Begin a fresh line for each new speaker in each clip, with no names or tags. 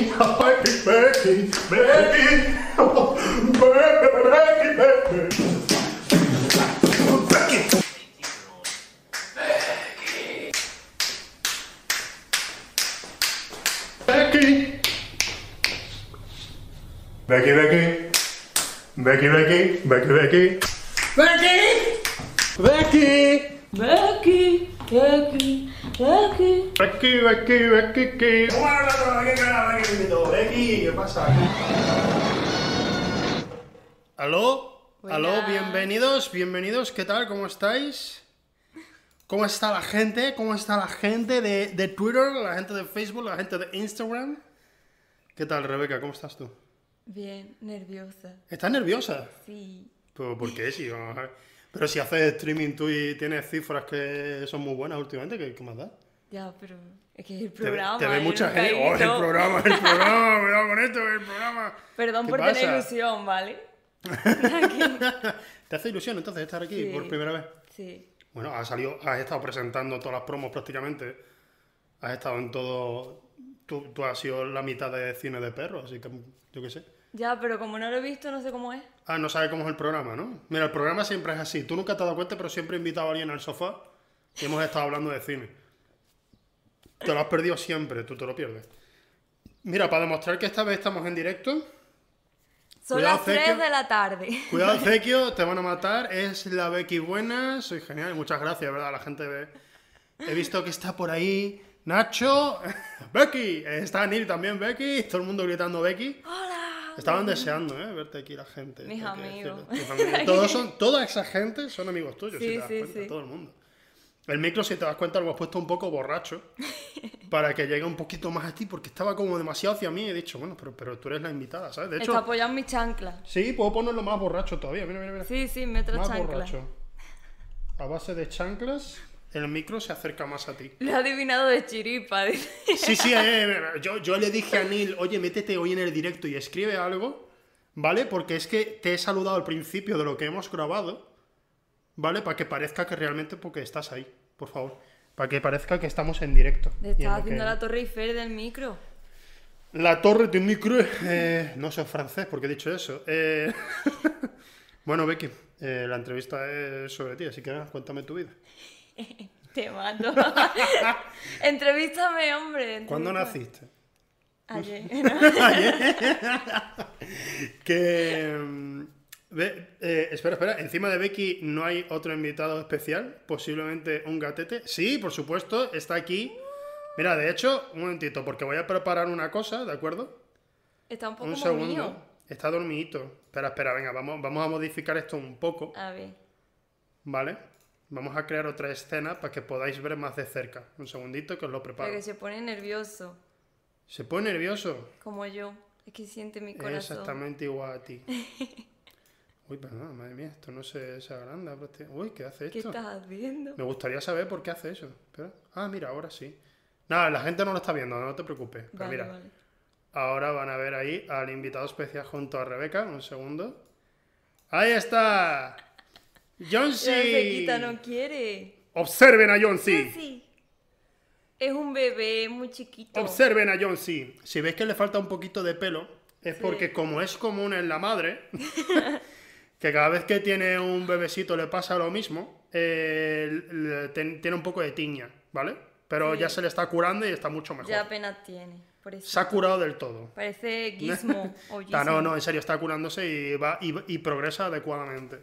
Becky, Becky, Becky, Becky, Becky, Becky. Becky. Becky, Becky. Becky, Becky, Becky, Becky. Becky! Becky!
Becky, Becky, Becky.
Becky, Becky, Becky, Becky.
¿qué pasa?
¿Aló? ¿Aló?
Buenas.
Bienvenidos, bienvenidos, ¿qué tal? ¿Cómo estáis? ¿Cómo está la gente? ¿Cómo está la gente de, de Twitter, la gente de Facebook, la gente de Instagram? ¿Qué tal, Rebeca? ¿Cómo estás tú?
Bien, nerviosa.
¿Estás nerviosa?
Sí.
¿Pero por qué? Si, vamos a ver. pero si haces streaming tú y tienes cifras que son muy buenas últimamente, ¿qué, qué más da?
Ya, pero es que es el
Te ve-
programa.
te ve
yo
mucha
nunca he
gente. ¡Oh, el
visto.
programa, el programa! Cuidado con esto, el programa.
Perdón
¿Qué
por tener
pasa?
ilusión, ¿vale?
¿Te hace ilusión entonces estar aquí
Sí.
por primera vez?
Sí.
Bueno, has salido, has estado presentando todas las promos prácticamente. Has estado en todo. Tú, tú has sido la mitad de cine de perro, así que yo qué sé.
Ya, pero como no lo he visto, no sé cómo es.
Ah, no sabes cómo es el programa, ¿no? Mira, el programa siempre es así. Tú nunca te has dado cuenta, pero siempre he invitado a alguien al sofá y hemos estado hablando de cine. Te lo has perdido siempre, tú te lo pierdes. Mira, para demostrar que esta vez estamos en directo,
Son
Cuidado,
las 3
Cecio.
de la tarde.
Cuidado, Ezequio, te van a matar. Es la Becky Buena. Soy genial. Muchas gracias, ¿verdad? La gente ve. He visto que está por ahí Nacho. Becky. Está Neil también, Becky. Todo el mundo gritando Becky.
¡Hola!
Estaban deseando, ¿eh? Verte aquí la gente.
Mis
hay que
amigos.
decirlo. Tus amigos. Todos son, toda esa gente son amigos tuyos, si
Sí,
te das
sí,
cuenta,
sí.
todo el mundo. El micro, si te das cuenta, lo has puesto un poco borracho para que llegue un poquito más a ti, porque estaba como demasiado hacia mí. He dicho, bueno, pero, pero tú eres la invitada, ¿sabes? De hecho,
Está apoyado en mi chancla.
sí, puedo ponerlo más borracho todavía. Mira, mira, mira.
Sí, sí, me trae
Más
chancla.
borracho. A base de chanclas, el micro se acerca más a ti.
Lo he adivinado de chiripa. dice.
Sí, sí, eh, eh, yo, yo le dije a Neil, oye, métete hoy en el directo y escribe algo, ¿vale? Porque es que te he saludado al principio de lo que hemos grabado, ¿vale? Para que parezca que realmente porque estás ahí, por favor. Para que parezca que estamos en directo. Y en
Le estaba
lo que-
haciendo la torre Eiffel del micro.
La torre de micro. eh, no soy francés porque he dicho eso. Eh, bueno, Becky, eh, la entrevista es sobre ti, así que nada, cuéntame tu vida.
Te mato. Entrevístame, hombre.
¿Cuándo
entrevístame.
naciste?
Ayer. ¿no?
Que. mm, ve- eh, espera, espera. Encima de Becky no hay otro invitado especial. Posiblemente un gatete. Sí, por supuesto, está aquí. Mira, de hecho, un momentito, porque voy a preparar una cosa, ¿de acuerdo?
Está un poco
Un
como
segundo.
mío.
Está dormidito. Espera, espera, venga, vamos, vamos a modificar esto un poco,
A ver.
¿vale? Vamos a crear otra escena para que podáis ver más de cerca. Un segundito que os lo
Para
preparo.
que se pone nervioso,
Se pone nervioso.
como yo. Es que siente mi corazón.
Exactamente igual a ti. Uy, perdón, madre mía, esto no se, se agranda. pero este- Uy, ¿qué hace
¿Qué
esto?
estás haciendo?
Me gustaría saber por qué hace eso. Espera. Ah, mira, ahora sí. Nada, la gente no lo está viendo, no te preocupes. Pero
Vale,
mira,
vale.
ahora van a ver ahí al invitado especial junto a Rebeca. Un segundo. ¡Ahí está! ¡John
La Bequita
C!
no quiere.
¡Observen a John C!
Sí. Es un bebé muy chiquito.
Observen a John C. Si veis que le falta un poquito de pelo, es
Sí.
porque como es común en la madre, que cada vez que tiene un bebecito le pasa lo mismo, eh, le- ten- tiene un poco de tiña, ¿vale? Pero
Sí.
ya se le está curando y está mucho mejor.
Ya apenas tiene. Por eso.
Se ha curado del todo.
Parece Gizmo. o
Ah,
Gizmo.
no, no, en serio, está curándose y, va, y, y progresa adecuadamente.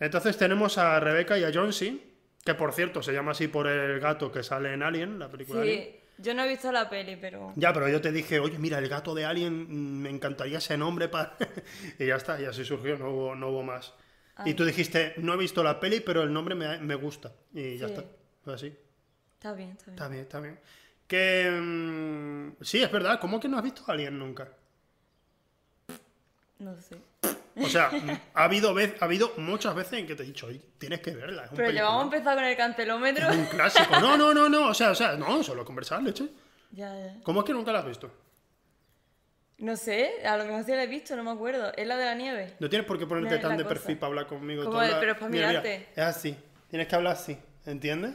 Entonces tenemos a Rebeca y a John C., que por cierto se llama así por el gato que sale en Alien, la película Alien.
Sí. Yo no he visto la peli, pero.
Ya, pero yo te dije, oye, mira, el gato de Alien, mm, me encantaría ese nombre para... y ya está, y así surgió, no hubo, no hubo más. Y tú dijiste, no he visto la peli, pero el nombre me, me gusta. Y ya
Sí.
está, fue así.
Está bien, está bien.
Está bien, está bien. Que... mm, sí, es verdad, ¿cómo que no has visto Alien nunca?
No sé.
O sea, mm, ha habido, vez, ha habido muchas veces en que te he dicho, oye, tienes que verla. Es un
Pero ya vamos a
peliculón,
empezar con el cantelómetro.
es un clásico. No, no, no, no, o sea, o sea, no, solo conversar, leche.
ya, ya.
¿Cómo es que nunca la has visto?
No sé. A lo mejor sí la he visto, no me acuerdo. Es la de la nieve.
No tienes por qué ponerte
Mira, es
tan
la
de
cosa.
perfil para hablar conmigo. tú
Como de-
hablas-
pero es para mirarte.
es así. Tienes que hablar así. ¿Entiendes?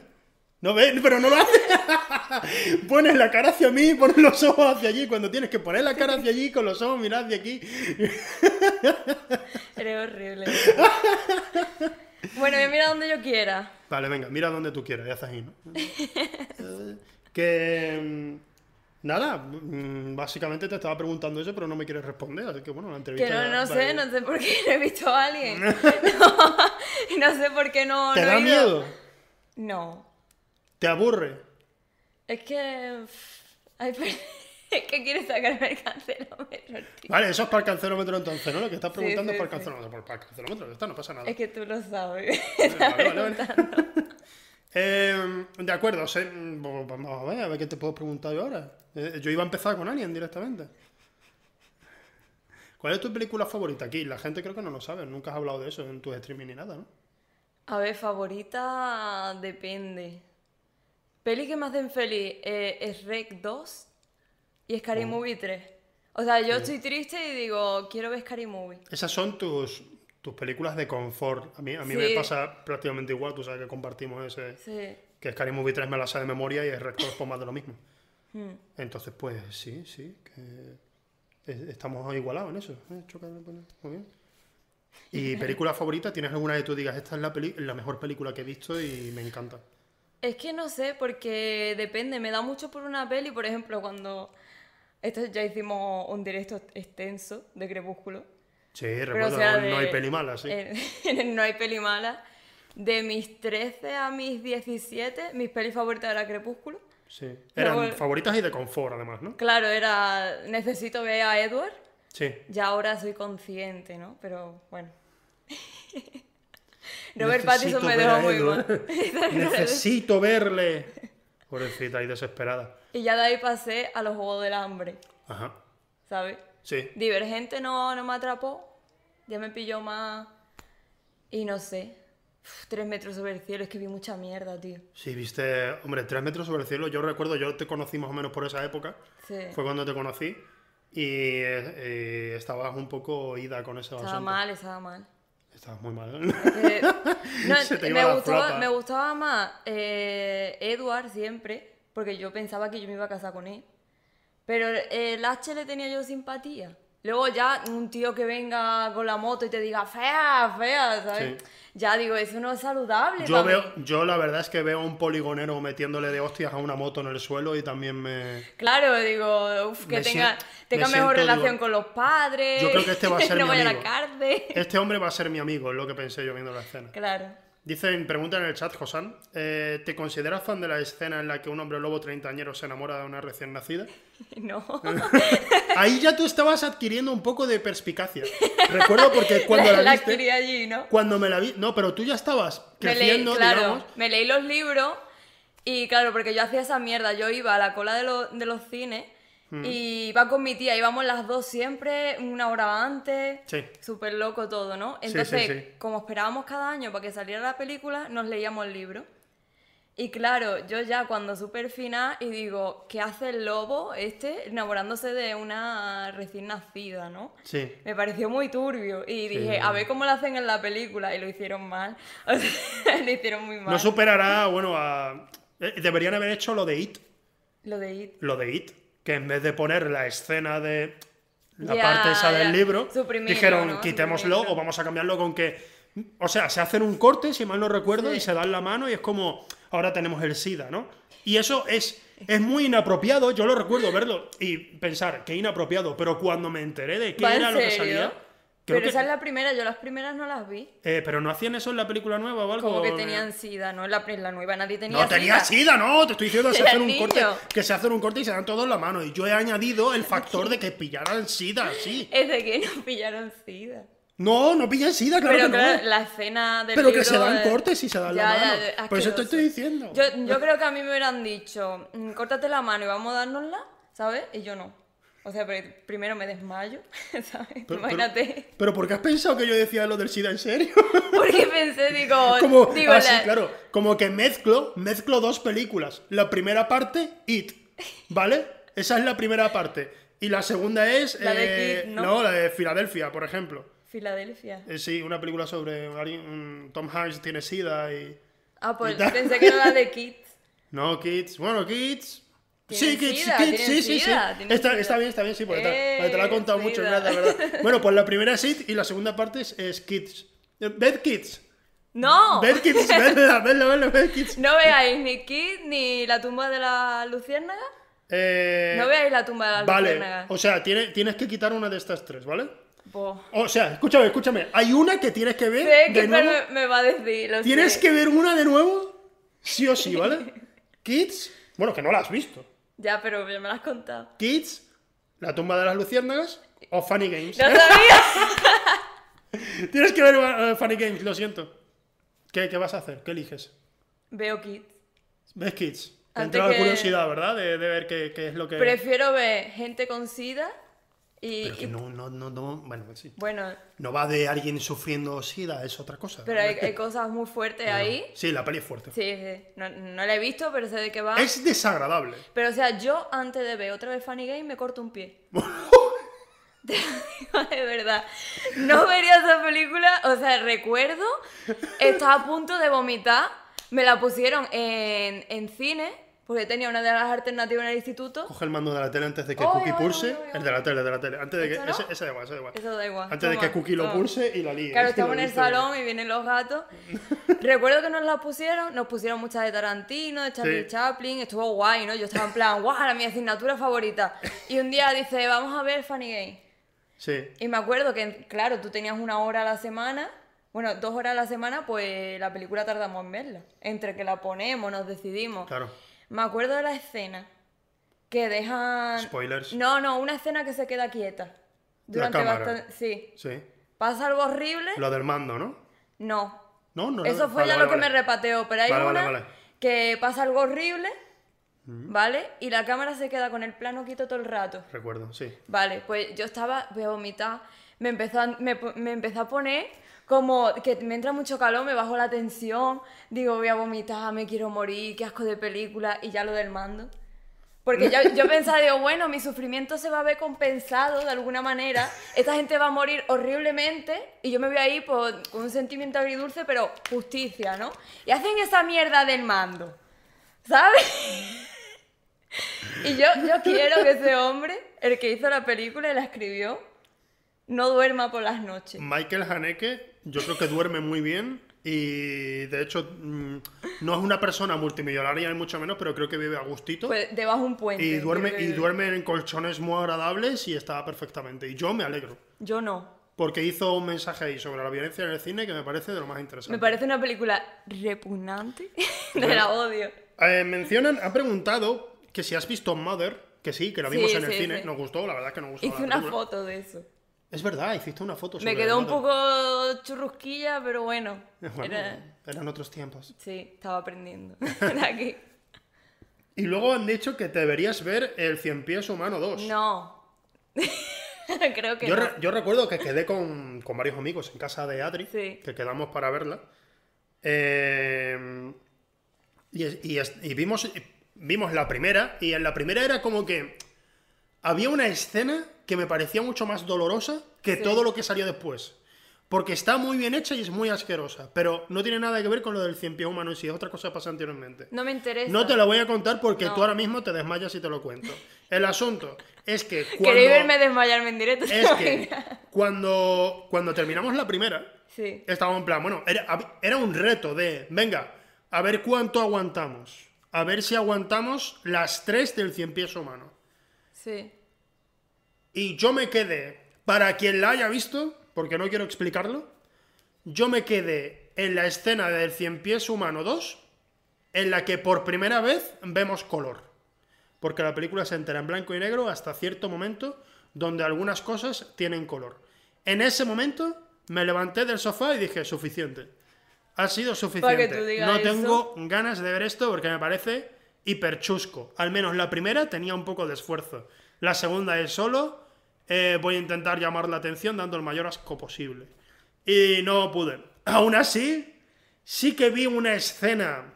No ves, pero no lo haces. pones la cara hacia mí, pones los ojos hacia allí. Cuando tienes que poner la cara hacia allí, con los ojos mirar hacia aquí.
Eres horrible. bueno, voy a mirar donde yo quiera.
Vale, venga, mira donde tú quieras, ya estás ahí, ¿no? Eh, que. mm, Nada, mm, básicamente te estaba preguntando eso, pero no me quieres responder, así que bueno, la entrevista.
Que no,
ya-
no sé,
vale.
no sé por qué no he visto a alguien. No, no sé por qué no.
¿Te
no he
da
ido.
miedo?
No.
¿Te aburre?
Es que. Ay, pero- Es que quiere sacarme el cancelómetro, tío.
Vale, eso es para el cancelómetro entonces, ¿no? Lo que estás preguntando
sí,
es para el
sí.
cancelómetro. Por- Para el cancelómetro, ya está, no pasa nada.
Es que tú lo sabes.
Vale, vale, vale. Eh, de acuerdo, se- mm, bo- vamos a ver, a ver qué te puedo preguntar yo ahora. Eh, yo iba a empezar con Alien directamente. ¿Cuál es tu película favorita aquí? La gente creo que no lo sabe, nunca has hablado de eso en tus streaming ni nada, ¿no?
A ver, favorita depende. Peli que me hacen feliz eh, es Rec 2 y
Oh.
Scary Movie 3. O sea, yo estoy triste y digo, quiero ver Scary Movie.
Esas son tus, tus películas de confort. A mí, a mí me
Sí.
pasa prácticamente igual, tú sabes que compartimos ese...
Sí.
Que Scary Movie 3 me la sabe de memoria y el resto es pues, más de lo mismo.
Hmm.
Entonces, pues sí, sí, que es- estamos igualados en eso. Eh, choca, bueno, Muy bien. ¿Y película favorita? ¿Tienes alguna que tú digas, esta es la, peli- la mejor película que he visto y me encanta?
Es que no sé, porque depende, me da mucho por una peli, por ejemplo, cuando... Esto ya hicimos un directo extenso de Crepúsculo.
Sí,
Pero,
recuerdo,
o sea, de- eh,
no hay peli mala, sí.
en- en no hay peli mala. De mis 13 a mis 17, mis pelis favoritas era Crepúsculo.
sí. Eran
luego-
favoritas y de confort, además, ¿no?
Claro, era necesito ver a Edward.
Sí.
Ya ahora soy consciente, ¿no? Pero bueno. Robert
Necesito
Pattinson me
ver a
dejó muy
Edward.
mal.
Necesito verle. Pobrecita y desesperada.
Y ya de ahí pasé a los Juegos del Hambre,
Ajá.
¿sabes?
Sí.
Divergente no, no me atrapó. Ya me pilló más. Y no sé. Uf, tres metros sobre el cielo. Es que vi mucha mierda, tío.
Sí, viste, hombre, tres metros sobre el cielo. Yo recuerdo, yo te conocí más o menos por esa época.
Sí.
Fue cuando te conocí. Y eh, eh, estabas un poco ida con ese
Estaba
asunto.
mal, estaba mal.
Estabas muy mal.
Eh, no,
Se te iba
me,
la
gustaba,
flapa.
me gustaba más eh, Edward siempre, porque yo pensaba que yo me iba a casar con él. Pero el H le tenía yo simpatía. Luego ya un tío que venga con la moto y te diga fea, fea, ¿sabes?
Sí.
Ya digo, eso no es saludable.
Yo
pa'
veo,
mí".
yo la verdad es que veo a un poligonero metiéndole de hostias a una moto en el suelo y también me.
Claro, digo, uf, que
Me
tenga,
sien-
tenga
me
mejor
siento, digo,
relación con los padres.
yo creo que este va a ser
no
mi
vaya a la
amigo.
cárcel.
Este hombre va a ser mi amigo, es lo que pensé yo viendo la escena.
Claro.
Dicen, pregunta en el chat, Josan, eh, ¿te consideras fan de la escena en la que un hombre lobo treintañero se enamora de una recién nacida?
No.
Ahí ya tú estabas adquiriendo un poco de perspicacia. Recuerdo porque cuando la,
la
viste,
adquirí allí, ¿no?
cuando me la vi, no, pero tú ya estabas
me
creciendo,
leí, claro,
digamos.
me leí los libros y claro, porque yo hacía esa mierda, yo iba a la cola de, lo- de los cines
Mm.
y iba con mi tía, íbamos las dos siempre, una hora antes,
Sí.
súper loco todo, ¿no?
sí,
Entonces,
sí.
como esperábamos cada año para que saliera la película, nos leíamos el libro. Y claro, yo ya cuando supe el final y digo, ¿qué hace el lobo este enamorándose de una recién nacida, no?
Sí.
Me pareció muy turbio y dije, a ver cómo lo hacen en la película. Y lo hicieron mal. O sea, lo hicieron muy mal.
No superará, bueno, a... eh, Deberían haber hecho lo de It,
Lo de It.
lo de It, que en vez de poner la escena de la
Ya,
parte esa del
ya.
libro,
Suprimirlo,
dijeron
¿no?
quitémoslo
Suprimirlo.
o vamos a cambiarlo con que... O sea, se hacen un corte, si mal no recuerdo,
Sí.
y se dan la mano y es como, ahora tenemos el SIDA, ¿no? Y eso es, es muy inapropiado, yo lo recuerdo verlo y pensar que inapropiado, pero cuando me enteré de qué
¿Va en
era lo que
serio?
salía... creo
Pero
que-
esa es la primera, yo las primeras no las vi.
eh, pero no hacían eso en la película nueva o algo.
Como que
¿no?
tenían sida, ¿no? En la, en la nueva nadie tenía
No tenía sida, no, te estoy diciendo que se
Era
hacen un
niño.
corte, que se hacen un corte y se dan todos la mano. Y yo he añadido el factor de que pillaran sida, sí.
Es de que no pillaron sida.
No, no pillan sida, claro
Pero
que
claro,
no.
la escena del
Pero que
libro
se dan
es-
cortes y se dan la
Ya, ya,
mano. Por
de-
eso te
asqueroso.
estoy diciendo.
Yo, yo creo que a mí me hubieran dicho, "Mm, córtate la mano y vamos a dárnosla, ¿sabes? Y yo no. O sea, pero primero me desmayo, ¿sabes?
Pero-
Imagínate.
Pero, pero ¿por qué has pensado que yo decía lo del sida en serio?
Porque pensé, digo,
Como,
Pues, digo,
ah, sí,
la-
claro, como que mezclo, mezclo dos películas. La primera parte, It, ¿vale? Esa es la primera parte. Y la segunda es...
La de
eh,
Kid, ¿no?
la de Filadelfia, por ejemplo.
Filadelfia.
Eh, sí, una película sobre un alguien- un Tom Hanks tiene sida y...
Ah, pues
y tal.
pensé que era la de Kids.
No, kids. Bueno, kids.
Tienen
Sí, kids,
sida,
kids, sí, sí,
tienen
sí.
sida, tienen
Está,
sida.
está bien, está bien, sí, porque, te,
Eh,
porque te lo ha contado mucho, es
sida.
verdad, es verdad. Bueno, pues la primera es it y la segunda parte es, es kids. Eh, Bed kids.
¡No!
Bed kids, vedla, vedla, vedla, bed kids.
No veáis ni Kid ni la tumba de la luciérnaga.
Eh,
No veáis la tumba de la
Vale,
luciérnaga.
o sea, tiene- tienes que quitar una de estas tres, ¿vale?
Po.
O sea, escúchame, escúchame. Hay una que tienes que ver
Sé que
de
Fer
nuevo.
me, me va a decir. lo
Tienes
sé.
que ver una de nuevo, sí o sí, ¿vale? Kids, bueno, que no la has visto.
Ya, pero ya me la has contado.
Kids, La tumba de las luciérnagas o Funny Games.
¡No sabía!
Tienes que ver eh, Funny Games, lo siento. ¿Qué, qué vas a hacer? ¿Qué eliges?
Veo Kid.
Eh. ¿Ves Kids? Te
Antes
entra la
que-
curiosidad, ¿verdad? De, de ver qué, qué es lo que...
Prefiero ver gente con sida y.
Pero que
y-
no, no, no, no, bueno, pues sí.
Bueno,
No va de alguien sufriendo sida, es otra cosa.
pero hay, hay cosas muy fuertes ahí.
Sí, la peli es fuerte.
Sí, sí. No, no la he visto, pero sé de qué va.
Es desagradable.
Pero o sea, yo antes de ver otra vez Funny Game me corto un pie. Te lo digo de verdad. No vería esa película. O sea, recuerdo, estaba a punto de vomitar. Me la pusieron en, en cine, porque tenía una de las alternativas en el instituto.
Coge el mando de la tele antes de que
Oy,
Cookie
oy,
pulse.
oy, oy,
El de la tele, el de la tele. Antes de que...
¿Esto no?
Ese, ese da igual, ese da igual.
Eso da igual.
Antes de
toma,
que Cookie lo
toma.
pulse y la líe.
Claro,
Es que lo
estamos en el
viste bien.
salón y vienen los gatos. Recuerdo que nos la pusieron, nos pusieron muchas de Tarantino, de Charlie
Sí.
Chaplin, estuvo guay, ¿no? Yo estaba en plan, guau, era mi asignatura favorita. Y un día dice, vamos a ver Funny Game.
Sí.
Y me acuerdo que, claro, tú tenías una hora a la semana, bueno, dos horas a la semana, pues la película tardamos en verla. Entre que la ponemos, nos decidimos.
Claro.
Me acuerdo de la escena que dejan.
Spoilers.
No, no, una escena que se queda quieta.
La
Durante
cámara.
bastante. Sí.
Sí.
¿Pasa algo horrible?
Lo del mando, ¿no?
No.
No, no.
Eso
no.
fue
Vale,
ya
vale,
lo que
vale.
me repateó, pero hay
Vale, vale,
una
vale. Mm.
que pasa algo horrible, ¿vale? Y la cámara se queda con el plano quieto todo el rato.
Recuerdo, sí.
Vale, pues yo estaba, voy a vomitar, me empezó a, me, po- me empezó a poner como que me entra mucho calor, me bajó la tensión, digo voy a vomitar, me quiero morir, qué asco de película, y ya lo del mando. Porque yo, yo pensaba, digo, bueno, mi sufrimiento se va a ver compensado de alguna manera, esta gente va a morir horriblemente y yo me voy a ir por- con un sentimiento agridulce, pero justicia, ¿no? Y hacen esa mierda del mando, ¿sabes? Y yo, yo quiero que ese hombre, el que hizo la película y la escribió, no duerma por las noches.
Michael Haneke, yo creo que duerme muy bien y de hecho mm, no es una persona multimillonaria ni mucho menos, pero creo que vive a gustito
Pues debajo de un puente.
y duerme
Yo
y
creo que-
duerme en colchones muy agradables y está perfectamente. Y yo me alegro
Yo no.
porque hizo un mensaje ahí sobre la violencia en el cine que me parece de lo más interesante.
Me parece una película repugnante. de la odio.
Eh, mencionan, han preguntado que si has visto Mother, que sí, que la
Sí,
vimos en el
sí,
cine,
sí.
nos gustó, la verdad que nos gustó.
Hice
la
una
película.
foto de eso.
Es verdad, hiciste una foto.
Me
sobre
quedó un
Mother.
poco churrusquilla, pero bueno.
Bueno,
Era-
eran otros tiempos.
Sí, estaba aprendiendo. Era aquí.
Y luego han dicho que te deberías ver el Cien Pies Humano 2.
No. Creo que
yo,
no.
re- yo recuerdo que quedé con, con varios amigos en casa de Adri,
Sí.
que quedamos para verla. Eh, y, es- y es- y vimos, y vimos la primera, y en la primera era como que había una escena que me parecía mucho más dolorosa que
Sí.
todo lo que salió después. Porque está muy bien hecha y es muy asquerosa, pero no tiene nada que ver con lo del cien pies humano y si es otra cosa que pasa anteriormente.
No me interesa.
No te lo voy a contar porque
No.
tú ahora mismo te desmayas y te lo cuento. El asunto es que cuando,
Queréis verme desmayarme en directo.
es que cuando, cuando terminamos la primera,
Sí.
estábamos en plan, bueno, era, hab- era un reto de, venga, a ver cuánto aguantamos. A ver si aguantamos las tres del cien pies humano.
Sí.
Y yo me quedé, para quien la haya visto, porque no quiero explicarlo, yo me quedé en la escena del Cien Pies Humano 2, en la que por primera vez vemos color. Porque la película se entera en blanco y negro hasta cierto momento donde algunas cosas tienen color. En ese momento me levanté del sofá y dije, suficiente. Ha sido suficiente.
tú digas
no
eso.
tengo ganas de ver esto porque me parece hiperchusco. Al menos la primera tenía un poco de esfuerzo. La segunda es solo. eh, voy a intentar llamar la atención dando el mayor asco posible. Y no pude. Aún así, sí que vi una escena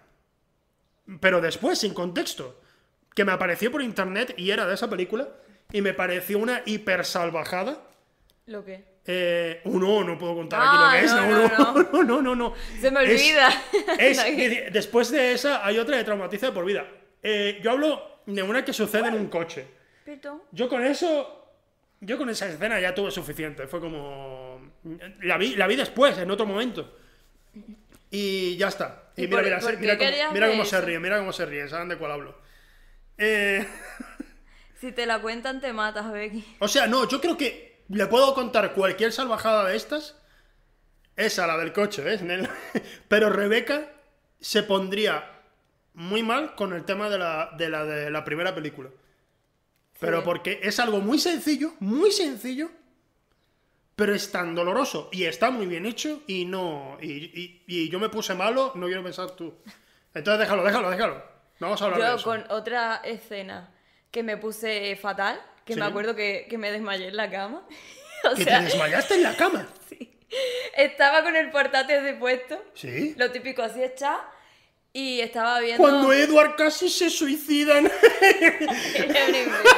pero después, sin contexto, que me apareció por internet y era de esa película, y me pareció una hiper salvajada.
¿Lo qué?
Eh, uno, no puedo contar
Ah,
aquí lo que es.
no,
No,
no,
no, no, no, no, no.
Se me
Es-
olvida.
es-
No, que-
dice- después de esa hay otra de traumatiza por vida. Eh, yo hablo de una que sucede en un coche.
Perdón.
Yo con eso. Yo con esa escena ya tuve suficiente. Fue como. La vi, la vi después, en otro momento. Y ya está. Y,
¿Y
mira,
por-
mira, se-
por qué
mira
querías
cómo, mira
ver
cómo se
eso?
ríe, mira cómo se ríe, saben de cuál hablo. Eh,
Si te la cuentan, te matas, Becky.
o sea, no, yo creo que le puedo contar cualquier salvajada de estas. Esa, la del coche, ¿eh? Nel? Pero Rebeca se pondría muy mal con el tema de la de la, de la primera película. Pero
Sí.
porque es algo muy sencillo, muy sencillo, pero es tan doloroso y está muy bien hecho y no. Y, y- y yo me puse malo, no quiero pensar tú. Entonces déjalo, déjalo, déjalo. No vamos a hablar de
Yo
eso.
con otra escena que me puse fatal, que
Sí.
me acuerdo que, que me desmayé en la cama. o
Que
sea,
te desmayaste en la cama.
estaba con el portátil de puesto,
Sí.
lo típico así está, y estaba viendo...
Cuando Edward casi se suicida en,
Era un imbécil.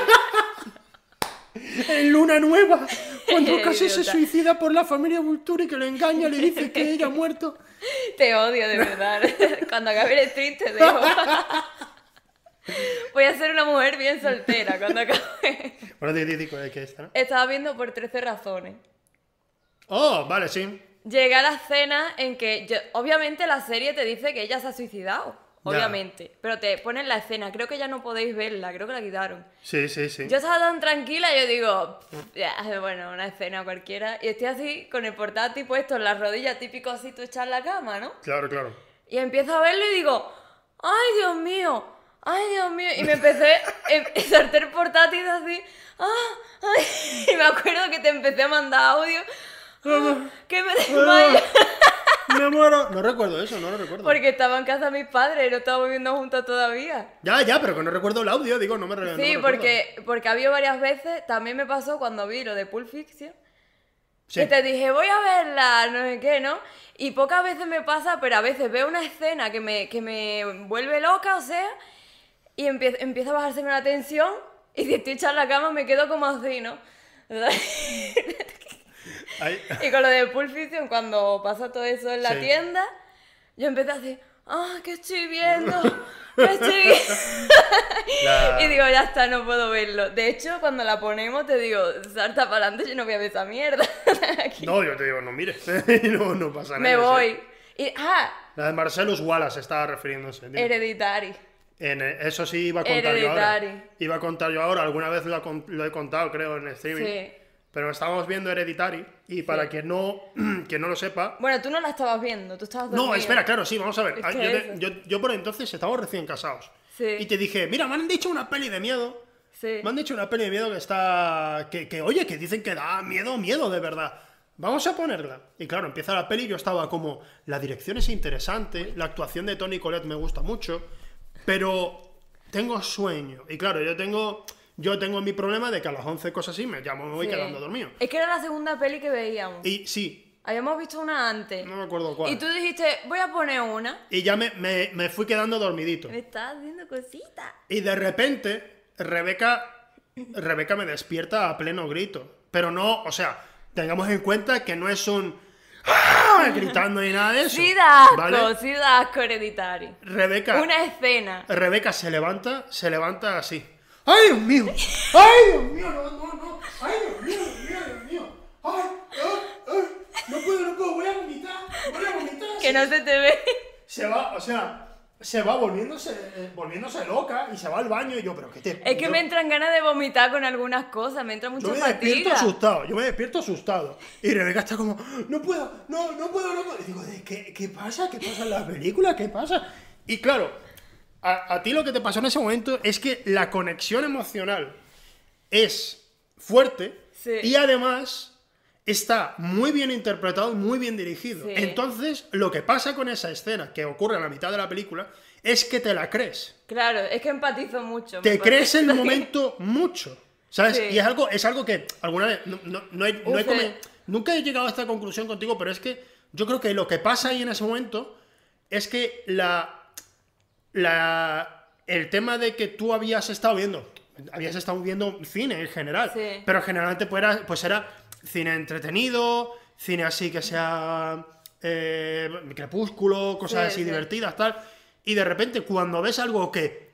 en Luna Nueva. Cuando
Qué
casi se
idiota.
suicida por la familia Vulturi que lo engaña, le dice que ella ha muerto.
Te odio, de verdad. Cuando acabe el stream te dejo. Voy a ser una mujer bien soltera cuando acabe.
Bueno, te digo que esta, ¿no?
Estaba viendo por 13 razones.
Oh, vale, sí.
Llegué a la escena en que, yo- obviamente la serie te dice que ella se ha suicidado,
Ya.
obviamente, pero te ponen la escena, creo que ya no podéis verla, creo que la quitaron.
Sí, sí, sí.
Yo estaba tan tranquila, yo digo, "Pff, ya, bueno, una escena cualquiera, y estoy así con el portátil puesto en las rodillas, típico así tú echas en la cama, ¿no?
Claro, claro.
Y empiezo a verlo y digo, ay Dios mío, ay Dios mío. Y me empecé, em- solté el portátil así, ah, ay. Y me acuerdo que te empecé a mandar audio, "Ah, que me desmayo.
Ah, Me muero. No recuerdo eso, no lo recuerdo.
Porque estaba en casa de mis padres, no estábamos viviendo juntos todavía.
Ya, ya, pero que no recuerdo el audio, digo, no me re- no me
Sí,
recuerdo.
porque, porque ha habido varias veces, también me pasó cuando vi lo de Pulp Fiction,
Sí.
que te dije, voy a verla, no sé qué, ¿no? Y pocas veces me pasa, pero a veces veo una escena que me, que me vuelve loca, o sea, y empie- empieza, a bajarse la tensión, y si estoy echada en la cama me quedo como así, ¿no?
Ahí-
Y con lo de Pulp Fiction, cuando pasa todo eso en la
Sí.
tienda, yo empecé así, ¡ah, qué estoy viendo! ¿Qué estoy viendo?".
La-
Y digo, ya está, no puedo verlo. De hecho, cuando la ponemos, te digo, salta para adelante, yo no voy a ver esa mierda. Aquí.
No, yo te digo, no mires. no, no pasa nada.
Me
sí.
voy. Y, ah,
La de Marcelus Wallace estaba refiriéndose. dime.
Hereditary.
En- eh, eso sí iba a contar yo ahora.
Hereditary.
Iba a contar yo ahora. Alguna vez lo, con- lo he contado, creo, en el streaming.
Sí.
Pero estábamos viendo Hereditary. Y para
Sí.
quien no, que no lo sepa.
Bueno, tú no la estabas viendo, tú estabas
No,
dormido.
espera, claro, sí, vamos a ver.
pues Es
Ah,
que
Yo, te-
eso.
yo- yo por entonces estábamos recién casados.
Sí.
Y te dije, mira, me han dicho una peli de miedo.
Sí.
Me han dicho una peli de miedo que está. Que, que, oye, que dicen que da miedo, miedo, de verdad. Vamos a ponerla. Y claro, empieza la peli. Yo estaba como. La dirección es interesante. La actuación de Tony Colette me gusta mucho. Pero tengo sueño. Y claro, yo tengo. Yo tengo mi problema de que a las 11 cosas así me llamo, me voy
Sí.
quedando dormido.
Es que era la segunda peli que veíamos.
Y sí,
Habíamos visto una antes.
no me acuerdo cuál.
Y tú dijiste, voy a poner una.
Y ya me, me- me fui quedando dormidito.
Me estás haciendo cositas.
Y de repente, Rebeca, Rebeca me despierta a pleno grito. Pero no, o sea, tengamos en cuenta que no es un ¡Ah! gritando ni nada de eso.
Sí da asco,
¿vale?
sí da asco Hereditary.
Rebeca,
Una escena.
Rebeca se levanta, se levanta así. ¡Ay, Dios mío! ¡Ay, Dios mío! No, no, no. ¡Ay, Dios mío, Dios mío, Dios mío! ¡Ay, ay, ay! No puedo, no puedo, voy a vomitar, voy a vomitar.
Que no se te ve.
se va, o sea, se va volviéndose, eh, volviéndose loca y se va al baño y yo, pero qué te...
Es que
yo-
me entran ganas de vomitar con algunas cosas, me entra mucha
Yo me despierto
fatiga.
asustado, yo me despierto asustado. Y Rebeca está como, no puedo, no, no puedo, no puedo. Y digo, "Eh, ¿qué, qué pasa? ¿Qué pasa en la película? ¿Qué pasa? Y claro, a, a ti lo que te pasó en ese momento es que la conexión emocional es fuerte
Sí.
y además está muy bien interpretado, muy bien dirigido.
Sí.
Entonces, lo que pasa con esa escena que ocurre a la mitad de la película es que te la crees
Claro, es que empatizo mucho. me
te
parece.
crees el momento mucho. ¿Sabes?
Sí.
Y es algo, es algo que alguna vez. No, no- no he- no he
Uf,
come-
eh.
nunca he llegado a esta conclusión contigo, pero es que yo creo que lo que pasa ahí en ese momento es que la. la el tema de que tú habías estado viendo. Habías estado viendo cine en general.
Sí.
Pero generalmente pues era, pues era cine entretenido, cine así que sea eh, crepúsculo, cosas
Sí,
así
sí.
divertidas, tal. Y de repente, cuando ves algo que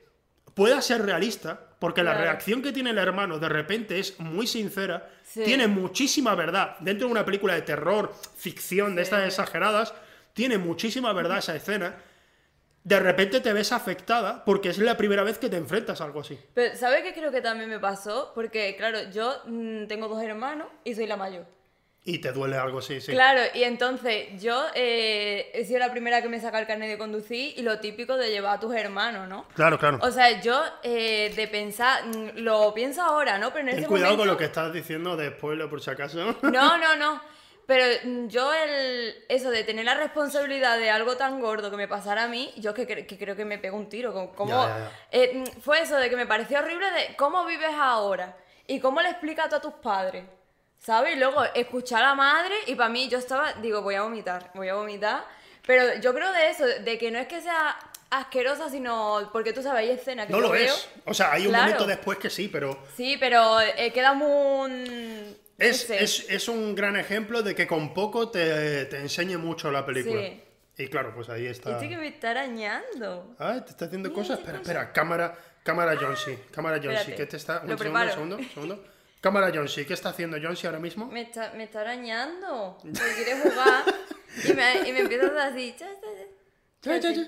pueda ser realista, porque la
Claro.
reacción que tiene el hermano de repente es muy sincera,
Sí.
tiene muchísima verdad. Dentro de una película de terror, ficción, de estas exageradas, tiene muchísima verdad esa escena. De repente te ves afectada porque es la primera vez que te enfrentas a algo así.
Pero, ¿sabes qué creo que también me pasó? Porque, claro, yo mm, tengo dos hermanos y soy la mayor.
Y te duele algo así, sí.
Claro, y entonces yo eh, he sido la primera que me saca el carnet de conducir y lo típico de llevar a tus hermanos, ¿no?
Claro, claro.
O sea, yo eh, de pensar, mm, lo pienso ahora, ¿no? Pero en
Ten
ese
cuidado con
momento-
lo que estás diciendo de spoiler, por si acaso.
No, no, no. Pero mm, yo el eso de tener la responsabilidad de algo tan gordo que me pasara a mí, yo que, cre- que creo que me pego un tiro. Como, como-
ya, ya.
eh, mm, fue eso de que me pareció horrible de cómo vives ahora y cómo le explicas tú a tus padres. ¿Sabes? Y luego escuchar a la madre y para mí yo estaba, digo, voy a vomitar, voy a vomitar. Pero yo creo de eso, de que no es que sea asquerosa, sino porque tú sabes, hay escenas que
No
yo
lo
veo-
es. O sea, hay un
Claro.
momento después que sí, pero
Sí, pero eh, queda muy...
es,
no sé.
es- es un gran ejemplo de que con poco te, te enseñe mucho la película.
Sí.
Y claro, pues ahí
Y
está.
tú Este que me está arañando.
Ah, te está haciendo cosas.
hace
Espera, espera, cámara, cámara Jonesy. Cámara Jonesy,
Espérate,
que te está. Un segundo,
lo
un
preparo.
segundo, un segundo. Cámara Jonesy, ¿qué está haciendo Jonesy ahora mismo?
Me está, me está arañando. Porque quiere jugar. Y me, y me empieza a hacer así. cha, cha, cha.
Cha, cha, cha.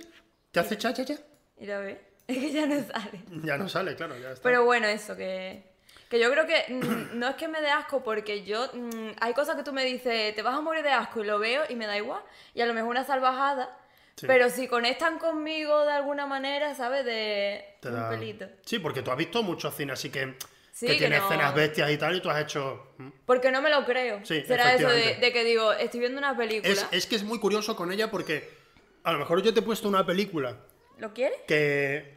¿Te hace cha, cha, cha?
Y la ve. Es que ya no sale.
Ya no sale, claro, ya está.
Pero bueno, eso que. Que yo creo que mm, no es que me dé asco porque yo. mm, hay cosas que tú me dices, te vas a morir de asco y lo veo y me da igual. Y a lo mejor una salvajada.
Sí.
Pero si conectan conmigo de alguna manera, ¿sabes? De
Te
un
da-
pelito.
Sí, porque tú has visto muchos cine así que,
Sí,
que,
que
tiene
no.
escenas bestias y tal, y tú has hecho. mm.
Porque no me lo creo.
Sí,
Será eso de,
efectivamente.
de que digo, estoy viendo una película.
Es, es que es muy curioso con ella porque a lo mejor yo te he puesto una película
¿Lo quieres?
que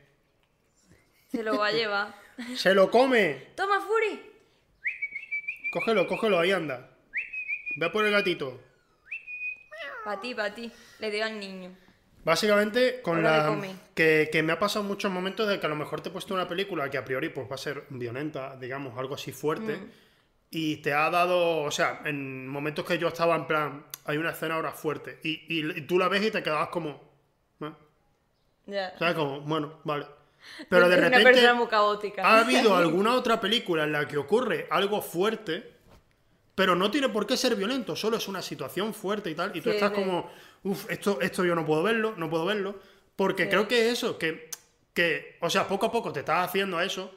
Se lo va a llevar.
se lo come.
Toma, Fury.
Cógelo, cógelo, ahí anda. Ve a por el gatito.
Pa' ti, pa' ti. Le dio al niño.
Básicamente, con
Ahora le
la.
come.
Que, que me ha pasado muchos momentos de que a lo mejor te he puesto una película que a priori pues, va a ser violenta, digamos, algo así fuerte.
Mm.
Y te ha dado. O sea, en momentos que yo estaba en plan. Hay una escena ahora fuerte. Y, y- y tú la ves y te quedabas como. ¿eh?
Ya.
¿Sabes? Como, bueno, vale. Pero de
Es
repente. Ah,
Una persona muy caótica.
¿Ha habido alguna otra película en la que ocurre algo fuerte, pero no tiene por qué ser violento, solo es una situación fuerte y tal? Y tú
Sí,
estás
sí.
como, uff, esto, esto yo no puedo verlo, no puedo verlo, porque creo que eso, que, que, o sea, poco a poco te estás haciendo a eso.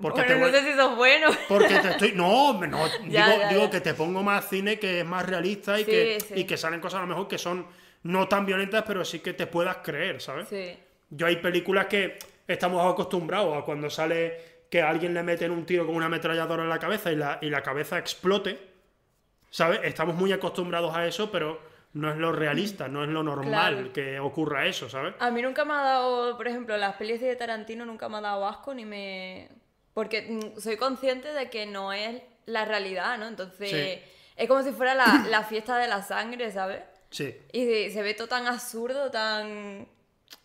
Porque
bueno,
te
no
vuel-
sé si sos bueno.
porque te estoy. No, hombre, no.
Ya,
digo
ya,
digo
ya.
que te pongo más cine que es más realista y,
Sí,
que,
sí.
y que salen cosas a lo mejor que son no tan violentas, pero sí que te puedas creer, ¿sabes?
Sí.
Yo hay películas que estamos acostumbrados a cuando sale que a alguien le meten un tiro con una ametralladora en la cabeza y la, y la cabeza explote. ¿Sabes? Estamos muy acostumbrados a eso, pero no es lo realista, no es lo normal
Claro.
que ocurra eso, ¿sabes?
A mí nunca me ha dado, por ejemplo, las pelis de Tarantino nunca me ha dado asco ni me. Porque mm, soy consciente de que no es la realidad, ¿no? Entonces.
Sí.
Es como si fuera la, la fiesta de la sangre, ¿sabes?
Sí.
Y se, se ve todo tan absurdo, tan.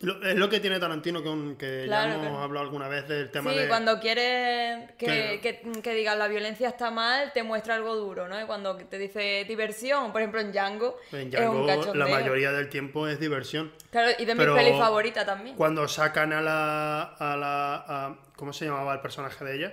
Lo- es lo que tiene Tarantino, que, un- que
Claro,
ya hemos
claro.
hablado alguna vez del tema
Sí,
de.
cuando quieres que,
Que-
que- que digas la violencia está mal, te muestra algo duro, ¿no? Y cuando te dice diversión, por ejemplo en Django,
En
es un
Django, la
cachondeo.
mayoría del tiempo es diversión.
Claro, y de mis
Pero-
pelis favoritas también.
Cuando sacan a la. A la a- ¿Cómo se llamaba el personaje de ella?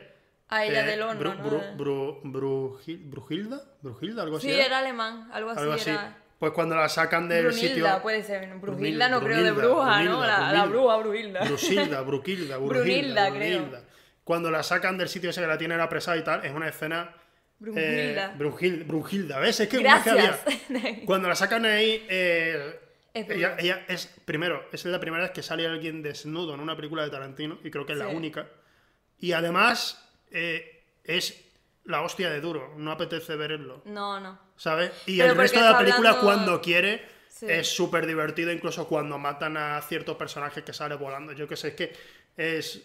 A ella del horno,
Eh, Bru-
¿no?
Bru- Bru- Brujil- Brujilda, Brujilda, algo así.
Sí,
era?
era alemán, algo así
Algo así.
era.
Pues cuando la sacan del
Brunilda,
sitio.
puede ser. Brunilda,
Brunilda,
no creo de
Brunilda,
bruja, ¿no?
Brunilda,
la, la
Brunilda.
bruja, Brunilda.
Brusilda, Bruquilda, Brujilda,
Brunilda, creo.
Brunilda. Cuando la sacan del sitio ese que la tienen apresada y tal, es una escena.
Brunhilda.
eh, Brunhil- Brunhilda, ¿ves? Es que una que había.
Gracias.
Cuando la sacan ahí. eh,
Es
ella,
brutal.
ella es, primero, es la primera vez que sale alguien desnudo en una película de Tarantino, y creo que es la
Sí.
única. Y además, eh, es la hostia de duro, no apetece verlo.
no, no.
¿sabes? Y
Pero
el
porque
resto de la
está
película,
hablando-
cuando quiere,
Sí.
es súper divertido, incluso cuando matan a cierto personaje que sale volando. Yo que sé, es que es,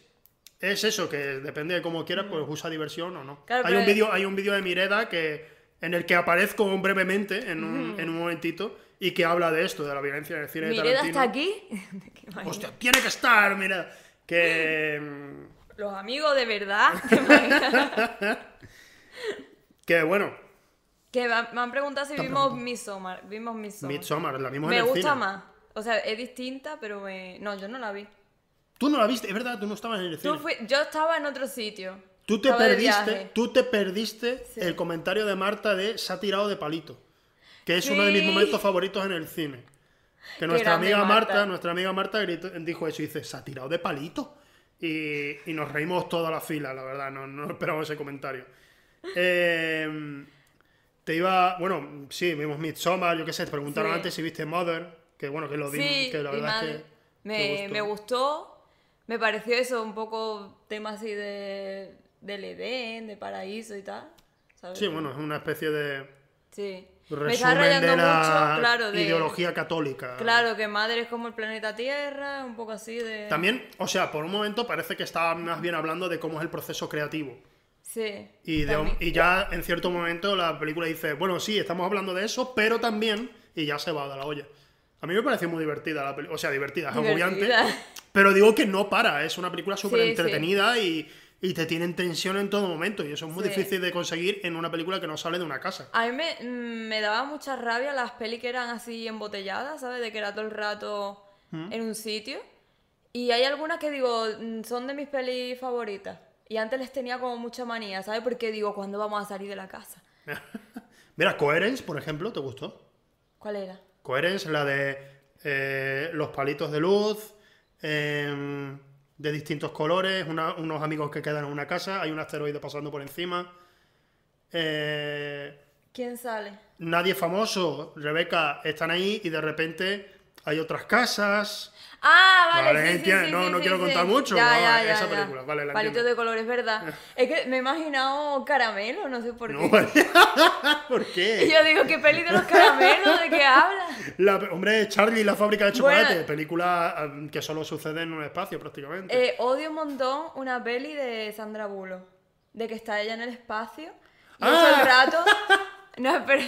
es eso, que depende de cómo quieras, pues usa diversión o no.
Mm. Claro,
hay,
pero-
un vídeo, hay un vídeo de Mireda que, en el que aparezco brevemente, en un, en un momentito, y que habla de esto, de la violencia en el cine de
Mireda
Tarantino.
está aquí. Qué vaina.
Hostia, tiene que estar, mira. Que... mm,
Los amigos de verdad. qué vaina.
Que bueno,
Que va- me han preguntado si
Te han
vimos
preguntado.
Midsommar. Vimos Midsommar.
Midsommar, la vimos
me
en el
gusta
cine.
más. O sea, es distinta, pero me... No, yo no la vi.
Tú no la viste, es verdad, tú no estabas en el cine.
Tú fui- Yo estaba en otro sitio.
Tú te
Estaba de
perdiste,
viaje.
tú te perdiste
Sí.
el comentario de Marta de se ha tirado de palito, que es
Sí.
uno de mis momentos favoritos en el cine. Que nuestra
grande,
amiga Marta,
Marta.
nuestra amiga Marta gritó- dijo eso y dice, se ha tirado de palito. Y, y nos reímos toda la fila, la verdad, no, no esperábamos ese comentario. Eh, te iba, bueno, sí, vimos Midsommar, yo qué sé, te preguntaron
Sí.
antes si viste Mother, que bueno, que lo vi,
Sí,
que la
vi
verdad
Madre.
es que
me,
te
me gustó. Me pareció eso, un poco tema así de, del Edén, de paraíso y tal. ¿sabes?
Sí, bueno, es una especie de
Sí. Me está
resumen
rayando
de la
mucho, claro, de,
ideología católica.
Claro, que madre es como el planeta Tierra, un poco así de...
También, o sea, por un momento parece que estaba más bien hablando de cómo es el proceso creativo.
Sí.
Y, de-
también.
y ya en cierto momento la película dice, bueno, sí, estamos hablando de eso, pero también, y ya se va de la olla. A mí me pareció muy divertida la película, o sea, divertida, es agobiante,
Divertida.
pero digo que no para, es una película súper
sí.
entretenida y, y te tiene en tensión en todo momento, y eso es muy
Sí.
difícil de conseguir en una película que no sale de una casa.
A mí me, mm, me daba mucha rabia las pelis que eran así embotelladas, ¿sabes? De que era todo el rato
¿Mm?
en un sitio. Y hay algunas que digo, mm, son de mis pelis favoritas. Y antes les tenía como mucha manía, ¿sabes? Porque digo, ¿cuándo vamos a salir de la casa?
Mira, Coherence, por ejemplo, ¿te gustó?
¿Cuál era?
Coherence, la de eh, los palitos de luz, em, de distintos colores, una- unos amigos que quedan en una casa, hay un asteroide pasando por encima. Eh,
¿Quién sale?
nadie famoso, Rebeca, están ahí y de repente hay otras casas.
Ah, vale.
Vale,
sí, sí,
entiendo.
sí,
No,
sí,
no
sí,
quiero
sí.
contar mucho, no,
Ya, ya, ya,
esa
ya.
película, vale, la
Palitos
entiendo.
de colores, ¿verdad? Es que me he imaginado caramelo, no sé por
No,
qué.
¿Por
Y
qué?
yo digo, ¿qué peli de los caramelos? ¿De qué hablas?
La- hombre, Charlie y la fábrica de chocolate,
Bueno.
película em, que solo sucede en un espacio prácticamente.
Eh, odio un montón una peli de Sandra Bullock. De que está ella en el espacio. Y
Ah.
todo el rato. No, pero.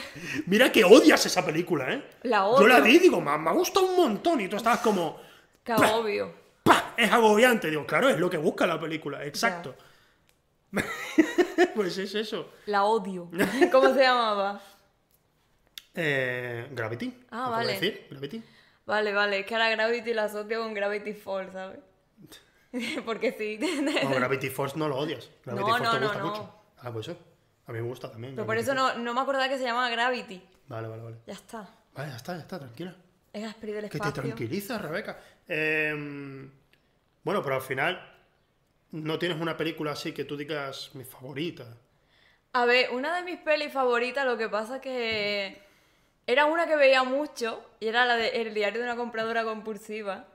Mira que odias esa película, ¿eh?
La
Yo la
odio.
vi y digo, me, me ha gustado un montón. Y tú estabas como,
Qué agobio.
¡pah! Es agobiante. Digo, claro, es lo que busca la película, exacto. pues es eso.
La odio. ¿Cómo se llamaba?
Eh, Gravity.
Ah,
acabo de
vale.
decir, Gravity.
Vale, vale. Es que ahora Gravity la asocio con Gravity Falls, ¿sabes? Porque sí.
No, Gravity Force no lo odias. Gravity
No,
Force
no,
te
no,
gusta
no.
mucho. Ah, pues eso. A mí me gusta también.
Pero por
Gravity
eso no, no me acordaba que se llamaba Gravity.
Falls. Vale, vale, vale.
Ya está.
Vale, ya está, ya está, tranquila.
Es Gasperi del
Que te
espacio.
tranquilizas, Rebeca. Eh, bueno, pero al final no tienes una película así que tú digas mi favorita.
A ver, una de mis pelis favoritas, lo que pasa que era una que veía mucho y era la de El diario de una compradora compulsiva.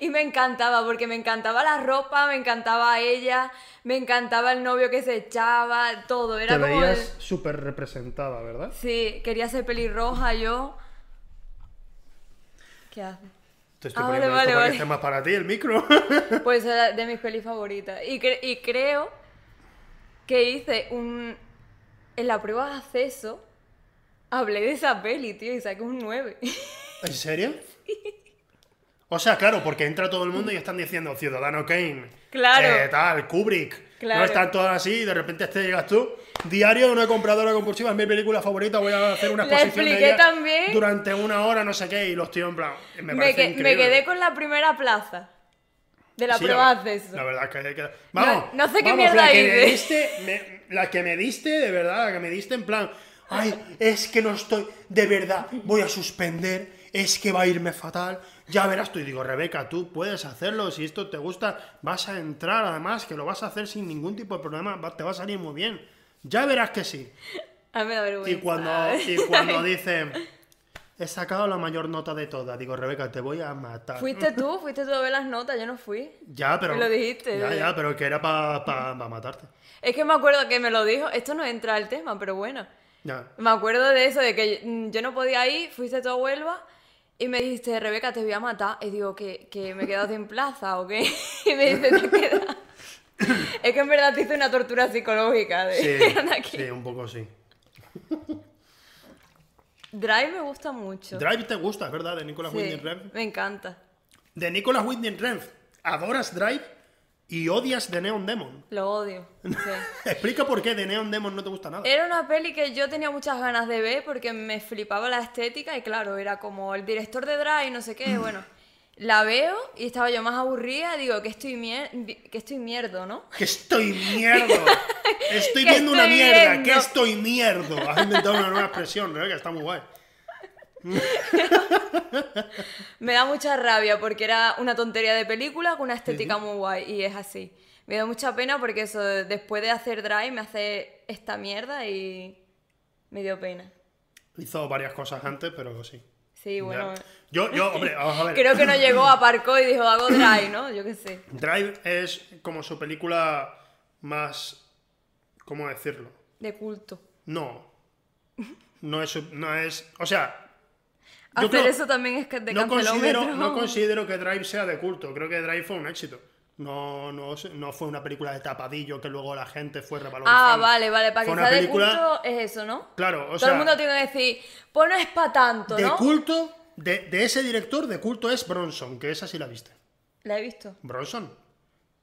Y me encantaba, porque me encantaba la ropa, me encantaba ella, me encantaba el novio que se echaba, todo. Era
Te
como. el-
veías súper representada, ¿verdad?
Sí, quería ser pelirroja yo. ¿Qué hace?
Te estoy
Ah,
poniendo
vale,
esto para
vale,
que esté más para ti el micro.
Pues era de mis pelis favoritas. Y, cre- y creo que hice un. En la prueba de acceso hablé de esa peli, tío, y saqué un 9.
¿En serio? O sea, claro, porque entra todo el mundo y están diciendo Ciudadano Kane.
Claro.
eh, tal, Kubrick.
Claro.
No están todas así y de repente te llegas tú. Diario de una compradora compulsiva es mi película favorita. Voy a hacer una
Le
exposición de
expliqué
ella
también.
durante una hora, no sé qué. Y los tíos, en plan, me,
Me,
parece
que- me
increíble.
quedé con la primera plaza de la
Sí,
prueba
la-
de acceso.
La verdad es que, que- Vamos.
no sé qué
vamos,
mierda
la que
hice.
me diste, me- la que me diste, de verdad, la que me diste en plan. Ay, es que no estoy. De verdad, voy a suspender. Es que va a irme fatal. Ya verás tú. Y digo, Rebeca, tú puedes hacerlo. Si esto te gusta, vas a entrar. Además, que lo vas a hacer sin ningún tipo de problema. va- te va a salir muy bien. Ya verás que sí.
A mí me da
Y
vergüenza.
cuando, y cuando dice, he sacado la mayor nota de todas. Digo, Rebeca, te voy a matar.
Fuiste tú, fuiste tú a ver las notas, yo no fui.
Ya, pero.
Me lo dijiste,
Ya,
¿verdad?
ya, pero que era para matarte.
Es que me acuerdo que me lo dijo. Esto no entra al tema, pero bueno.
Ya.
Me acuerdo de eso, de que mm, yo no podía ir, fuiste tú a Huelva y me dijiste, Rebeca, te voy a matar. Y digo, que, que me he quedado sin plaza o qué. Y me dice, te quedas. es que en verdad te hice una tortura psicológica de
Sí,
anda aquí.
sí, un poco sí.
Drive me gusta mucho.
Drive te gusta, es verdad, de Nicolas
Sí,
Winding Refn.
me encanta.
De Nicolas Winding Refn. ¿Adoras Drive? Y odias The Neon Demon.
Lo odio. sí.
Explica por qué The Neon Demon no te gusta nada.
Era una peli que yo tenía muchas ganas de ver porque me flipaba la estética y claro, era como el director de Drive, no sé qué, bueno. La veo y estaba yo más aburrida, digo que estoy, mier vi- que estoy mierdo, ¿no?
¡Que estoy mierdo! Estoy
Que
viendo una
estoy
mierda,
viendo.
que estoy mierdo. Has inventado una nueva expresión, ¿no? Que está muy guay.
Me da mucha rabia porque era una tontería de película con una estética muy guay y es así. Me da mucha pena porque eso, después de hacer Drive me hace esta mierda y me dio pena.
Hizo varias cosas antes, pero sí.
Sí,
Ya.
bueno.
Yo, yo, hombre, vamos a ver.
Creo que no llegó, aparcó y dijo, hago Drive, ¿no? Yo qué sé.
Drive es como su película más. ¿Cómo decirlo?
De culto.
No. No es. su- No es o sea. yo
Hacer
creo-
eso también es que de
no considero,
cancelómetro.
no considero que Drive sea de culto. Creo que Drive fue un éxito. No, no, sé- no fue una película de tapadillo que luego la gente fue revalorizando.
Ah, vale, vale, para
Fue
que
una
sea de
película-
culto es eso, ¿no?
Claro, o
Todo
sea,
el mundo tiene que decir, pues no es para tanto,
de
¿no?
culto, de, de ese director, de culto es Bronson, que esa sí la viste.
La he visto.
Bronson.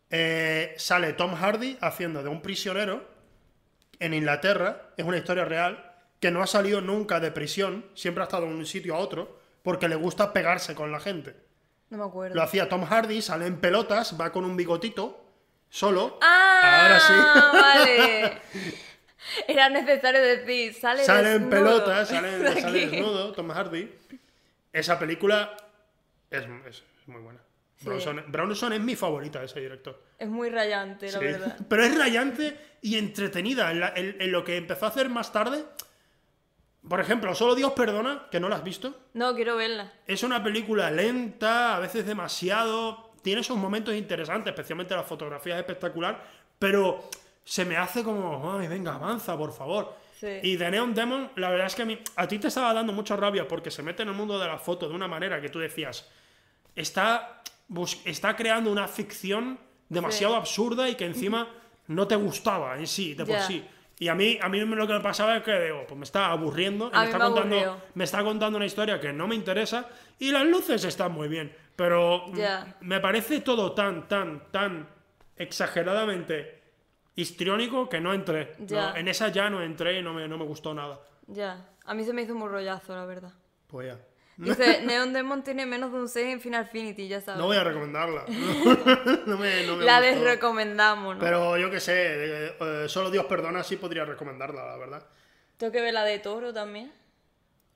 Eh, sale Tom Hardy haciendo de un prisionero en Inglaterra, es una historia real, que no ha salido nunca de prisión, siempre ha estado de un sitio a otro, porque le gusta pegarse con la gente.
No me acuerdo.
Lo hacía Tom Hardy, sale en pelotas, va con un bigotito, solo.
Ah,
Ahora sí.
vale. Era necesario decir, sale
Sale en
desnudo.
pelotas, sale,
De aquí.
sale desnudo Tom Hardy. Esa película es, es muy buena.
Sí.
Bronson, Bronson es mi favorita de ese director.
Es muy rayante, la
Sí.
verdad.
Pero es rayante y entretenida. En, la- en- en lo que empezó a hacer más tarde, por ejemplo, Solo Dios Perdona, que no la has visto.
No, quiero verla.
Es una película lenta, a veces demasiado. Tiene esos momentos interesantes, especialmente la fotografía es espectacular, pero se me hace como, ay, venga, avanza, por favor.
Sí.
Y The Neon Demon, la verdad es que a, mí, a ti te estaba dando mucha rabia porque se mete en el mundo de la foto de una manera que tú decías, está, bus- está creando una ficción demasiado
Sí.
absurda y que encima no te gustaba en sí, de por
Ya.
sí. Y a mí, a mí lo que me pasaba es que digo, pues me está aburriendo, y
A
me
mí
está
me
contando
aburrió.
me está contando una historia que no me interesa y las luces están muy bien, pero mm,
Ya.
me parece todo tan, tan, tan exageradamente histriónico que no entré. No,
Ya.
en esa ya no entré y no me, no me gustó nada.
Ya. A mí se me hizo un rollazo, la verdad.
Pues ya.
Dice, Neon Demon tiene menos de un 6 en Final Fantasy, ya sabes.
No voy a recomendarla. No me- no me
la
gustó.
desrecomendamos, ¿no?
Pero yo qué sé, eh, eh, solo Dios perdona, sí podría recomendarla, la verdad.
Tengo que ver la de Toro también.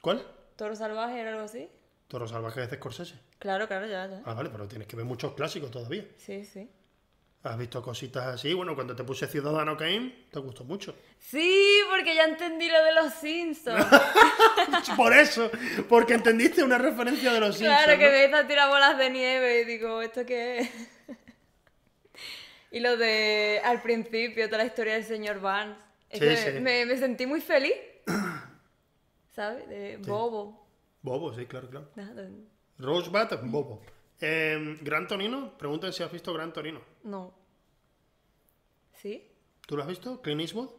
¿Cuál?
Toro Salvaje era algo así.
Toro Salvaje de Scorsese.
Claro, claro, ya, ya.
Ah, vale, pero tienes que ver muchos clásicos todavía.
Sí, sí.
Has visto cositas así. Bueno, cuando te puse Ciudadano Kane, te gustó mucho.
Sí, porque ya entendí lo de los Simpsons.
Por eso, porque entendiste una referencia de los Simpsons.
claro, que
¿no?
me empieza a tirar bolas de nieve y digo, ¿esto qué es? y lo de al principio, toda la historia del señor Barnes. Es
Sí,
que
sí.
Me, me sentí muy feliz. ¿Sabes? De bobo.
Bobo, sí, claro, claro.
Nada,
Rosebud, bobo. Eh, Gran Torino, pregunten si has visto Gran Torino.
No. ¿Sí?
¿Tú lo has visto? Clint Eastwood.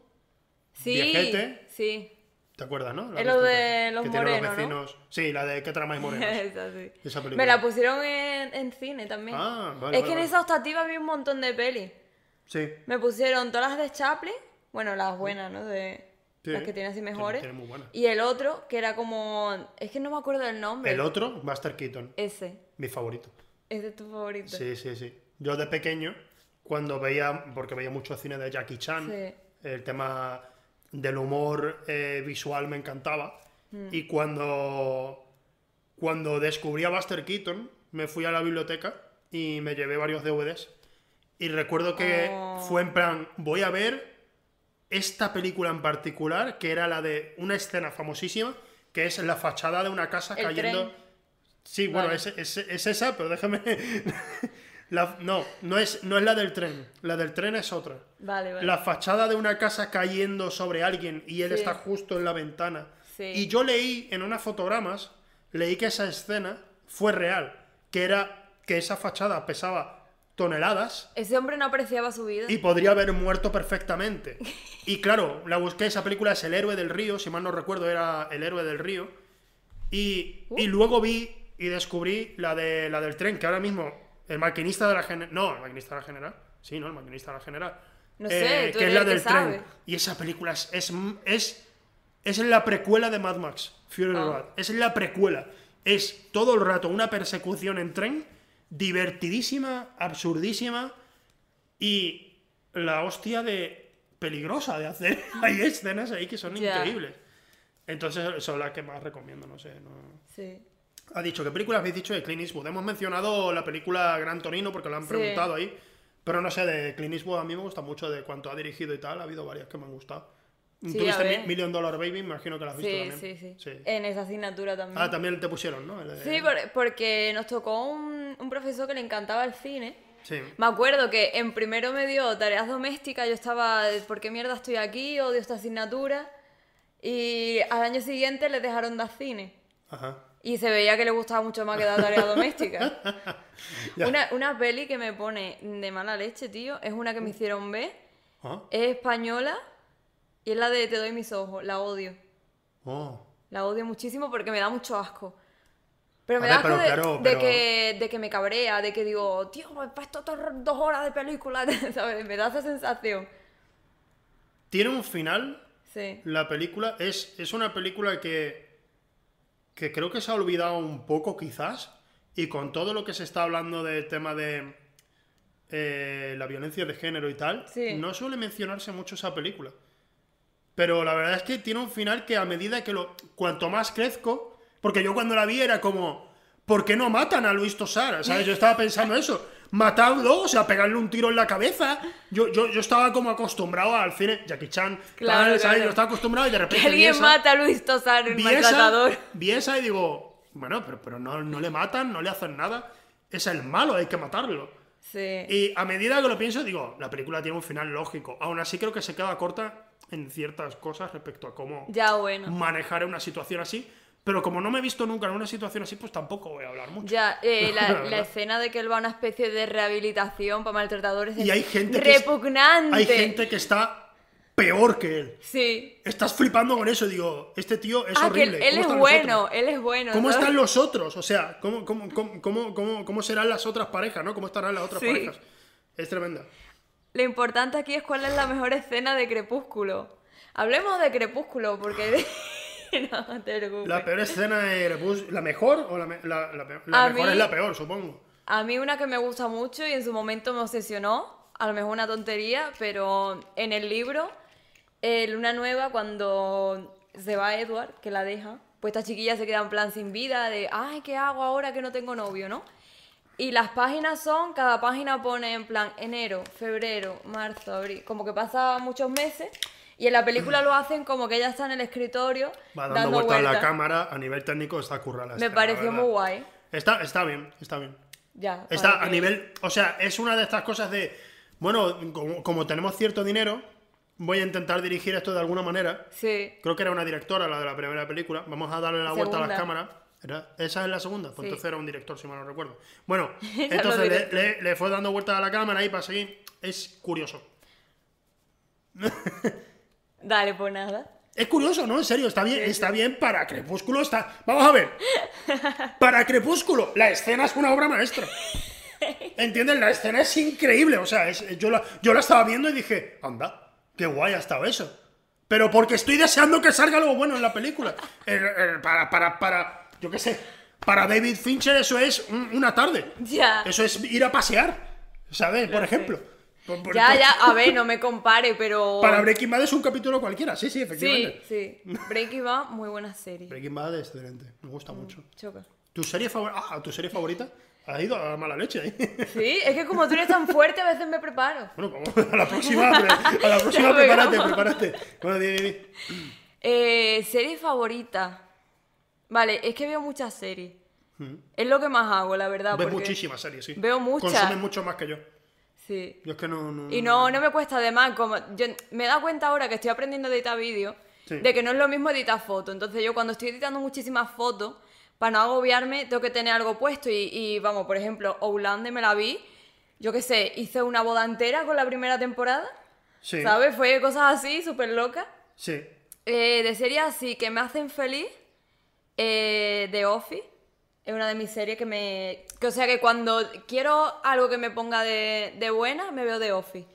Sí.
Viajete.
Sí.
¿Te acuerdas, no? ¿La
Es
has
lo
visto?
de los
que tiene
morenos, ¿no?
Sí, la de ¿Qué trama y morenos?
Esa sí.
Esa película.
Me la pusieron en, en cine también.
Ah, vale, vale,
es que en
vale.
esa optativa vi un montón de pelis.
sí.
Me pusieron todas las de Chaplin, bueno, las buenas, ¿no? De,
Sí.
Las que tiene así
Tiene-
mejores.
tiene muy buenas.
Y el otro, que era como. Es que no me acuerdo el nombre.
El otro, Buster Keaton,
Ese.
mi favorito.
Ese es tu favorito.
Sí, sí, sí. Yo de pequeño, cuando veía, porque veía mucho cine de Jackie Chan,
Sí.
el tema del humor eh, visual me encantaba.
Mm.
Y cuando, cuando descubrí a Buster Keaton, me fui a la biblioteca y me llevé varios DVDs. Y recuerdo que
Oh.
fue en plan, voy a ver esta película en particular, que era la de una escena famosísima, que es la fachada de una casa
El
cayendo...
tren.
Sí, bueno,
Vale.
es, es- es esa, pero déjame. La- no, no es, no es la del tren. La del tren es otra.
Vale, vale.
La fachada de una casa cayendo sobre alguien y él
Sí.
está justo en la ventana.
Sí.
Y yo leí en unas fotogramas, leí que esa escena fue real. Que era que esa fachada pesaba toneladas
Ese hombre no apreciaba su vida.
y podría haber muerto perfectamente. Y claro, la busqué, esa película es El héroe del río, si mal no recuerdo era El héroe del río. Y,
Uh.
y luego vi y descubrí la, de, la del tren, que ahora mismo el maquinista de la general... No, el maquinista de la general. Sí, ¿no? El maquinista de la general. eh,
No sé, tú
que
eres
es la
el que
del tren.
sabe.
Y esa película es, es, es, es la precuela de Mad Max, Fury
Ah.
Road. Es la precuela. Es todo el rato una persecución en tren, divertidísima, absurdísima y la hostia de peligrosa de hacer. Hay escenas ahí que son
Ya.
increíbles. Entonces son las que más recomiendo, no sé. No...
Sí.
Ha dicho, ¿qué películas habéis dicho de Clint Eastwood? Hemos mencionado la película Gran Torino porque la han
Sí.
preguntado ahí. Pero no sé, de Clint Eastwood a mí me gusta mucho de cuánto ha dirigido y tal. Ha habido varias que me han gustado.
Sí,
Tuviste
a ver.
Mi- Million Dollar Baby, me imagino que la has visto
Sí,
también.
sí, sí, En esa asignatura también.
Ah, también te pusieron, ¿no? El de-
Sí, por- porque nos tocó un, un profesor que le encantaba el cine.
Sí.
Me acuerdo que en primero me dio tareas domésticas, yo estaba, ¿por qué mierda estoy aquí? Odio esta asignatura. Y al año siguiente le dejaron dar cine.
Ajá.
Y se veía que le gustaba mucho más que dar tareas domésticas.
Ya.
una, una peli que me pone de mala leche, tío, es una que me hicieron ver.
Ah,
Es española y es la de Te doy mis ojos, la odio.
oh.
La odio muchísimo porque me da mucho asco. Pero me
A
da
ver, pero
asco de,
claro,
de
pero-
que, de que me cabrea, de que digo, tío, pues para esto dos- dos horas de película, ¿sabes? Me da esa sensación.
Tiene un final
Sí.
La película es, es una película que, que creo que se ha olvidado un poco quizás y con todo lo que se está hablando del tema de eh, la violencia de género y tal,
Sí.
no suele mencionarse mucho esa película. Pero la verdad es que tiene un final que a medida que lo... Cuanto más crezco, porque yo cuando la vi era como... ¿Por qué no matan a Luis Tosar? ¿Sabes? Yo estaba pensando eso. Matadlo, o sea, pegarle un tiro en la cabeza. Yo, yo, yo estaba como acostumbrado al cine. Jackie Chan,
Claro,
tal, ¿sabes?
claro.
Yo estaba acostumbrado y de repente.
Que alguien
vi esa-
mata a Luis Tosar, el
vi
maltratador.
esa- vi esa y digo, bueno, pero, pero no, no le matan, no le hacen nada. Es el malo, hay que matarlo.
Sí.
Y a medida que lo pienso, digo, la película tiene un final lógico. Aún así, creo que se queda corta en ciertas cosas respecto a cómo
Ya bueno.
manejar una situación así. Pero como no me he visto nunca en una situación así, pues tampoco voy a hablar mucho.
Ya, eh, la,
La
la
verdad.
escena de que él va a una especie de rehabilitación para maltratadores es
Y hay gente que es-
repugnante.
Hay gente que está peor que él.
Sí.
Estás flipando con eso, digo, este tío es
ah, que
horrible. ¿cómo
él, él es
están los otros?
bueno, él es bueno.
¿Cómo
¿sabes?
están los otros? O sea, ¿cómo, cómo, cómo, cómo, cómo, cómo serán las otras parejas, no? ¿Cómo estarán las otras
Sí.
parejas? Es tremenda.
Lo importante aquí es cuál es la mejor escena de Crepúsculo. Hablemos de Crepúsculo, porque... no, te preocupes.
La peor escena de Crepús- ¿la mejor o la, me- la- la peor? La
A
mejor
mí-
es la peor, supongo.
A mí una que me gusta mucho y en su momento me obsesionó, a lo mejor una tontería, pero en el libro, eh, Luna Nueva, cuando se va Edward, que la deja, pues esta chiquilla se queda en plan sin vida, de, ay, ¿qué hago ahora que no tengo novio, no? Y las páginas son, cada página pone en plan enero, febrero, marzo, abril, como que pasa muchos meses. Y en la película lo hacen como que ella está en el escritorio
Va dando,
dando
vueltas a la
vueltas.
cámara, a nivel técnico está currada. la
Me
escena,
pareció
la
muy
verdad.
guay.
Está, está bien, está bien.
Ya.
Está
para
a
que-
nivel. O sea, es una de estas cosas de. Bueno, como, como tenemos cierto dinero, voy a intentar dirigir esto de alguna manera.
Sí.
Creo que era una directora la de la primera película. Vamos a darle la vuelta a las
Segunda.
cámaras. Era- ¿Esa es la segunda? Pues
Sí.
entonces era un director, si mal no recuerdo. Bueno,
los
entonces le,
directores.
le- le fue dando vueltas a la cámara y para seguir. Es curioso.
Dale, pues nada.
Es curioso, ¿no? En serio, está bien, está bien para Crepúsculo. Está... Vamos a ver. Para Crepúsculo, la escena es una obra maestra. ¿Entiendes? La escena es increíble. O sea, es- yo, la, yo la estaba viendo y dije, anda, qué guay ha estado eso. Pero porque estoy deseando que salga algo bueno en la película. Eh, eh, para, para, para, yo qué sé, para David Fincher eso es un- una tarde.
Ya.
Eso es ir a pasear, ¿sabes? Por ejemplo. Por- por-
Ya,
por-
ya, a ver, no me compare, pero.
Para Breaking Bad es un capítulo cualquiera, sí, sí,
Sí,
efectivamente.
sí. Breaking Bad, muy buena serie.
Breaking Bad es excelente, me gusta
Mm.
mucho.
Choca.
¿Tu serie favorita? Ah, ¿tu serie favorita? Has ido a la mala leche ahí.
Sí, es que como tú eres tan fuerte, a veces me preparo.
Bueno, vamos a la próxima, a la próxima,
Ya, venga,
prepárate,
vamos.
prepárate. Bueno, di, di, di.
Eh, serie favorita. Vale, es que veo muchas series. Es lo que más hago, la verdad.
Hmm. Ves
porque-
muchísimas series, sí.
Veo muchas.
Consumes mucho más que yo.
Sí.
Yo es que no... no
Y no, no me cuesta además, como yo me he dado cuenta ahora que estoy aprendiendo a editar vídeo,
Sí.
de que no es lo mismo editar fotos. Entonces yo cuando estoy editando muchísimas fotos, para no agobiarme, tengo que tener algo puesto. Y, y, vamos, por ejemplo, Outlander me la vi, yo qué sé, hice una boda entera con la primera temporada,
Sí,
¿sabes? Fue cosas así, súper locas.
sí.
Eh, de series así que me hacen feliz, eh, The Office, Es una de mis series que me. Que, o sea que cuando quiero algo que me ponga de, de buena, me veo The Office.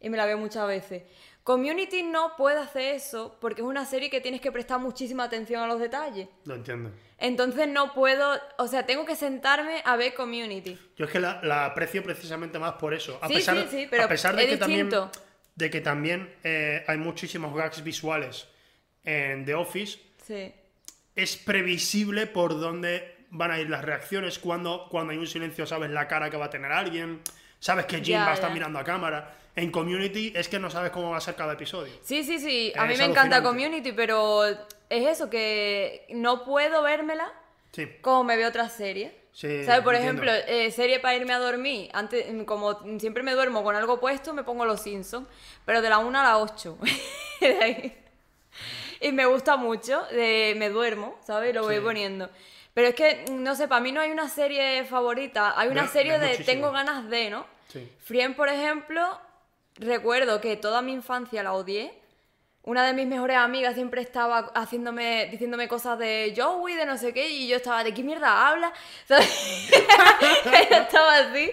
Y me la veo muchas veces. Community no puede hacer eso porque es una serie que tienes que prestar muchísima atención a los detalles.
Lo entiendo.
Entonces no puedo, o sea, tengo que sentarme a ver Community.
Yo es que la, la aprecio precisamente más por eso. A
Sí,
pesar,
sí, sí, pero
a pesar de,
es
que también,
distinto.
de que también eh, hay muchísimos gags visuales en The Office,
Sí.
es previsible por dónde van a ir las reacciones. Cuando, cuando hay un silencio, sabes la cara que va a tener alguien. Sabes que Jim
Ya,
va a estar
ya.
mirando a cámara. En Community es que no sabes cómo va a ser cada episodio.
Sí, sí, sí. A mí
Es
me encanta
alucinante.
Community, pero es eso, que no puedo vérmela
Sí.
como me veo otras series.
Sí,
¿Sabes? Por
entiendo.
ejemplo, eh, serie para irme a dormir. Antes, mm, como mm, siempre me duermo con algo puesto, me pongo los Simpsons. Pero de la 1 a la 8. De ahí. y me gusta mucho. de- me duermo, ¿sabes? Y lo voy
Sí.
poniendo. Pero es que, mm, no sé, para mí no hay una serie favorita. Hay una
Ve-
serie
ves
de
muchísimo.
tengo ganas de, ¿no?
Sí.
Friends, por ejemplo, recuerdo que toda mi infancia la odié. Una de mis mejores amigas siempre estaba haciéndome, diciéndome cosas de Joey, de no sé qué, y yo estaba, ¿de qué mierda habla? ¿Sabes? yo estaba así.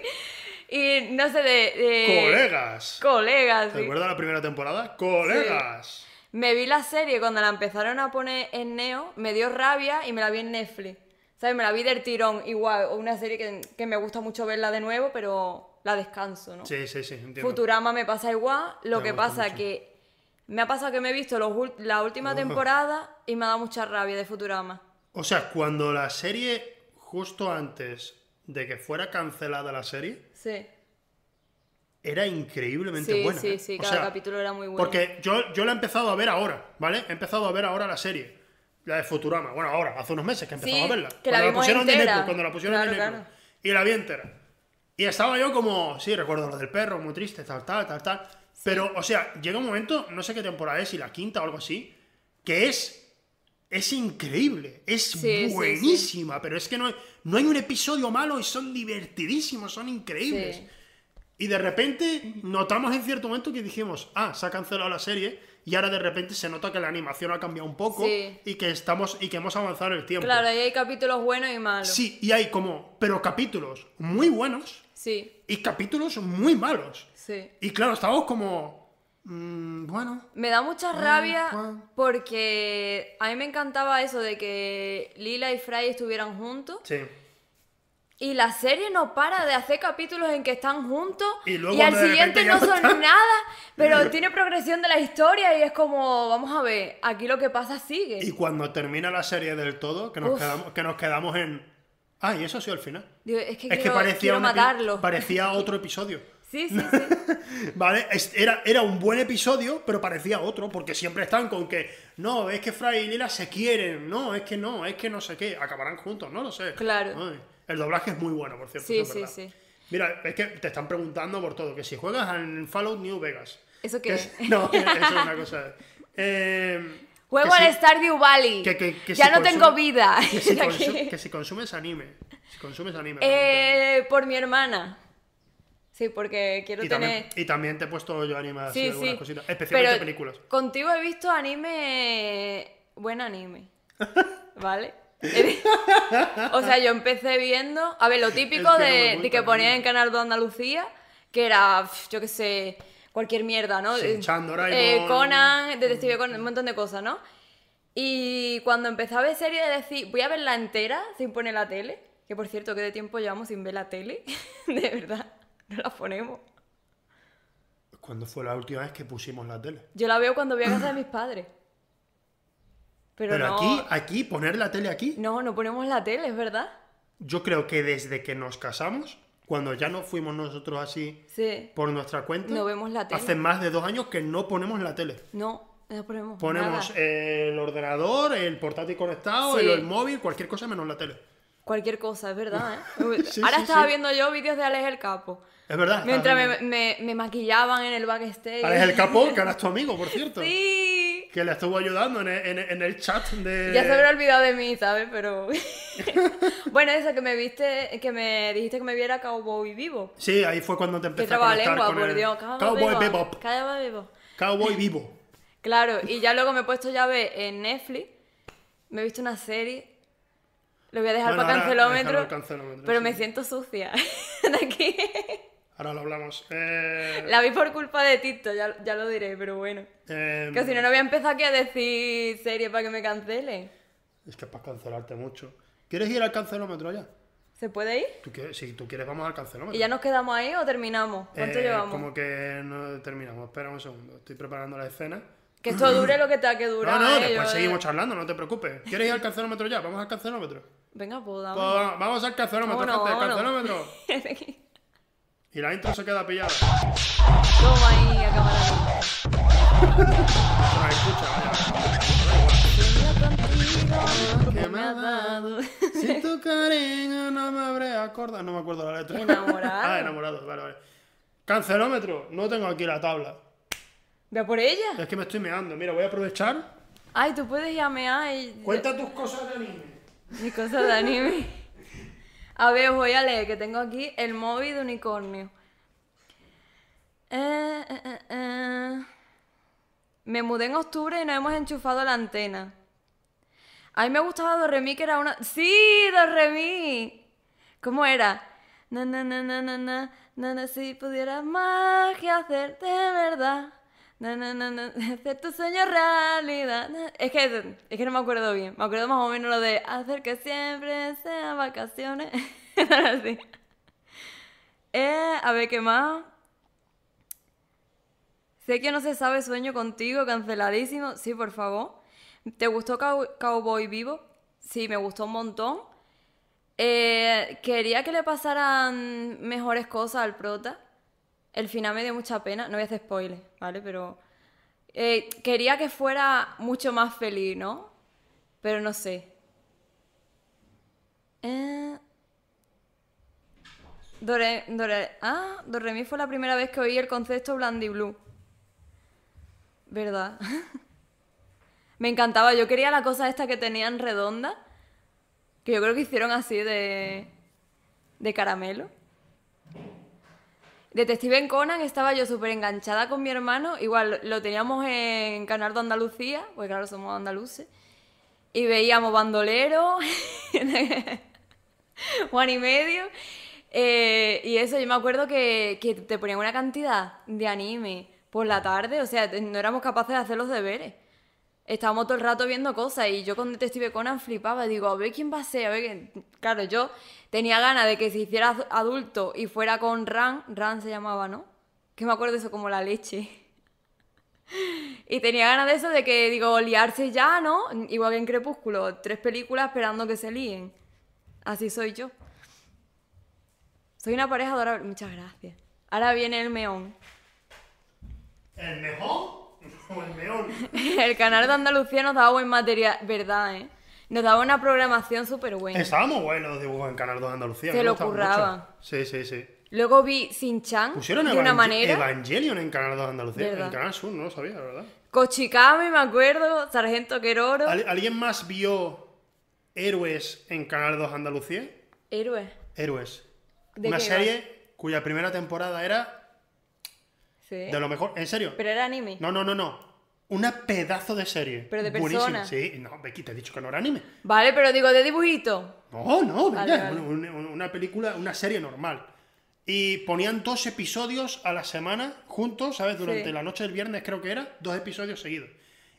Y no sé, de... de-
¡Colegas!
Colegas,
¿Te
sí.
acuerdas la primera temporada? ¡Colegas!
Me vi la serie cuando la empezaron a poner en Neo, me dio rabia y me la vi en Netflix. ¿Sabes? Me la vi del tirón, igual, una serie que, que me gusta mucho verla de nuevo, pero la descanso, ¿no?
Sí, sí, sí, entiendo.
Futurama me pasa igual. Lo
Me
que
gusta
pasa
mucho.
que me ha pasado que me he visto los ul- la última
Oh.
temporada y me ha dado mucha rabia de Futurama.
O sea, cuando la serie, justo antes de que fuera cancelada la serie,
Sí.
era increíblemente
Sí,
buena.
sí,
¿eh?
sí,
O
cada
sea,
capítulo era muy bueno.
Porque yo, yo la he empezado a ver ahora, ¿vale? He empezado a ver ahora la serie. La de Futurama. Bueno, ahora, hace unos meses que he empezado
Sí,
a verla.
que la
cuando,
vimos
pusieron en
entera.
Netflix, cuando la pusieron
Claro,
en Netflix.
claro.
Y la vi entera. Y estaba yo como, sí, recuerdo lo del perro, muy triste, tal, tal, tal, tal. Pero, o sea, llega un momento, no sé qué temporada es, si la quinta o algo así, que es. Es increíble, es
sí, sí.
buenísima, pero es que no, no hay un episodio malo y son divertidísimos, son increíbles.
Sí.
Y de repente notamos en cierto momento que dijimos, ah, se ha cancelado la serie y ahora de repente se nota que la animación ha cambiado un poco
Sí.
y que estamos y que hemos avanzado en el tiempo.
Claro, ahí hay capítulos buenos y malos.
Sí, y hay como, pero capítulos muy buenos
Sí,
y capítulos muy malos.
sí.
Y claro, estamos como, mm, bueno,
Me da mucha
Ah,
rabia
Juan.
porque a mí me encantaba eso de que Lila y Fry estuvieran juntos.
sí.
Y la serie no para de hacer capítulos en que están juntos
Y
y,
luego
al
de repente
siguiente
ya
no
no
son
están.
nada, pero tiene progresión de la historia y es como, vamos a ver, aquí lo que pasa sigue.
Y cuando termina la serie del todo, que nos,
Eh. Uf.
quedamos, que nos quedamos en, ah, y eso ha sido el final.
Digo, es que
Es
quiero,
que parecía,
quiero
un epi-
matarlo.
parecía otro episodio.
Sí, sí, sí.
Vale, es- era, era un buen episodio, pero parecía otro, porque siempre están con que no, es que Fry y Lila se quieren, no, es que no, es que no sé qué, acabarán juntos, no lo sé.
Claro.
Ay, el doblaje es muy bueno, por cierto.
Sí,
eso es
sí,
verdad.
sí.
Mira, es que te están preguntando por todo, que si juegas en Fallout New Vegas.
¿Eso
que
qué
es- No, eso es una cosa. eh,
Juego
que
al
si-
Stardew Valley.
que- que- que
ya
si
no
consume-
tengo vida.
Que si, consu- que si consumes anime. Si consumes anime. preguntan.
Eh, por mi hermana. Sí, porque quiero
y,
tener...
también, y también te he puesto yo anime así,
Sí,
algunas
sí.
cositas, especialmente
Pero
películas.
Contigo he visto anime. Buen anime. ¿Vale? o sea, yo empecé viendo. A ver, lo típico
Es que no me
de,
gusta,
de que ponían
tío.
en Canal de Andalucía, que era, pf, yo qué sé, cualquier mierda, ¿no?
Sí, Chan, Doraemon.
Eh, Conan, Detective Conan, un montón de cosas, ¿no? Y cuando empezaba a ver serie, de decir, voy a verla entera sin poner la tele. Que por cierto, que de tiempo llevamos sin ver la tele. de verdad, no la ponemos.
¿Cuándo fue la última vez que pusimos la tele?
Yo la veo cuando voy a casa de mis padres. Pero,
Pero,
no,
aquí, aquí, poner la tele aquí,
no, no ponemos la tele, es verdad.
yo creo que desde que nos casamos, cuando ya no fuimos nosotros así
Sí.
por nuestra cuenta,
No vemos la tele.
hace más de dos años que no ponemos la tele.
No, no ponemos.
Ponemos
nada.
eh, el ordenador, el portátil conectado,
Sí.
el, el móvil, cualquier cosa menos la tele.
Cualquier cosa, es verdad, ¿eh?
Sí,
Ahora
sí,
estaba
sí.
viendo yo vídeos de Alex el Capo.
Es verdad. estás
Mientras me,
viendo.
me- me maquillaban en el backstage.
Alex el Capo, que ahora es tu amigo, por cierto.
Sí.
Que le estuvo ayudando en el, en el- en el chat de...
Ya se habrá olvidado de mí, ¿sabes? Pero. bueno, eso que me viste, que me dijiste que me viera Cowboy Vivo.
Sí, ahí fue cuando te
Que
empecé a
traba
conectar
lengua,
con
por
el
Dios.
Cowboy Bebop.
Cowboy Vivo.
Cowboy Vivo.
Claro, y ya luego me he puesto ya a ver en Netflix, me he visto una serie, Lo voy a dejar
Bueno,
para
ahora
cancelómetro.
déjalo al cancelómetro,
pero
sí.
me siento sucia de aquí.
Ahora lo hablamos. Eh,
La vi por culpa de Tito, ya, ya lo diré, pero bueno.
eh,
Que si no, no voy a empezar aquí a decir series para que me cancelen.
Es que es para cancelarte mucho. ¿Quieres ir al cancelómetro ya?
¿Se puede ir?
¿Tú quieres- si tú quieres, vamos al cancelómetro.
¿Y ya nos quedamos ahí o terminamos? ¿Cuánto
Eh,
llevamos?
Como que no terminamos. Espera un segundo. Estoy preparando la escena.
Que esto dure lo que tenga que
No,
durar.
no,
¿eh?
después
Yo-
seguimos charlando, no te preocupes. ¿Quieres ir al cancelómetro ya? Vamos al cancelómetro.
Venga, pues dame.
Pues, vamos al cancelómetro,
Vámonos,
gente, al
vámonos.
cancelómetro.
De aquí.
Y la intro se queda pillada.
Toma ahí a cámara. lenta.
No la escucha, vaya.
Sueño contigo,
¿Qué me ha dado? Si tu cariño no me habré acordado. No me acuerdo la letra.
Enamorado.
ah, enamorado, vale, vale. Cancelómetro, no tengo aquí la tabla.
Ve a por ella.
Es que me estoy meando. Mira, voy a aprovechar.
Ay, tú puedes ir a mear y...
Cuenta tus cosas de anime.
Mi cosa de anime. A ver, os voy a leer que tengo aquí el móvil de unicornio. Eh, eh, eh, eh. Me mudé en octubre y no hemos enchufado la antena. A mí me gustaba Doremi, que era una. ¡Sí! ¡Doremi! ¿Cómo era? Na, na, na, na, na, na, na, na, si pudieras magia hacerte verdad. Na, na, na, na, hacer tu sueño realidad. Na- Es que, es que no me acuerdo bien. Me acuerdo más o menos lo de hacer que siempre sean vacaciones. Era así. Eh, a ver qué más. Sé que no se sabe sueño contigo, canceladísimo. Sí, por favor. ¿Te gustó Cow- Cowboy Vivo? Sí, me gustó un montón. Eh, quería que le pasaran mejores cosas al prota. El final me dio mucha pena. No voy a hacer spoiler, ¿vale? Pero eh, quería que fuera mucho más feliz, ¿no? Pero no sé. Eh... Dore, Dore, ah, Doremi fue la primera vez que oí el concepto Blandy Blue. ¿Verdad? Me encantaba. Yo quería la cosa esta que tenían redonda. Que yo creo que hicieron así de. de caramelo. Detective en Conan estaba yo súper enganchada con mi hermano. Igual lo teníamos en Canal de Andalucía, porque claro, somos andaluces. Y veíamos Bandolero, Juan y medio. Eh, y eso, yo me acuerdo que, que te ponían una cantidad de anime por la tarde, o sea, te- no éramos capaces de hacer los deberes. Estábamos todo el rato viendo cosas y yo con Detective Conan flipaba. Digo, a ver quién va a ser, a ver quién- Claro, yo tenía ganas de que se hiciera ad- adulto y fuera con Ran. Ran se llamaba, ¿no? Que me acuerdo de eso como la leche. Y tenía ganas de eso, de que, digo, liarse ya, ¿no? Igual que en Crepúsculo, tres películas esperando que se líen. Así soy yo. Soy una pareja adorable. Muchas gracias. Ahora viene el meón.
¿El mejor o el meón?
El canal de Andalucía nos daba buen material, ¿verdad, eh? Nos daba una programación súper buena.
Estábamos buenos los dibujos en Canal 2 de Andalucía.
Se
me
lo
gustaban
curraban.
mucho. Sí, sí, sí.
Luego vi Sin Chan
Pusieron
de
Evangel-
una manera.
Evangelion en Canal 2 de Andalucía.
¿Verdad?
En Canal Sur, no lo sabía, la verdad.
Cochicame, me acuerdo. Sargento Queroro.
¿Al- ¿Alguien más vio Héroes en Canal 2 Andalucía?
Héroe.
Héroes.
¿De
Una
qué
serie cuya primera temporada era
Sí.
de lo mejor. ¿En serio?
Eh, Pero era anime.
No, no, no, no. Una pedazo de serie.
Pero de
Buenísima.
persona.
Sí, no, Becky, te he dicho que no era anime.
Vale, pero digo de dibujito.
No, no,
Vale,
venga,
vale.
un- un- una película, una serie normal. Y ponían dos episodios a la semana juntos, ¿sabes? Durante
Sí.
la noche del viernes creo que era, dos episodios seguidos.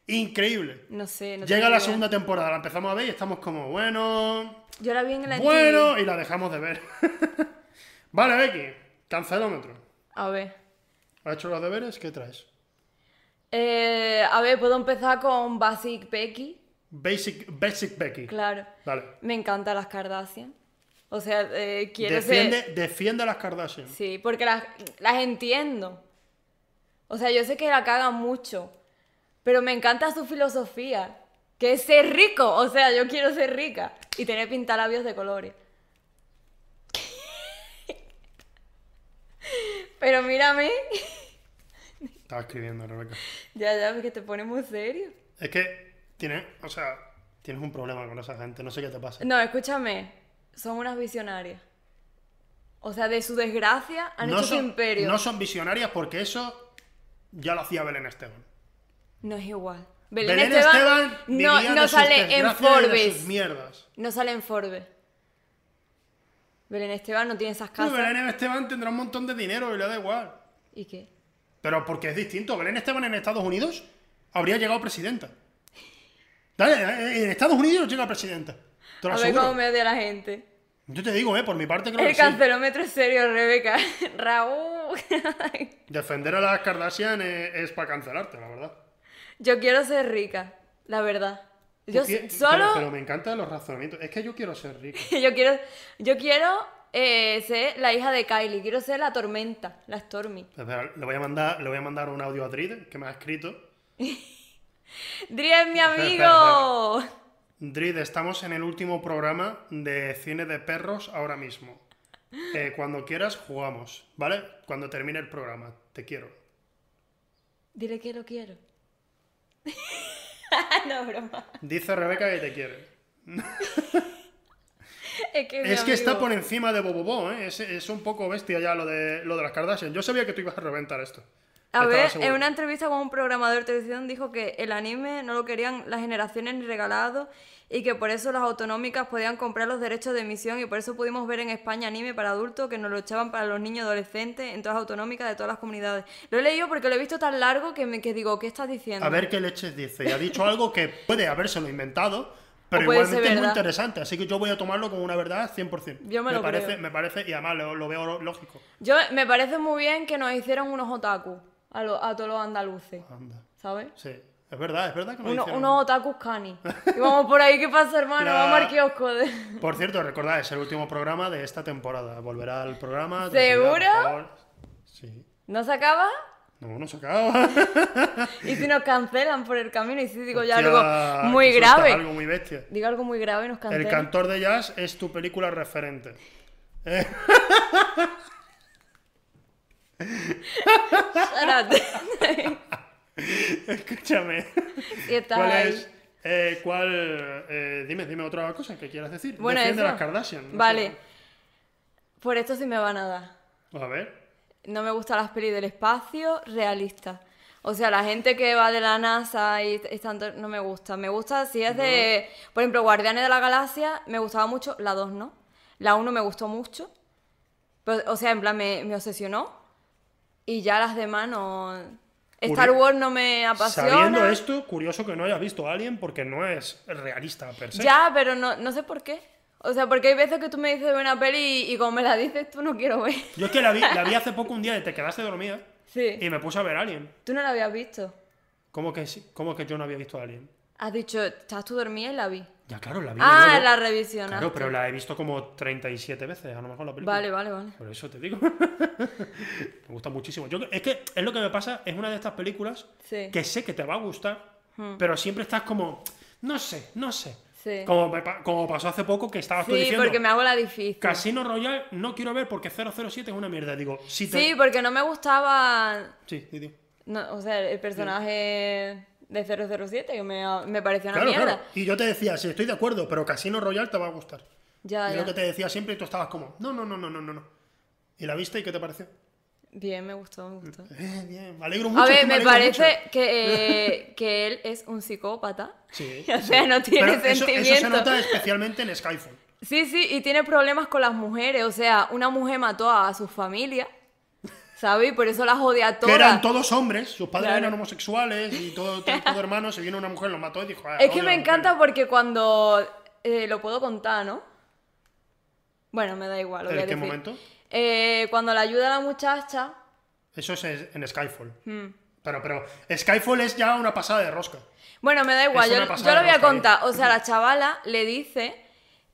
Increíble.
No sé. No
Llega
tengo
la
idea.
segunda temporada, la empezamos a ver y estamos como, bueno,
Yo la vi en la
bueno, y la dejamos de ver. vale, Becky, cancelómetro.
A ver.
¿Has hecho los deberes? ¿Qué traes?
Eh, a ver, puedo empezar con Basic Becky.
Basic, basic Becky.
Claro.
Dale.
Me encantan las Kardashian. O sea, eh, quiero ser-
Defiende, defiende a las Kardashian.
Sí, porque las, las entiendo. O sea, yo sé que la cagan mucho, pero me encanta su filosofía, que es ser rico. O sea, yo quiero ser rica y tener pintalabios de colores. Pero mírame,
Estaba escribiendo, Rebeca.
ya, ya, porque te pone muy serio.
Es que tienes, o sea, tienes un problema con esa gente, no sé qué te pasa.
No, escúchame, son unas visionarias. O sea, de su desgracia han
no,
hecho su
son,
imperio.
no son visionarias porque eso ya lo hacía Belén Esteban.
No es igual. Belén, Esteban, no,
vivía
no
de sus
sale en
desgracias y de
Forbes.
sus mierdas.
No sale en Forbes. Belén Esteban no tiene esas
Pero
casas.
Belén Esteban tendrá un montón de dinero y le da igual.
¿Y qué?
Pero porque es distinto. Belén Esteban en Estados Unidos habría llegado presidenta. Dale, eh, en Estados Unidos llega presidenta. Te lo
A ver
aseguro.
cómo me odia la gente.
Yo te digo, eh, por mi parte creo que
El
sí.
cancelómetro es serio, Rebeca. Raúl.
Defender a las Kardashian es, para cancelarte, la verdad.
Yo quiero ser rica, la verdad. Yo
Tú qui-
solo.
Pero, pero me encantan los razonamientos. Es que yo quiero ser rico.
Yo quiero, yo quiero eh, ser la hija de Kylie, quiero ser la tormenta, la Stormy.
Espera, le voy a mandar, le voy a mandar un audio a Drid, que me ha escrito.
Dri es mi
espera,
amigo.
Drid, estamos en el último programa de cine de perros ahora mismo. Eh, cuando quieras, jugamos, ¿vale? Cuando termine el programa. Te quiero.
Dile que lo quiero. no, broma.
Dice Rebeca que te quiere.
Es que, es mi
Es que está
amigo.
por encima de Bobobo, ¿eh? Es, es un poco bestia ya lo de, lo de las Kardashian. Yo sabía que tú ibas a reventar esto.
A
Estaba
ver,
seguro.
en una entrevista con un programador de televisión dijo que el anime no lo querían las generaciones ni regalado y que por eso las autonómicas podían comprar los derechos de emisión y por eso pudimos ver en España anime para adultos que nos lo echaban para los niños adolescentes en todas las autonómicas de todas las comunidades. Lo he leído porque lo he visto tan largo que, me, que digo, ¿qué estás diciendo?
A ver qué leches dice. Y ha dicho algo que puede habérselo inventado, pero
O puede ser
igualmente es muy
verdad.
interesante. Así que yo voy a tomarlo como una verdad 100%.
Yo me lo
parece,
creo.
Me parece, y además lo, lo veo lógico.
Yo, me parece muy bien que nos hicieron unos otaku a, lo- a todos los andaluces,
Anda.
¿sabes?
Sí, es verdad, es verdad que me
Uno-
hicieron-
unos otakus cani. Y vamos por ahí, ¿qué pasa, hermano?
La-
Vamos al kiosco de...
Por cierto, recordad, es el último programa de esta temporada. Volverá al programa.
¿Seguro?
tranquilidad, por favor. Sí.
¿No se acaba?
No, no se acaba.
Y si nos cancelan por el camino, y si digo ya
Hostia,
algo muy
eso está
grave,
Algo muy bestia.
digo algo muy grave y nos cancelan.
El cantor de jazz es tu película referente.
Espérate.
Escúchame.
y estás
¿Cuál
ahí.
es? eh, ¿Cuál? eh, dime, dime otra cosa que quieras decir.
Bueno,
Defiende
eso.
las Kardashian. no
vale. Por esto sí me van a dar.
sé. A ver.
No me gustan las pelis del espacio realistas. O sea, la gente que va de la NASA y es tanto, no me gusta. Me gusta si es de, por ejemplo, Guardianes de la Galaxia, me gustaba mucho, la 2 no. La 1 me gustó mucho. Pero, o sea, en plan, me, me obsesionó. Y ya las demás no... Star
Curio-
Wars no me apasiona.
Sabiendo esto, curioso que no hayas visto a alguien porque no es realista per se.
Ya, pero no, no sé por qué. O sea, porque hay veces que tú me dices de una peli y, y como me la dices tú no quiero ver.
Yo es que la vi, la vi hace poco un día y te quedaste dormida
Sí.
y me puse a ver Alien.
Tú no la habías visto.
¿Cómo que, sí- cómo que yo no había visto a Alien?
Has dicho, estás tú dormida y la vi.
Ya, claro, la vi. de
Ah,
nuevo.
la revisionaste.
Claro, pero la he visto como 37 veces, a lo mejor la película.
Vale, vale, vale.
Por eso te digo. me gusta muchísimo. Yo, es que es lo que me pasa, es una de estas películas
Sí. Hmm.
que sé que te va a gustar, pero siempre estás como, no sé, no sé.
Sí.
Como, me pa- como pasó hace poco que estabas tú
Sí,
diciendo,
porque me hago la difícil.
Casino Royale no quiero ver porque 007 es una mierda. Digo, sí, te...
Sí, porque no me gustaba...
Sí, sí, sí.
no, o sea, el personaje de 007 que me, me parecía una
Claro,
mierda.
claro. Y yo te decía, sí, estoy de acuerdo, pero Casino Royale te va a gustar.
Ya,
Y
ya.
lo que te decía siempre y tú estabas como, no, no, no, no, no, no. no". ¿Y la viste y qué te pareció?
Bien, me gustó, me gustó.
Eh, bien, me alegro mucho.
A
es
ver,
que
me
alegro
parece
mucho.
que, eh, que él es un psicópata.
Sí,
O
sí.
sea, no tiene
Pero eso-
sentimiento.
Eso se nota especialmente en Skyfall.
Sí, sí, y tiene problemas con las mujeres. O sea, una mujer mató a su familia, ¿sabes? Y por eso las odia a
Que eran
todas.
todos hombres, sus padres
Claro.
eran homosexuales y todo, todo, todo hermano. Se vino una mujer, lo mató y dijo. "Ah,
es que
odio
me
a las
encanta
mujeres".
porque cuando eh, lo puedo contar, ¿no? Bueno, me da igual. Lo voy
¿En
a
qué
decir.
momento?
Eh, cuando le ayuda a la muchacha.
Eso es en en Skyfall.
Hmm.
Pero, pero Skyfall es ya una pasada de rosca.
Bueno, me da igual,
Es
yo,
una pasada
yo lo voy a
roja, ¿eh?
contar. O sea, la chavala le dice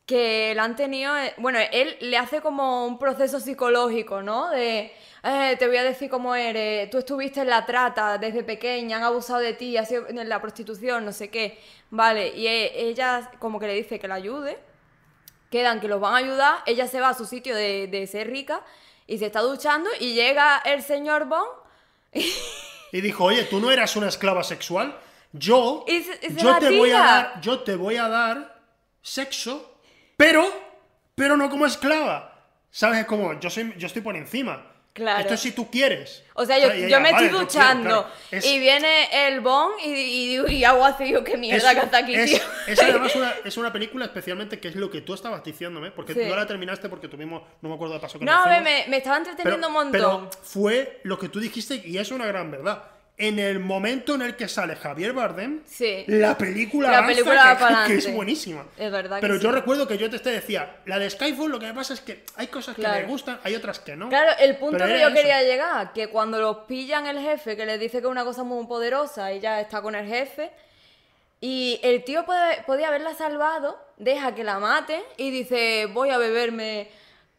que la han tenido. eh, Bueno, él le hace como un proceso psicológico, ¿no? De. eh, te voy a decir cómo eres. Tú estuviste en la trata desde pequeña, han abusado de ti, has sido en la prostitución, no sé qué. Vale, y eh, ella como que le dice que la ayude quedan que los van a ayudar, ella se va a su sitio de, de ser rica y se está duchando y llega el señor Bond
Y dijo, oye, tú no eras una esclava sexual. Yo,
Y se- y se
yo,
la
te voy a
tira.
dar, yo te voy a dar sexo, pero, pero no como esclava. ¿Sabes? Es como, yo, soy, yo estoy por encima.
Claro.
Esto es si tú quieres.
O sea, yo,
y
yo
ella,
me
"Vale,
estoy
yo quiero",
duchando
claro. Es-
y viene el bon y, y, digo, y hago así, yo qué mierda
es-
que está aquí,
es-
tío.
es además una, es una película especialmente que es lo que tú estabas diciéndome, porque
Sí.
no la terminaste porque tuvimos, no me acuerdo de paso que
No,
nos
me,
fuimos,
me, me estaba
pero-
entreteniendo un montón.
Pero fue lo que tú dijiste y es una gran verdad. En el momento en el que sale Javier Bardem,
Sí.
la película
La
avanza,
película va
que-
para
que, es
adelante.
buenísima.
Es verdad que
Pero yo
sí.
recuerdo que yo te, te decía, la de Skyfall lo que me pasa es que hay cosas que me
Claro.
gustan, hay otras que no.
Claro, el punto
Pero
que
era
yo
eso.
quería llegar, que cuando los pillan el jefe, que les dice que es una cosa muy poderosa, ella está con el jefe, y el tío puede- podía haberla salvado, deja que la maten y dice, voy a beberme,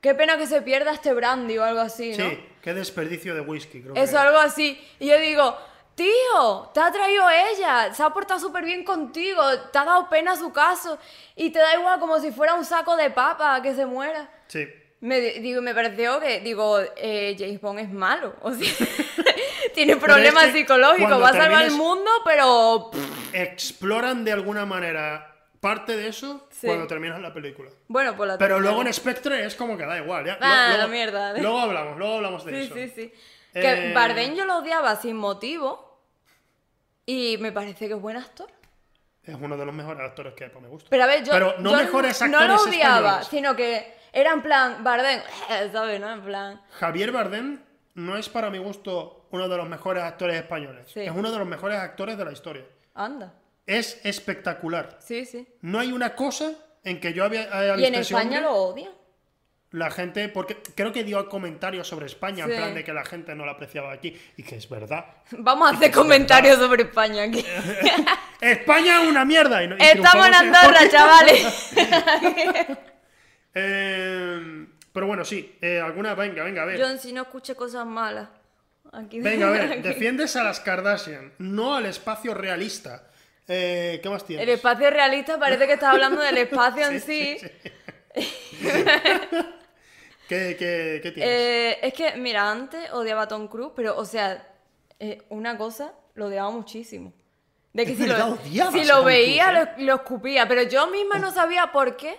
qué pena que se pierda este brandy o algo así, ¿no?
Sí, qué desperdicio de whisky, creo que
Eso,
era.
algo así. Y yo digo, tío, te ha traído ella, se ha portado súper bien contigo, te ha dado pena su caso, y te da igual como si fuera un saco de papa que se muera.
Sí.
Me, di- digo, me pareció que, digo, eh, James Bond es malo. O sea, tiene problemas
es que
psicológicos,
cuando
va a salvar el
termines-
mundo, pero. pff,
Exploran de alguna manera parte de eso
Sí.
cuando terminas la película.
Bueno, por la
Pero luego en
terminal.
Spectre es como que da igual, ya.
Ah,
Lo-
la
luego-
mierda.
Luego hablamos, luego hablamos de
Sí,
eso.
sí, sí.
Eh,
Que Bardem yo lo odiaba sin motivo. Y me parece que es buen actor.
Es uno de los mejores actores que hay, pues, me gusta.
Pero a ver, yo.
Pero no
yo
mejores
no
actores
lo odiaba,
españoles.
sino que era en plan, Bardem, eh, ¿sabes? No, en plan.
Javier Bardem no es para mi gusto uno de los mejores actores españoles.
Sí.
Es uno de los mejores actores de la historia.
Anda.
Es espectacular.
Sí, sí.
No hay una cosa en que yo había haya
Y en
visto ese
España
hombre,
lo odia.
la gente porque creo que dio comentarios sobre España en
Sí.
plan de que la gente no la apreciaba aquí y que es verdad.
Vamos a hacer comentarios sobre España aquí.
España es una mierda. Y, no- y
Estamos en
triunfamos
Andorra, chavales.
Eh, pero bueno, sí. eh, alguna, venga, venga, a ver.
John, si no escuche cosas malas. Aquí
Venga, a ver.
aquí.
Defiendes a las Kardashian, no al espacio realista. Eh, ¿Qué más tienes?
El espacio realista parece que estás hablando del espacio en sí.
¿Qué, qué- qué tienes?
Eh, es que, mira, antes odiaba a Tom Cruise, pero, o sea, eh, una cosa, lo odiaba muchísimo. De que
Es
si
verdad,
lo,
odiabas
si
a
lo
Tom
veía,
Cruise, eh?
lo, lo escupía. Pero yo misma no sabía por qué.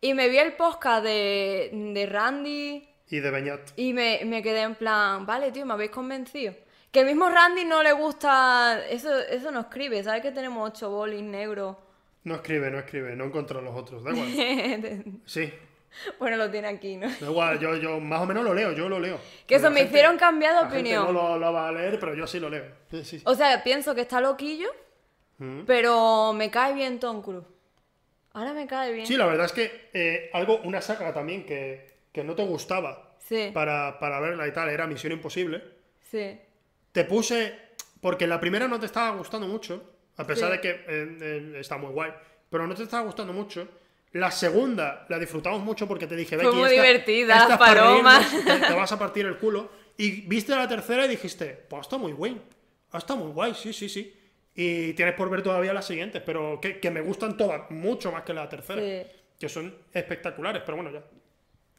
Y me vi el podcast de, de Randy.
Y de Beñat.
Y me, me quedé en plan, vale, tío, me habéis convencido. Que el mismo Randy no le gusta. Eso, eso no escribe, ¿sabes que tenemos ocho bolis negros?
No escribe, no escribe, no encontró los otros. Da igual. Sí,
bueno, lo tiene aquí, ¿no?
da igual. Yo, yo más o menos lo leo, yo lo leo.
Que
La
eso me
gente-
hicieron cambiar de
la gente
opinión.
no lo, lo va a leer, pero yo sí lo leo. Sí, sí.
O sea, pienso que está loquillo,
Mm.
pero me cae bien Tom Cruise. Ahora me cae bien.
Sí, la verdad es que eh, algo, una saga también que, que no te gustaba
Sí,
para, para verla y tal, era Misión Imposible.
sí.
Te puse. Porque la primera no te estaba gustando mucho. A pesar
Sí.
de que eh, eh, está muy guay. Pero no te estaba gustando mucho. La segunda la disfrutamos mucho porque te dije,
Fue
Becky,
muy
esta-
divertida,
esta es para
Paloma".
reírnos, Te, te vas a partir el culo. Y viste la tercera y dijiste, pues está muy guay. Está muy guay, sí, sí, sí. Y tienes por ver todavía las siguientes, pero que, que me gustan todas, mucho más que la tercera.
Sí.
Que son espectaculares, pero bueno, ya.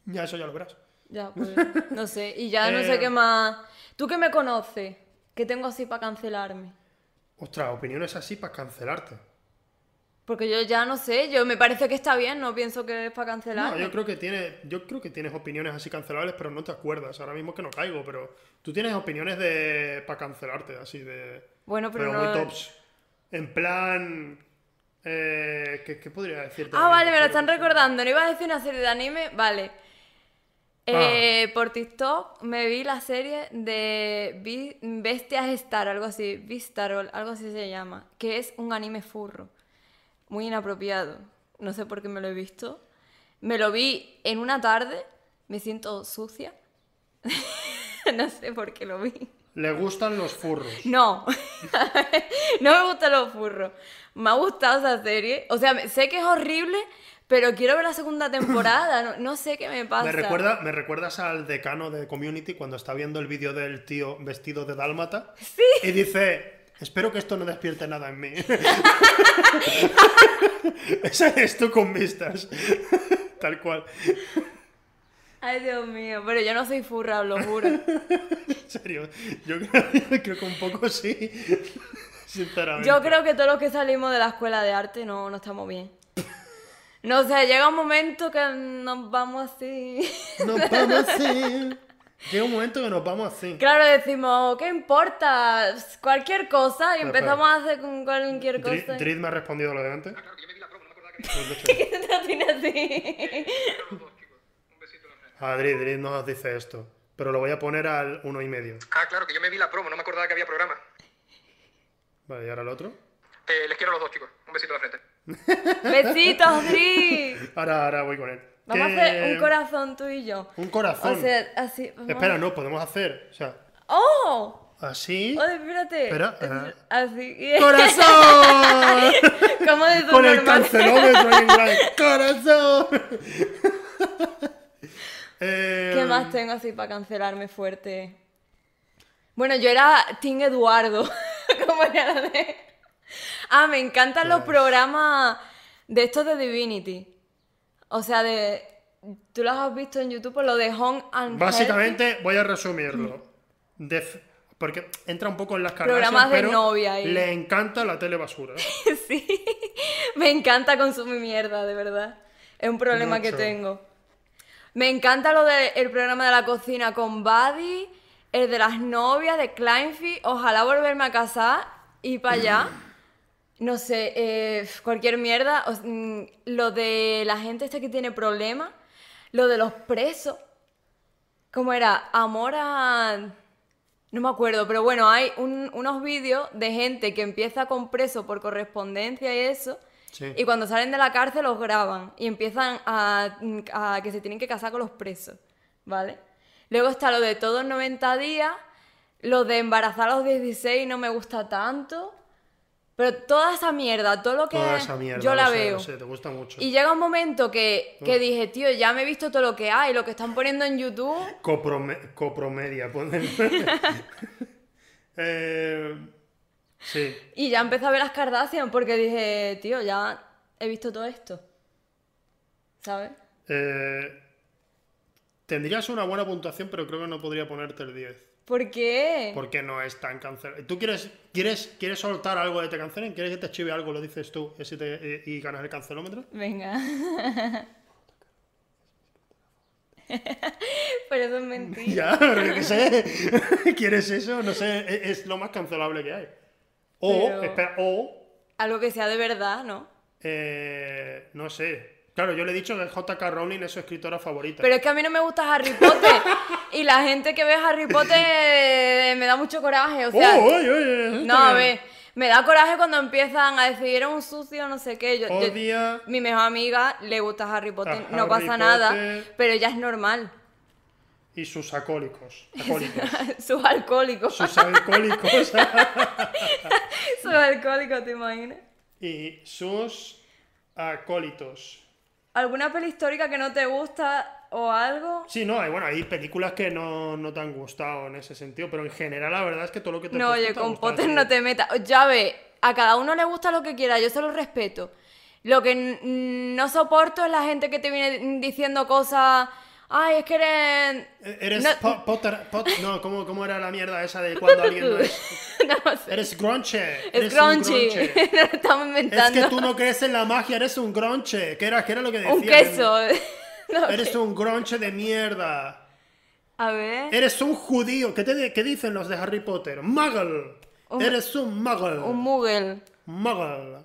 Ya eso ya lo verás.
Ya, pues. No sé. Y ya no
Eh.
sé qué más. ¿Tú que me conoces? ¿Qué tengo así para cancelarme?
Ostras, opiniones así para cancelarte.
Porque yo ya no sé, yo me parece que está bien, no pienso que es para cancelar.
No, yo creo que tiene, yo creo que tienes opiniones así cancelables, pero no te acuerdas. Ahora mismo que no caigo, pero tú tienes opiniones de para cancelarte, así de.
Bueno, pero no-
muy tops. En plan, eh, ¿qué, qué podría decirte?
Ah, vale, me lo
Pero-
están recordando. No iba a decir una serie de anime, vale. Eh, Por TikTok me vi la serie de Bi- Bestias Star, algo así, Vistarol, algo así se llama, que es un anime furro, muy inapropiado. No sé por qué me lo he visto. Me lo vi en una tarde, me siento sucia. no sé por qué lo vi.
Le gustan los furros.
No, no me gustan los furros. Me ha gustado esa serie. O sea, me- sé que es horrible, pero quiero ver la segunda temporada. No, no sé qué me pasa.
Me, recuerda, me recuerdas al decano de Community cuando está viendo el vídeo del tío vestido de dálmata. Y dice, espero que esto no despierte nada en mí. Esa es tú con vistas. Tal cual.
Ay, Dios mío, pero yo no soy furra, os lo juro.
En serio, yo creo, creo que un poco sí. Sinceramente.
Yo creo que todos los que salimos de la escuela de arte no, no estamos bien. No, o sea, llega un momento que nos vamos así.
Nos vamos a ir Llega un momento que nos vamos así.
Claro, decimos, ¿qué importa? Cualquier cosa. Y
Espera,
empezamos a hacer con cualquier
Dri-
cosa.
Drid me ha respondido lo de antes.
Ah, claro, que yo me di la promo, no me acordaba que
Pues, de hecho,
Te lo tiene así.
Pero los dos, chicos. Un besito en la frente.
A Drid, Drid nos dice esto. Pero lo voy a poner al uno y medio.
Ah, claro, que yo me vi la promo, no me acordaba que había programa.
Vale, y ahora el otro.
Eh, les quiero a los dos, chicos. Un besito en la frente.
Besitos, Dri.
Ahora, ahora voy con él.
Vamos
¿Qué-
a hacer un corazón tú y yo.
Un corazón. Eh,
O sea, así. vamos a-
Espera, no, podemos hacer. O sea,
¡Oh!
así.
Oye, espérate.
Espera, eh.
Así.
¡Corazón!
Como de tu
Con el
normal.
cancelómetro ahí en grande. ¡Corazón! Eh,
¿Qué más tengo así para cancelarme fuerte? Bueno, yo era Team Eduardo. como era la de. Ah, me encantan los programas de estos de Divinity. O sea, de. Tú los has visto en YouTube por lo de Home and
Básicamente, voy a resumirlo. Def- porque entra un poco en las cargas.
Programas de novia ahí.
Le encanta la tele basura.
Healthy. sí. Me encanta consumir mierda, de verdad. Es un problema que
Mucho.
tengo. Me encanta lo del programa de la cocina con Buddy, el de las novias de Kleinfi. Ojalá volverme a casar y para allá. No sé, eh, cualquier mierda. O s- mm, lo de la gente esta que tiene problemas. Lo de los presos. ¿Cómo era? Amor a... No me acuerdo, pero bueno, hay un- unos vídeos de gente que empieza con preso por correspondencia y eso.
Sí.
Y cuando salen de la cárcel los graban y empiezan a, a que se tienen que casar con los presos, ¿vale? Luego está lo de todos 90 días, lo de embarazar a los 16 no me gusta tanto, pero toda esa mierda, todo lo que
Toda esa mierda.
Eh, yo la
lo sé,
veo.
lo sé, te gusta mucho.
Y llega un momento que, que dije, tío, ya me he visto todo lo que hay, lo que están poniendo en YouTube.
Coprome- copromedia, ponen. Eh, sí.
Y ya empecé a ver las Kardashian porque dije, tío, ya he visto todo esto. ¿Sabes?
Eh, tendrías una buena puntuación, pero creo que no podría ponerte el 10.
¿Por qué?
Porque no es tan cancelado. ¿Tú quieres, quieres, quieres soltar algo de te cancelen? ¿Quieres que te chive algo? Lo dices tú ese te- eh, y ganas el cancelómetro.
Venga. Pero eso es mentira.
Ya, pero yo qué sé. ¿Quieres eso? No sé. e- Es, lo más cancelable que hay. O,
Pero-
espera, o
Algo que sea de verdad, ¿no?
eh, no sé. Claro, yo le he dicho que J.K. Rowling es su escritora favorita.
Pero es que a mí no me gusta Harry Potter. y la gente que ve Harry Potter eh, me da mucho coraje. O sea,
¡Oh, oye, oye!
no, a ver. Me da coraje cuando empiezan a decir, era un sucio, no sé qué. Yo, yo-
Odia.
mi mejor amiga le gusta Harry Potter,
A
no
Ah, Harry
pasa nada,
Potter.
pero ella es normal.
Y sus acólicos. Acólicos.
Sus alcohólicos.
sus alcohólicos.
Sus alcohólicos, ¿te imaginas?
y sus acólitos.
¿Alguna peli histórica que no te gusta o algo?
Sí, no, hay, bueno, hay películas que no, no te han gustado en ese sentido, pero en general la verdad es que todo lo que te
No,
he puesto
oye,
te ha
con
gustado,
Potter
sí.
no te metas. Ya ve, a cada uno le gusta lo que quiera, yo se lo respeto. Lo que n- n- no soporto es la gente que te viene diciendo cosas. Ay, es que eres.
E- Eres
No-
po- Potter... Pot- no, ¿cómo, ¿cómo era la mierda esa de cuando alguien no es...
no sé.
Eres gronche.
Es
eres un
crunchy.
gronche.
No lo estamos
Es
inventando.
que tú no crees en la magia, eres un gronche. ¿Qué era, qué era lo que decían?
Un queso. No,
Eres un gronche de mierda.
A ver.
Eres un judío. ¿Qué, te, di- qué dicen los de Harry Potter? Muggle.
Un-
Eres un muggle.
Un Muggle.
Muggle.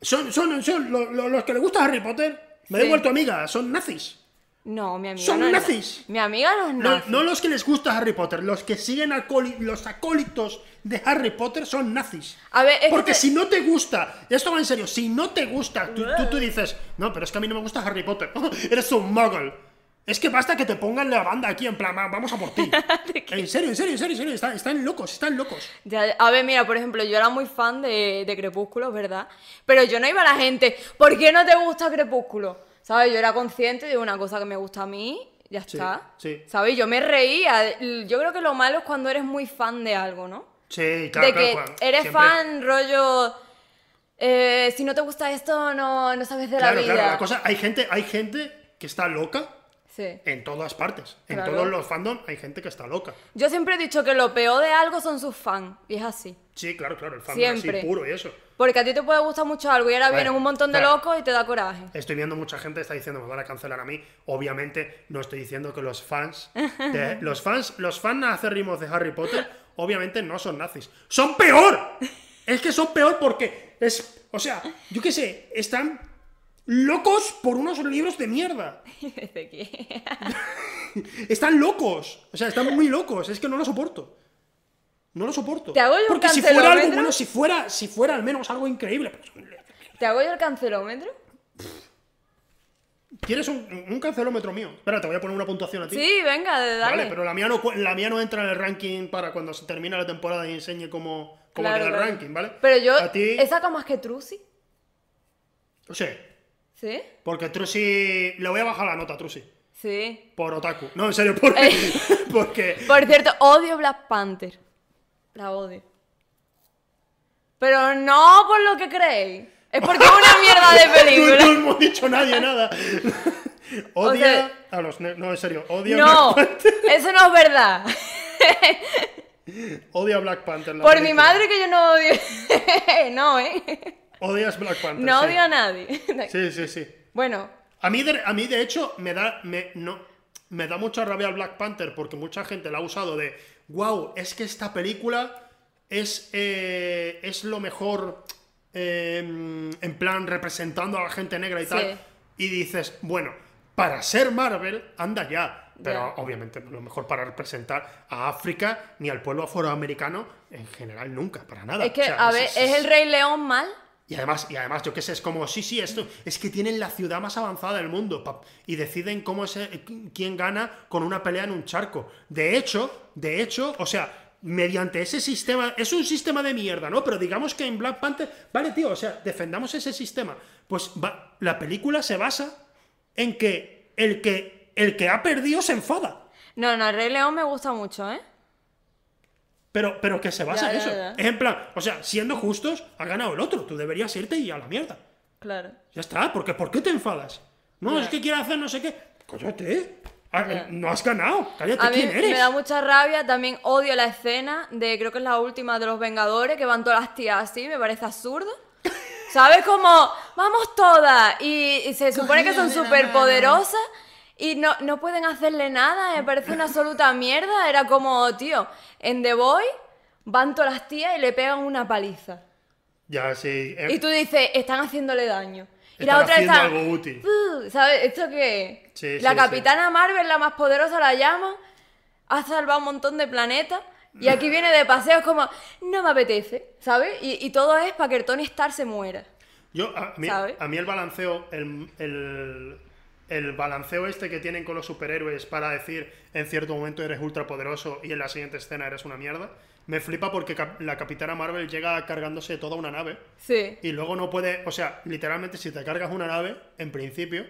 Son, son, son lo- lo- los que le gusta Harry Potter. Me he
Sí.
vuelto amiga, son nazis.
No, mi amiga.
Son
no es-
nazis.
Mi amiga no es
No,
nazi.
no los que les gusta Harry Potter, los que siguen acóli- los acólitos de Harry Potter son nazis.
A ver, es
Porque
que-
si no te gusta, esto va en serio, si no te gusta, tú, tú, tú dices, no, pero es que a mí no me gusta Harry Potter, eres un muggle. Es que basta que te pongan la banda aquí en plan, "Va- vamos a por ti. en serio, en serio, en serio, en serio, está- están locos, están locos.
Ya, a ver, mira, por ejemplo, yo era muy fan de, de Crepúsculo, ¿verdad? Pero yo no iba a la gente, ¿por qué no te gusta Crepúsculo? ¿Sabes? Yo era consciente de una cosa que me gusta a mí, ya
Sí,
está.
sí.
¿Sabes? Yo me reía. Yo creo que lo malo es cuando eres muy fan de algo, ¿no?
Sí, claro,
de
claro,
que
Juan,
eres
siempre.
fan, rollo. eh, si no te gusta esto, no, no sabes de
Claro,
la vida.
claro, la cosa, hay gente, hay gente que está loca
Sí.
En todas partes. En
Claro.
todos los fandom hay gente que está loca.
Yo siempre he dicho que lo peor de algo son sus fans, y es así.
Sí, claro, claro, el fandom así
Siempre.
puro y eso.
Porque a ti te puede gustar mucho algo y ahora
Bueno,
vienen un montón de
claro.
locos y te da coraje.
Estoy viendo mucha gente que está diciendo me van a cancelar a mí. Obviamente no estoy diciendo que los fans, de- los fans, los fans acérrimos de Harry Potter, obviamente no son nazis. Son peor. Es que son peor porque es, o sea, yo qué sé, están locos por unos libros de mierda.
¿De Este, qué?
Están locos. O sea, están muy locos. Es que no lo soporto. No lo soporto.
¿Te hago yo un
Porque si fuera algo
cancelómetro?
bueno, si fuera, si fuera al menos algo increíble. pero-
¿Te hago yo el cancelómetro?
¿Quieres un, un cancelómetro mío? Espera, te voy a poner una puntuación a ti.
Sí, venga, de- dale.
Vale, pero la mía, no, cu- la mía no entra en el ranking para cuando se termina la temporada y enseñe cómo, cómo
Claro,
queda el
claro.
ranking, ¿vale?
Pero yo
A ti.
he sacado más que Trusi,
Sí,
¿sí?
porque Trusi. Le voy a bajar la nota a Trusi.
Sí.
Por otaku. No, en serio, porque. porque.
Por cierto, odio Black Panther. La odio. Pero no por lo que creéis. Es porque es una mierda de película.
No, hemos dicho nadie nada. Odia
O sea-
a los. ne- No, en serio, odia a
No,
Black Panther.
eso no es verdad.
Odia a Black Panther. la
Por mi
película.
madre que yo no odio. No, ¿eh?
Odias Black Panther.
No
sí.
odio a nadie.
Sí, sí, sí.
Bueno,
A mí, de, a mí, de hecho, me da, me, no, me da mucha rabia el Black Panther porque mucha gente la ha usado de, wow, es que esta película es, eh, es lo mejor eh, en plan representando a la gente negra y
Sí.
tal. Y dices, bueno, para ser Marvel, anda ya. Pero
Ya.
obviamente, a lo mejor para representar a África ni al pueblo afroamericano en general nunca, para nada.
es que,
O sea,
a ver, ¿es el Rey León mal?
y además, y además, yo qué sé, es como, sí, sí, esto es que tienen la ciudad más avanzada del mundo pap, y deciden cómo es, eh, quién gana con una pelea en un charco. De hecho, de hecho, o sea, mediante ese sistema, es un sistema de mierda, ¿no? Pero digamos que en Black Panther, vale, tío, o sea, defendamos ese sistema. Pues va- la película se basa en que el que el que ha perdido se enfada.
No, no, el Rey León me gusta mucho, ¿eh?
Pero, pero que se basa
Ya,
en
ya,
eso.
ya.
Es en plan, o sea, siendo justos, ha ganado el otro. Tú deberías irte y a la mierda.
Claro.
Ya está, porque ¿por qué te enfadas? No,
Ya.
es que quiere hacer no sé qué. Cállate. Ah,
Ya.
No has ganado. Cállate,
A mí
¿quién eres?
me da mucha rabia, también odio la escena de, creo que es la última de los Vengadores, que van todas las tías así, me parece absurdo. ¿Sabes? Como, vamos todas, y, y se supone que son
Cógela de la
súper poderosas y no, no pueden hacerle nada, me parece una absoluta mierda. Era como, tío, en The Boy van todas las tías y le pegan una paliza.
Ya, sí. eh,
Y tú dices, están haciéndole daño. Y
Están
la otra
haciendo
está.
algo útil.
"Uh", ¿Sabes? ¿Esto qué? es?
Sí,
la
sí,
capitana Marvel, la más poderosa, la llama. Ha salvado un montón de planetas. Y aquí viene de paseos como, no me apetece, ¿sabes? Y, y todo es para que el Tony Stark se muera.
Yo, a mí,
¿Sabes?
a mí el balanceo, el, el, el balanceo este que tienen con los superhéroes para decir en cierto momento eres ultrapoderoso y en la siguiente escena eres una mierda, me flipa porque cap- la capitana Marvel llega cargándose toda una nave.
Sí.
Y luego no puede, o sea, literalmente si te cargas una nave, en principio,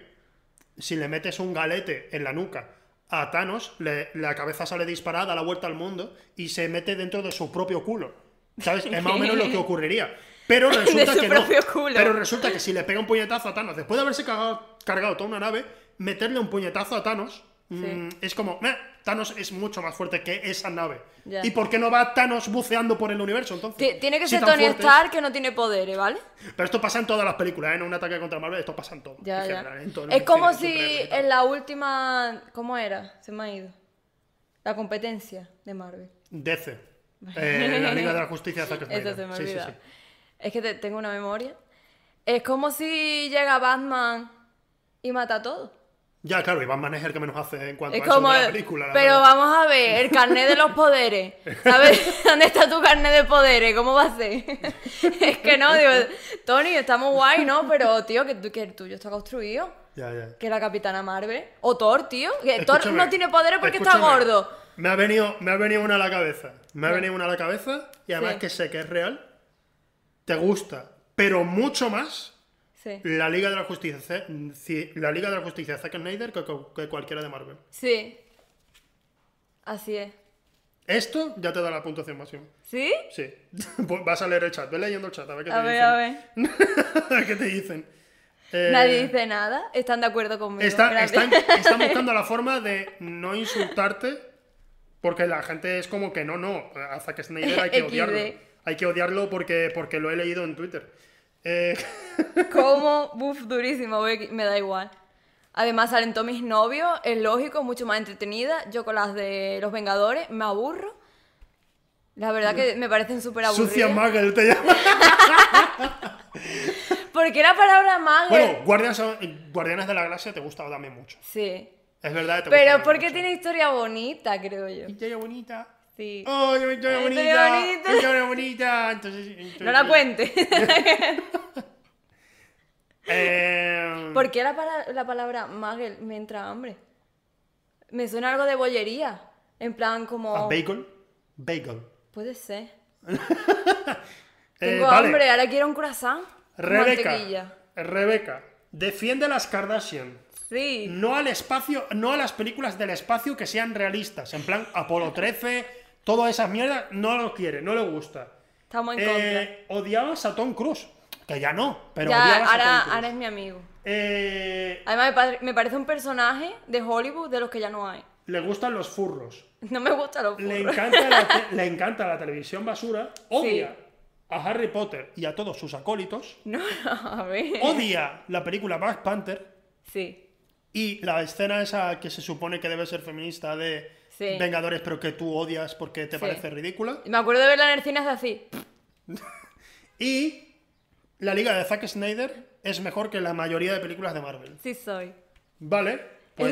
si le metes un galete en la nuca a Thanos, le- la cabeza sale disparada, da la vuelta al mundo y se mete dentro de su propio culo. ¿Sabes? Es más o menos lo que ocurriría. Pero resulta
su
que no.
propio culo.
Pero resulta que si le pega un puñetazo a Thanos, después de haberse cagado- cargado toda una nave, meterle un puñetazo a Thanos mm, es como, "Meh, Thanos es mucho más fuerte que esa nave.
Ya.
¿Y por qué no va Thanos buceando por el universo entonces?
Ti- Tiene que
Si
ser
tan
Tony
fuerte es.
Stark que no tiene poderes, ¿vale?
Pero esto pasa en todas las películas, ¿eh? No un ataque contra Marvel, esto pasa en todo.
Ya,
en
ya.
general, en todo el
es
mundo,
como
en
si
superhéroes y
en
tal.
la última. ¿Cómo era? Se me ha ido. La competencia de Marvel.
DC. Eh, la Liga de la Justicia de Zack
Eso
Snyder.
se me
Sí, sí,
olvida.
sí.
Es que te- tengo una memoria. Es como si llega Batman y mata a todo.
Ya, claro, Iván Van es el que menos hace en cuanto
Es
a Ah, pues, eso
como.
de la película. la
pero
verdad.
vamos a ver, el carnet de los poderes. ¿Sabes dónde está tu carnet de poderes? ¿Cómo va a ser? es que no, digo, Tony, estamos guay, ¿no? Pero, tío, que, tu- que el tuyo está construido.
Ya, ya.
Que la capitana Marvel. O Thor, tío. Que Eh, Thor
Escúchame,
no tiene poderes porque está
escúchame.
gordo.
Me ha, venido, me ha venido una a la cabeza. Me ha
Ya.
venido una a la cabeza y además
Sí.
que sé que es real. Te gusta, pero mucho más
Sí.
la Liga de la Justicia, la Liga de la Justicia de Zack Snyder que- que- que cualquiera de Marvel.
Sí. Así es.
Esto ya te da la puntuación máxima.
¿Sí?
Sí. Pues Vas a leer el chat. Ve leyendo el chat, a ver qué te
A ver,
dicen.
a ver.
¿Qué te dicen? Eh,
Nadie dice nada. ¿Están de acuerdo conmigo?
Está,
Gracias.
están, están buscando la forma de no insultarte porque la gente es como que no, no, hasta que Snyder hay que
XD.
odiarlo. Hay que odiarlo porque, porque lo he leído en Twitter. Eh,
Como, buf, durísimo, güey, me da igual. Además salen todos mis novios, es lógico, mucho más entretenida. Yo con las de Los Vengadores me aburro. La verdad que me parecen súper
sucia
aburridas.
Muggle te llama.
Porque la palabra mago.
Bueno, Guardianes, Guardianes de la Galaxia te gusta también mucho.
sí.
Es verdad, te
Pero
gusta
porque
mucho.
tiene historia bonita, creo yo.
Historia bonita.
Sí.
Oh, historia
Historia
bonita.
bonita.
Historia bonita. Entonces, entonces-
No la cuente.
Eh,
¿Por qué la, pala- la palabra magel me entra hambre? Me suena algo de bollería. En plan como...
ah, Bagel. Bagel.
Puede ser.
Eh,
Tengo
vale.
hambre, ahora quiero un croissant. con
Rebeca.
mantequilla.
Rebeca. Defiende a las Kardashian.
Sí.
No al espacio, no a las películas del espacio que sean realistas. En plan, Apolo 13, todas esas mierdas, no lo quiere, no le gusta.
Estamos en
Eh, odiabas a Tom Cruise. Que ya no, pero
contra. Ya,
odiabas
ahora,
a Tom Cruise.
ahora es mi amigo.
Eh,
Además, me, pare- me parece un personaje de Hollywood de los que ya no hay.
le gustan los furros.
No me gusta los
Le
furros.
encanta, la te- le encanta la televisión basura. Odia
Sí.
a Harry Potter y a todos sus acólitos.
No, no, a ver.
Odia la película Black Panther.
Sí.
Y la escena esa que se supone que debe ser feminista de
Sí.
Vengadores, pero que tú odias porque te
Sí.
parece ridícula.
Me acuerdo de verla en el cine hasta así.
Y la liga de Zack Snyder es mejor que la mayoría de películas de Marvel.
Sí soy.
Vale,
Es
pues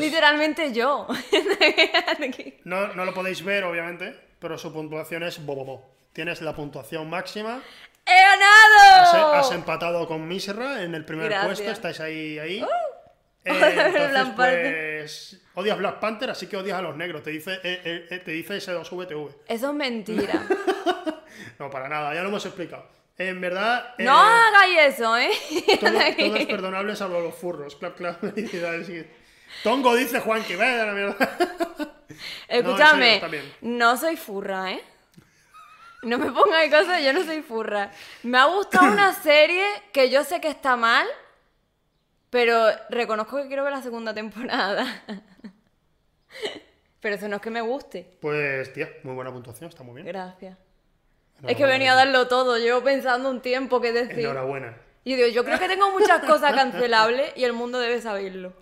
literalmente yo.
no, no lo podéis ver, obviamente, pero su puntuación es bobobo. Tienes la puntuación máxima.
¡He
Has, em,
ganado!
has empatado con Misra en el primer
Oh. Gracias. Oh.
puesto, estáis ahí, ahí. Eh,
Hola,
entonces,
Black Panther.
pues, odias Black Panther, así que odias a los negros. Te dice, eh, eh, eh, te dice S2VTV.
Eso es mentira.
No, para nada, ya lo hemos explicado. En verdad, eh,
No hagáis eso, ¿eh?
todo, todo es perdonable salvo los furros. Clap, clap. Y dale, sigue. Tongo dice Juan que vaya a la mierda.
Escúchame,
está
no,
bien.
soy furra, ¿eh? No me pongas cosas, yo no soy furra. Me ha gustado una serie que yo sé que está mal, pero reconozco que quiero ver la segunda temporada. Pero eso no es que me guste.
Pues, tía, muy buena puntuación, está muy bien.
Gracias.
Enhorabuena.
Es que venía a darlo todo, llevo pensando un tiempo qué decir.
Enhorabuena.
Y digo, yo creo que tengo muchas cosas cancelables y el mundo debe saberlo.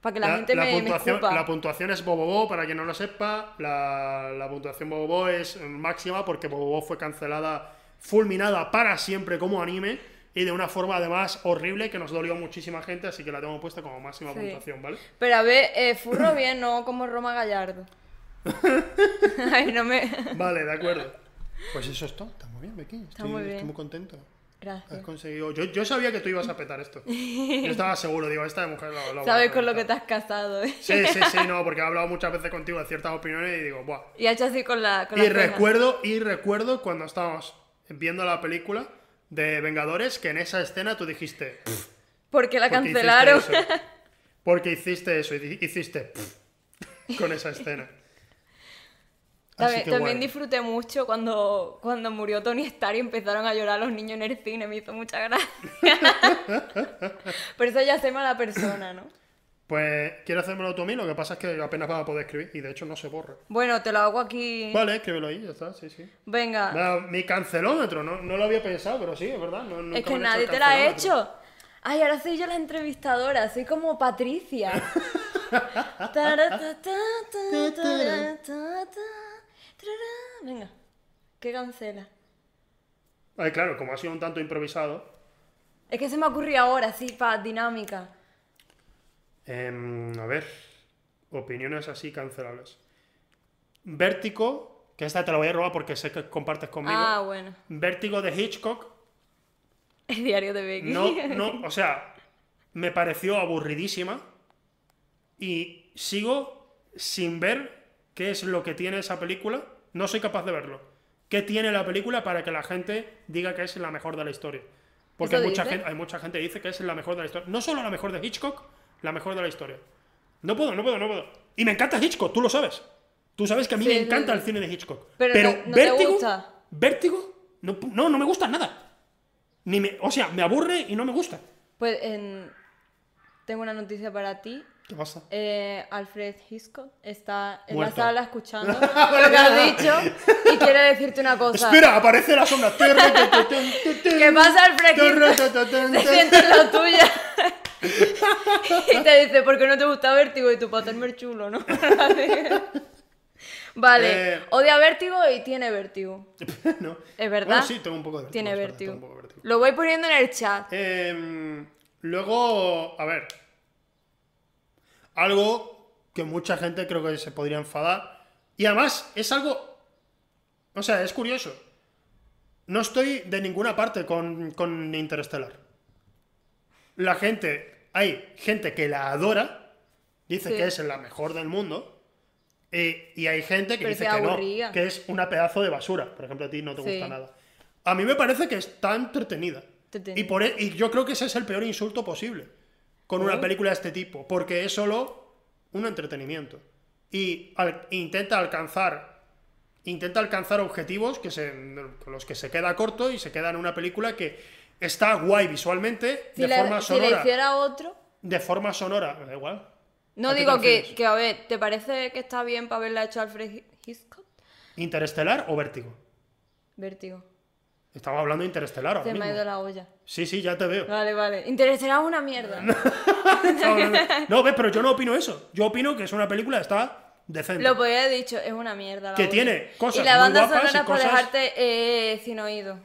Para que la, gente me, me
puntuación,
escupa.
la puntuación es Bobobo, para quien no lo sepa. La, la puntuación Bobobo es máxima porque Bobobo fue cancelada, fulminada para siempre como anime y de una forma además horrible que nos dolió a muchísima gente, así que la tengo puesta como máxima
Sí.
puntuación, ¿vale?
Pero a ver, eh, furro bien, no como Roma Gallardo. Ay, no me.
Vale, de acuerdo. Pues eso es todo. Está muy bien, Becky. Estoy,
muy
estoy
bien.
muy contento. Has
Gracias.
conseguido. Yo, yo sabía que tú ibas a petar esto. Yo estaba seguro, digo, esta mujer lo, lo va a
Sabes con lo que te
reventar.
has casado, ¿eh?
Ah, Sí, sí, sí, no, porque he hablado muchas veces contigo de ciertas opiniones y digo, buah.
Y ha hecho así con la. Con
Y
la ceja.
recuerdo, y recuerdo cuando estábamos viendo la película de Vengadores, que en esa escena tú dijiste. "Pff,
Porque la
¿por qué hiciste
cancelaron.
eso?". Porque hiciste eso, y di- hiciste. "Pff", con esa escena.
También,
que
también
bueno.
disfruté mucho cuando, cuando murió Tony Stark y empezaron a llorar los niños en el cine. Me hizo mucha gracia. Por eso ya sé mala persona, ¿no?
Pues quiero hacérmelo tú a mí, lo que pasa es que apenas vas a poder escribir y de hecho no se borra.
Bueno, te lo hago aquí.
Vale, escríbelo ahí, ya está, sí, sí.
Venga.
Ah, mi cancelómetro, no, no lo había pensado, pero sí, es verdad. no- nunca
Es que
me han
nadie
hecho el
te la ha
cancelómetro.
hecho. Ay, ahora soy yo la entrevistadora, soy como Patricia. Tara, ta, ta, ta, tara, ta, ta, tarara. Venga, que cancela.
Ay, claro, como ha sido un tanto improvisado.
Es que se me ocurrió ahora, sí, para dinámica.
Em, a ver, opiniones así cancelables. Vértigo, que esta te la voy a robar porque sé que compartes conmigo.
Ah, bueno.
Vértigo de Hitchcock.
El diario de Becky.
No, no, o sea, me pareció aburridísima. Y sigo sin ver qué es lo que tiene esa película. No soy capaz de verlo. ¿Qué tiene la película para que la gente diga que es la mejor de la historia? Porque
¿Eso
hay mucha,
dice?
gente, hay mucha gente que dice que es la mejor de la historia. No solo la mejor de Hitchcock, la mejor de la historia. No puedo, no puedo, no puedo. Y me encanta Hitchcock, tú lo sabes. Tú sabes que a mí
Sí,
me
sí,
encanta
sí.
el cine de Hitchcock.
Pero
Pero,
no- no te
Vértigo,
gusta.
Vértigo, no, pu- no, no me gusta nada. Ni me- o sea, me aburre y no me gusta.
Pues en. Tengo una noticia para ti.
¿Qué pasa?
Eh, Alfred Hitchcock está en
Muerto.
la sala escuchando lo que has dicho y quiere decirte una cosa.
Espera, aparece la sombra.
¿Qué
¿Qué
pasa, Alfred Hitchcock? Te sientes en la tuya. y te dice, ¿por qué no te gusta Vértigo? Y tu paterno es chulo, ¿no? vale,
Eh.
odia Vértigo y tiene Vértigo.
No.
Es verdad.
Bueno, Ah, sí, tengo un poco de vértigo.
Tiene
es verdad,
Vértigo.
tengo un poco de vértigo.
Lo voy poniendo en el chat.
Em, luego, a ver. Algo que mucha gente creo que se podría enfadar. Y además, es algo. O sea, es curioso. No estoy de ninguna parte con, con Interstellar. La gente. Hay gente que la adora. Dice
Sí.
que es la mejor del mundo. eh, y hay gente que
Pero
dice
qué
que
aburrida.
no. Que es una pedazo de basura. Por ejemplo, a ti no te
Sí.
gusta nada. A mí me parece que está entretenida.
Entretenida.
Y, por, e- y yo creo que ese es el peor insulto posible con una
Oh.
película de este tipo, porque es solo un entretenimiento. Y al- intenta alcanzar intenta alcanzar objetivos que se, con los que se queda corto y se queda en una película que está guay visualmente,
Si,
de
la-
forma
si le
sonora.
hiciera otro...
De forma sonora, me da igual.
No
¿A qué te
digo que,
refieres?
que, a ver, ¿te parece que está bien para haberla hecho Alfred Hitchcock?
¿Interestelar o vértigo?
Vértigo.
Estamos hablando de interestelar ahora
Se me ha
mismo.
ido la olla.
Sí, sí, ya te veo.
Vale, vale. Interesará una mierda.
Estamos hablando- No, ves, pero yo no opino eso. Yo opino que es una película que está decente.
Lo podría haber dicho, es una mierda. La
Que
olla.
tiene cosas
Y la
muy
banda
guapas y
sonora
cosas-
para dejarte eh, sin oído.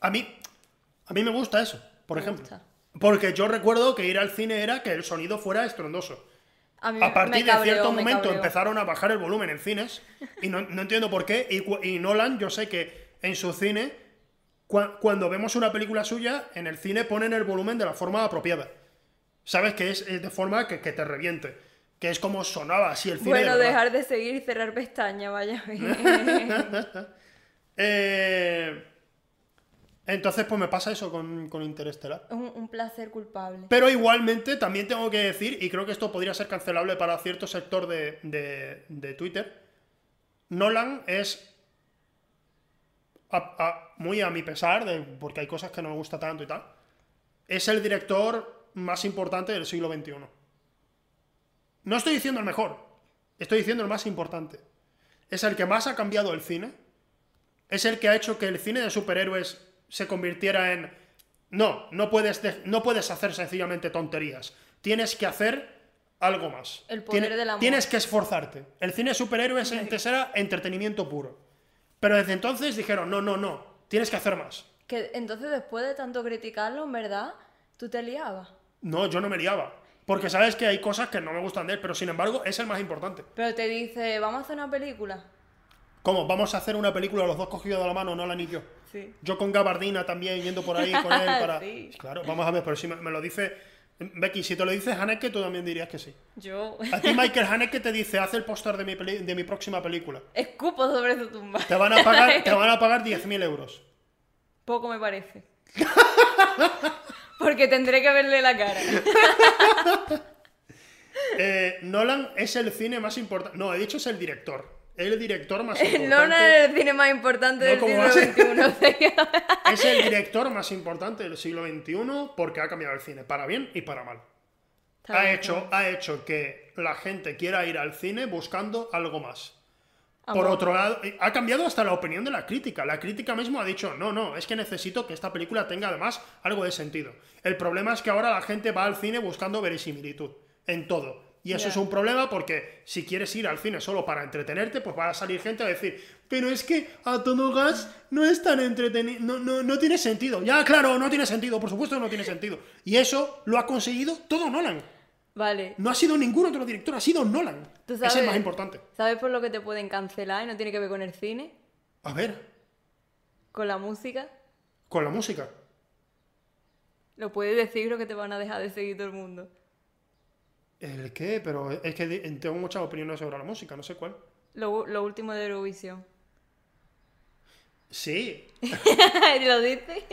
A mí, a mí me gusta eso, por ejemplo.
gusta.
Porque yo recuerdo que ir al cine era que el sonido fuera estrondoso.
A mí
A partir
Mm, me cabreó,
de cierto
me
momento
cabreó.
empezaron a bajar el volumen en cines y no, no entiendo por qué. Y, cu- y Nolan, yo sé que en su cine, cua- cuando vemos una película suya, en el cine ponen el volumen de la forma apropiada. ¿Sabes? Que es eh, de forma que, que te reviente. Que es como sonaba así el cine. de
Bueno,
verdad.
dejar de seguir y cerrar pestaña, vaya.
Eh, entonces, pues me pasa eso con, con Interestelar.
un, un placer culpable.
Pero igualmente también tengo que decir, y creo que esto podría ser cancelable para cierto sector de, de- de Twitter, Nolan es, a- a- muy a mi pesar, de- porque hay cosas que no me gusta tanto y tal, es el director más importante del siglo XXI. No estoy diciendo el mejor, estoy diciendo el más importante. Es el que más ha cambiado el cine, es el que ha hecho que el cine de superhéroes se convirtiera en no, no puedes, de- no puedes hacer sencillamente tonterías. Tienes que hacer algo más.
El poder
Tiene-
del amor.
Tienes que esforzarte. El cine de superhéroes antes era entretenimiento puro. Pero desde entonces dijeron, no, no, no, tienes que hacer más.
Que entonces después de tanto criticarlo, en verdad, tú te liabas.
No, yo no me liaba. Porque sabes que hay cosas que no me gustan de él, pero sin embargo es el más importante.
Pero te dice, vamos a hacer una película.
¿Cómo? ¿Vamos a hacer una película los dos cogidos de la mano, Nolan y yo?
Sí.
Yo con Gabardina también yendo por ahí con él para... Pues
Sí.
Claro, vamos a ver, pero si me, me lo dice... Becky, si te lo dice Haneke, tú también dirías que sí.
Yo
A ti Michael Haneke te dice, haz el póster de mi, peli- de mi próxima película.
escupo sobre tu tumba.
Te van a pagar, te van a pagar 10.000 euros.
Poco me parece. Porque tendré que verle la cara.
Eh, Nolan es el cine más importante... No, he dicho es el director. El director más importante.
No, no es el cine más importante
No,
del
¿cómo
siglo
vas?
XXI.
Es el director más importante del siglo XXI porque ha cambiado el cine, para bien y para mal.
Está
Ha
bien,
hecho, ha hecho que la gente quiera ir al cine buscando algo más.
Amor.
Por otro lado, eh, ha cambiado hasta la opinión de la crítica. La crítica mismo ha dicho, no, no, es que necesito que esta película tenga además algo de sentido. El problema es que ahora la gente va al cine buscando verisimilitud en todo. Y eso
Ya.
es un problema porque si quieres ir al cine solo para entretenerte, pues va a salir gente a decir, pero es que a todo gas no es tan entretenido, no, no, no tiene sentido. Ya, claro, no tiene sentido, por supuesto que no tiene sentido. Y eso lo ha conseguido todo Nolan.
Vale.
No ha sido ningún otro director, ha sido Nolan.
¿Tú
Es el
sabes?
más importante.
¿Sabes por lo que te pueden cancelar y no tiene que ver con el cine?
A ver,
Con la música.
con la música.
Lo puedes decir, creo que te van a dejar de seguir todo el mundo.
¿El qué? Pero es que de- tengo muchas opiniones sobre la música, no sé cuál.
Lo, lo último de Eurovisión.
Sí,
¿Lo dices?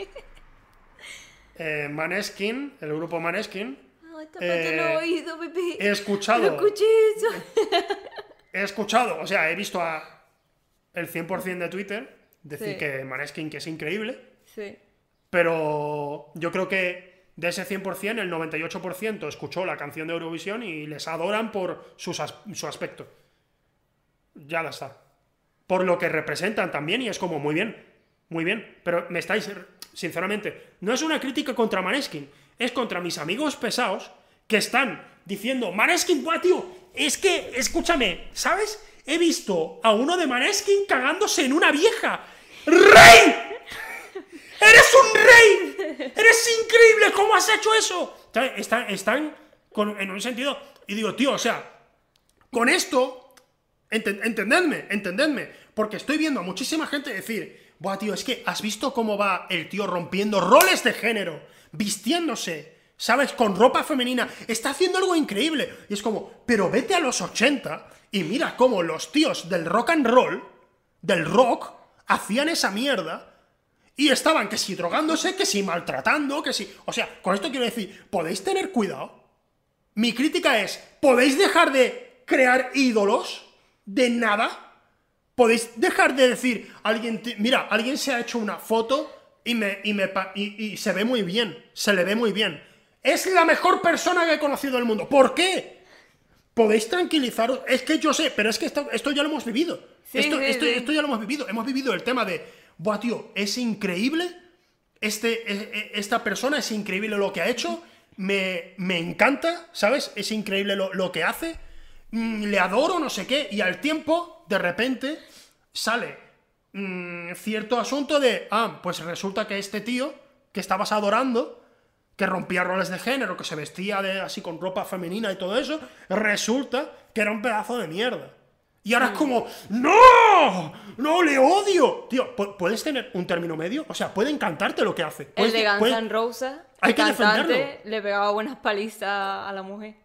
eh, Maneskin, el grupo Maneskin,
Ay, tápate
Eh,
el oído, bebé.
he
No
escuchado,
escuché eso.
he escuchado, o sea, he visto a el 100% de Twitter decir
Sí.
que Maneskin que es increíble,
Sí.
pero yo creo que De ese 100%, el 98% escuchó la canción de Eurovisión y les adoran por sus as- su aspecto. Ya la está. Por lo que representan también y es como, muy bien, muy bien. Pero me estáis, sinceramente, no es una crítica contra Maneskin, es contra mis amigos pesados que están diciendo, Maneskin, buah, tío, es que, escúchame, ¿sabes? He visto a uno de Maneskin cagándose en una vieja. ¡Rey! ¡Eres un rey! ¡Eres increíble! ¿Cómo has hecho eso? ¿Sabes? Están, están con- en un sentido. Y digo, tío, o sea, con esto, enten- entendedme, entendedme. Porque estoy viendo a muchísima gente decir, buah, tío, es que has visto cómo va el tío rompiendo roles de género, vistiéndose, ¿sabes? Con ropa femenina. Está haciendo algo increíble. Y es como, pero vete a los 80 y mira cómo los tíos del rock and roll, del rock, hacían esa mierda. Y estaban que si drogándose, que si maltratando, que si... O sea, con esto quiero decir, podéis tener cuidado. Mi crítica es, ¿podéis dejar de crear ídolos de nada? ¿Podéis dejar de decir, alguien, te- mira, alguien se ha hecho una foto y, me, y, me pa- y- y se ve muy bien, se le ve muy bien? Es la mejor persona que he conocido del mundo. ¿Por qué? Podéis tranquilizaros. Es que yo sé, pero es que esto, esto ya lo hemos vivido.
Sí,
esto,
sí,
esto-
sí.
esto ya lo hemos vivido. Hemos vivido el tema de, buah, tío, es increíble. Este, e- e- esta persona es increíble lo que ha hecho. Me, me encanta, ¿sabes? Es increíble lo, lo que hace. mm, le adoro, no sé qué. Y al tiempo, de repente, sale mm, cierto asunto de, ah, pues resulta que este tío que estabas adorando, que rompía roles de género, que se vestía de, así con ropa femenina y todo eso, resulta que era un pedazo de mierda. Y ahora
Mm.
es como, ¡No! ¡No le odio! Tío, ¿pu- ¿puedes tener un término medio? O sea, puede encantarte lo Pues que hace.
El
Puedes-
de Guns
puedes-
N' Roses,
Hay
el
que
cantante,
defenderlo.
le pegaba buenas palizas a la mujer.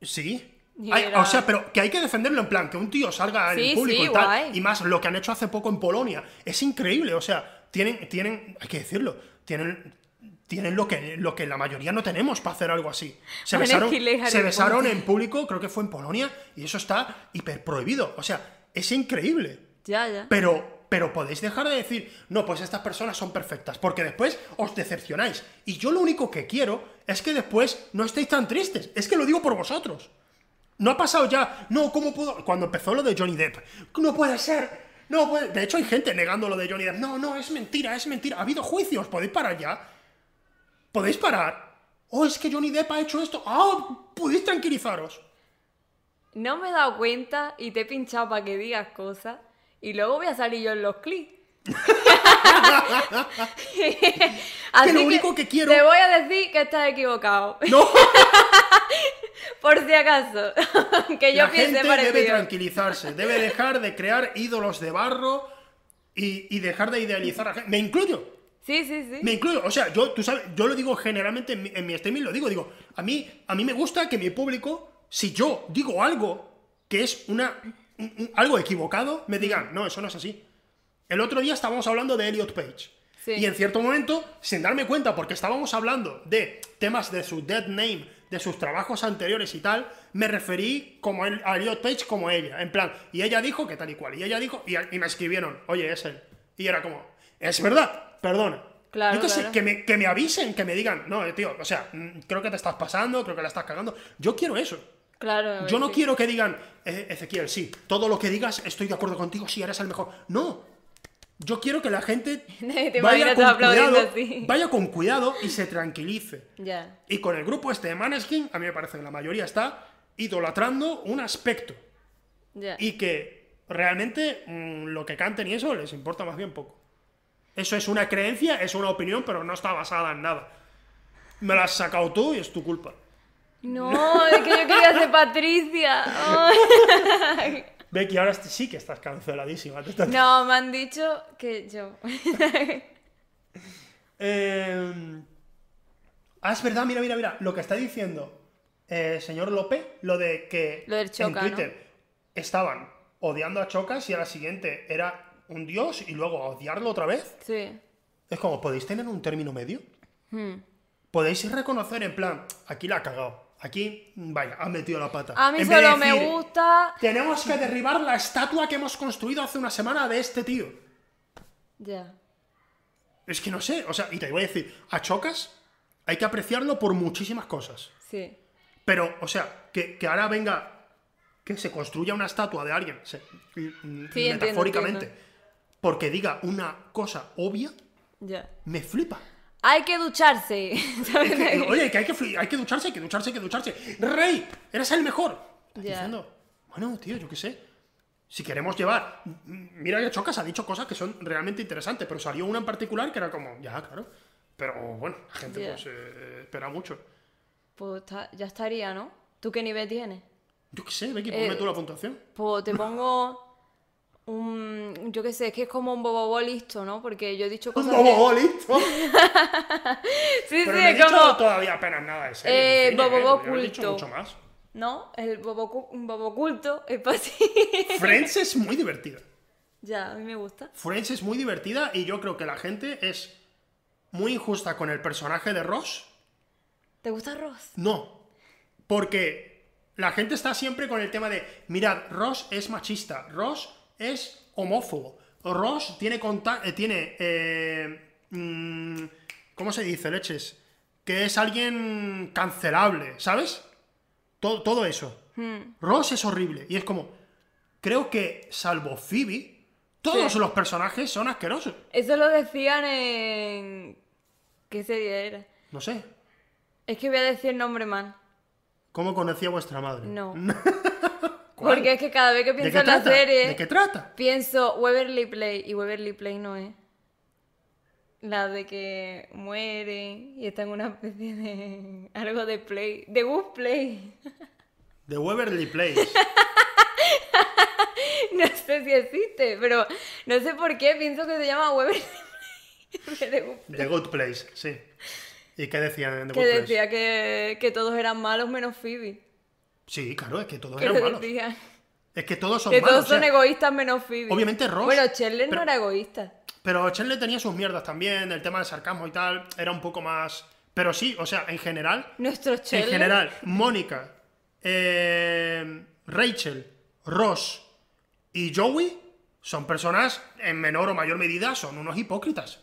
Sí.
Y
Hay-
era-
O sea, pero que hay que defenderlo en plan, que un tío salga en
Sí,
el público
sí,
y tal.
guay.
Y más, lo que han hecho hace poco en Polonia. Es increíble, o sea, tienen, tienen hay que decirlo, tienen, tienen lo, que, lo que la mayoría no tenemos para hacer algo así. Se
Van a
besaron,
esquilear
se
el
besaron
bote.
en público, creo que fue en Polonia, y eso está hiper prohibido. O sea, es increíble.
Ya, ya.
Pero, pero podéis dejar de decir, no, pues estas personas son perfectas, porque después os decepcionáis. Y yo lo único que quiero es que después no estéis tan tristes. Es que lo digo por vosotros. No ha pasado ya, no, ¿cómo puedo? Cuando empezó lo de Johnny Depp, no puede ser. No puede. De hecho, hay gente negando lo de Johnny Depp. No, no, es mentira, es mentira. Ha habido juicios, podéis parar ya. Podéis parar. Oh, es que Johnny Depp ha hecho esto. Ah, podéis tranquilizaros.
No me he dado cuenta y te he pinchado para que digas cosas y luego voy a salir yo en los clics. Así
lo único que quiero-
Te voy a decir que estás equivocado.
No.
Por si acaso. que yo
la
piense
gente debe
parecido.
tranquilizarse, debe dejar de crear ídolos de barro y, y dejar de idealizar a gente. Me incluyo,
Sí, sí, sí.
me incluyo. O sea, yo, tú sabes, yo lo digo generalmente en mi, en mi streaming, lo digo, digo, a mí, a mí me gusta que mi público, si yo digo algo que es una, un- un- algo equivocado, me digan, no, eso no es así. El otro día estábamos hablando de Elliot Page.
Sí.
Y en cierto momento, sin darme cuenta, porque estábamos hablando de temas de su dead name, de sus trabajos anteriores y tal, me referí como el- a Elliot Page como ella. En plan, y ella dijo que tal y cual. Y ella dijo, y, y me escribieron, oye, es él. Y era como, es verdad, perdona.
Claro,
Yo qué sé,
claro.
que me, que me avisen, que me digan, no, eh, tío, o sea, mm, creo que te estás pasando, creo que la estás cagando. Yo quiero eso.
Claro.
Yo no
sí.
quiero que digan, "Eh, Ezequiel, sí, todo lo que digas estoy de acuerdo contigo, sí, eres el mejor. No. Yo quiero que la gente
Te
vaya
imaginas todo
con,
aplaudiendo
cuidado,
así.
vaya con cuidado y se tranquilice.
Ya.
Y con el grupo este de Maneskin, a mí me parece que la mayoría está idolatrando un aspecto.
Ya.
Y que realmente mm, lo que canten y eso les importa más bien poco. Eso es una creencia, es una opinión, pero no está basada en nada. Me la has sacado tú y es tu culpa.
No, es que yo quería ser Patricia. Ay.
Becky, ahora sí que estás canceladísima. Te estás
No, me han dicho que yo.
Eh, ah, es verdad, mira, mira, mira. Lo que está diciendo el señor López, lo de que
Lo del Choca,
en Twitter estaban odiando a Chocas y a la siguiente era un dios y luego a odiarlo otra vez.
Sí.
Es como, ¿podéis tener un término medio?
Hmm.
Podéis reconocer en plan, aquí la ha cagado. Aquí, vaya, ha metido la pata.
A mí
En vez de
solo me
decir,
gusta.
Tenemos que derribar la estatua que hemos construido hace una semana de este tío.
Ya.
Es que no sé, o sea, y te voy a decir, a Chocas hay que apreciarlo por muchísimas cosas.
Sí.
Pero, o sea, que, que ahora venga, que se construya una estatua de alguien, se- mm,
entiendo,
metafóricamente,
entiendo.
porque diga una cosa obvia,
Ya.
me flipa.
Hay que ducharse. ¿sabes?
Es que, oye, que hay que, flu- hay que ducharse, hay que ducharse, hay que ducharse. ¡Rey! ¡Eres el mejor! Estás
Ya.
diciendo, bueno, tío, yo qué sé. Si queremos llevar. m- Mira que Chocas ha dicho cosas que son realmente interesantes, pero salió una en particular que era como, ya, claro. Pero bueno, la gente
Ya.
pues eh, espera mucho.
Pues está- ya estaría, ¿no? ¿Tú qué nivel tienes?
Yo qué sé, Becky, ponme
Eh,
tú la puntuación.
Pues te pongo un... Yo qué sé, es que es como un bobobo listo, ¿no? Porque yo he dicho
¡Un
cosas... que-
bobo, listo!
Sí,
Pero
sí,
no he
es
dicho
como...
todavía apenas nada de serie,
Eh,
ni cine,
bobo
¿eh? Yo he dicho
oculto.
mucho más.
¿No? El bobo, cu- un bobo oculto es para sí.
Friends es muy divertida.
ya, a mí me gusta.
Friends es muy divertida y yo creo que la gente es muy injusta con el personaje de Ross.
¿Te gusta Ross?
No, porque la gente está siempre con el tema de, mirad, Ross es machista, Ross es homófobo, Ross tiene conta- eh, tiene, eh, mm, ¿cómo se dice, leches? Que es alguien cancelable, ¿sabes? Todo, todo eso. Ross es horrible y es como, creo que salvo Phoebe, todos
Sí.
los personajes son asquerosos.
Eso lo decían en... ¿Qué serie era?
No sé,
Es que voy a decir el nombre mal.
¿cómo conocía vuestra madre?
No.
¿Cuál?
Porque es que cada vez que
¿De
pienso
qué
en la
trata?
serie...
¿De qué trata?
Pienso Waverly Play y Waverly Play no es. La de que mueren y está en una especie de. algo de play. De bus play.
De Waverly Place.
No sé si existe, pero no sé por qué pienso que se llama Waverly Play. De Good-
The Good Place, sí. ¿Y qué decían en The
que
Good Place?
decía que, que todos eran malos menos Phoebe.
Sí, claro, es que todos
Que
eran
lo
malos.
decía.
Es que todos son
Que
malos.
todos
o sea,
son egoístas menos Phoebe.
obviamente Ross,
Bueno, Chandler
pero-
no era egoísta.
pero Chandler tenía sus mierdas también, el tema del sarcasmo y tal, era un poco más... Pero sí, o sea, en general,
Nuestro Chandler.
en general, Mónica, eh, Rachel, Ross y Joey son personas, en menor o mayor medida, son unos hipócritas.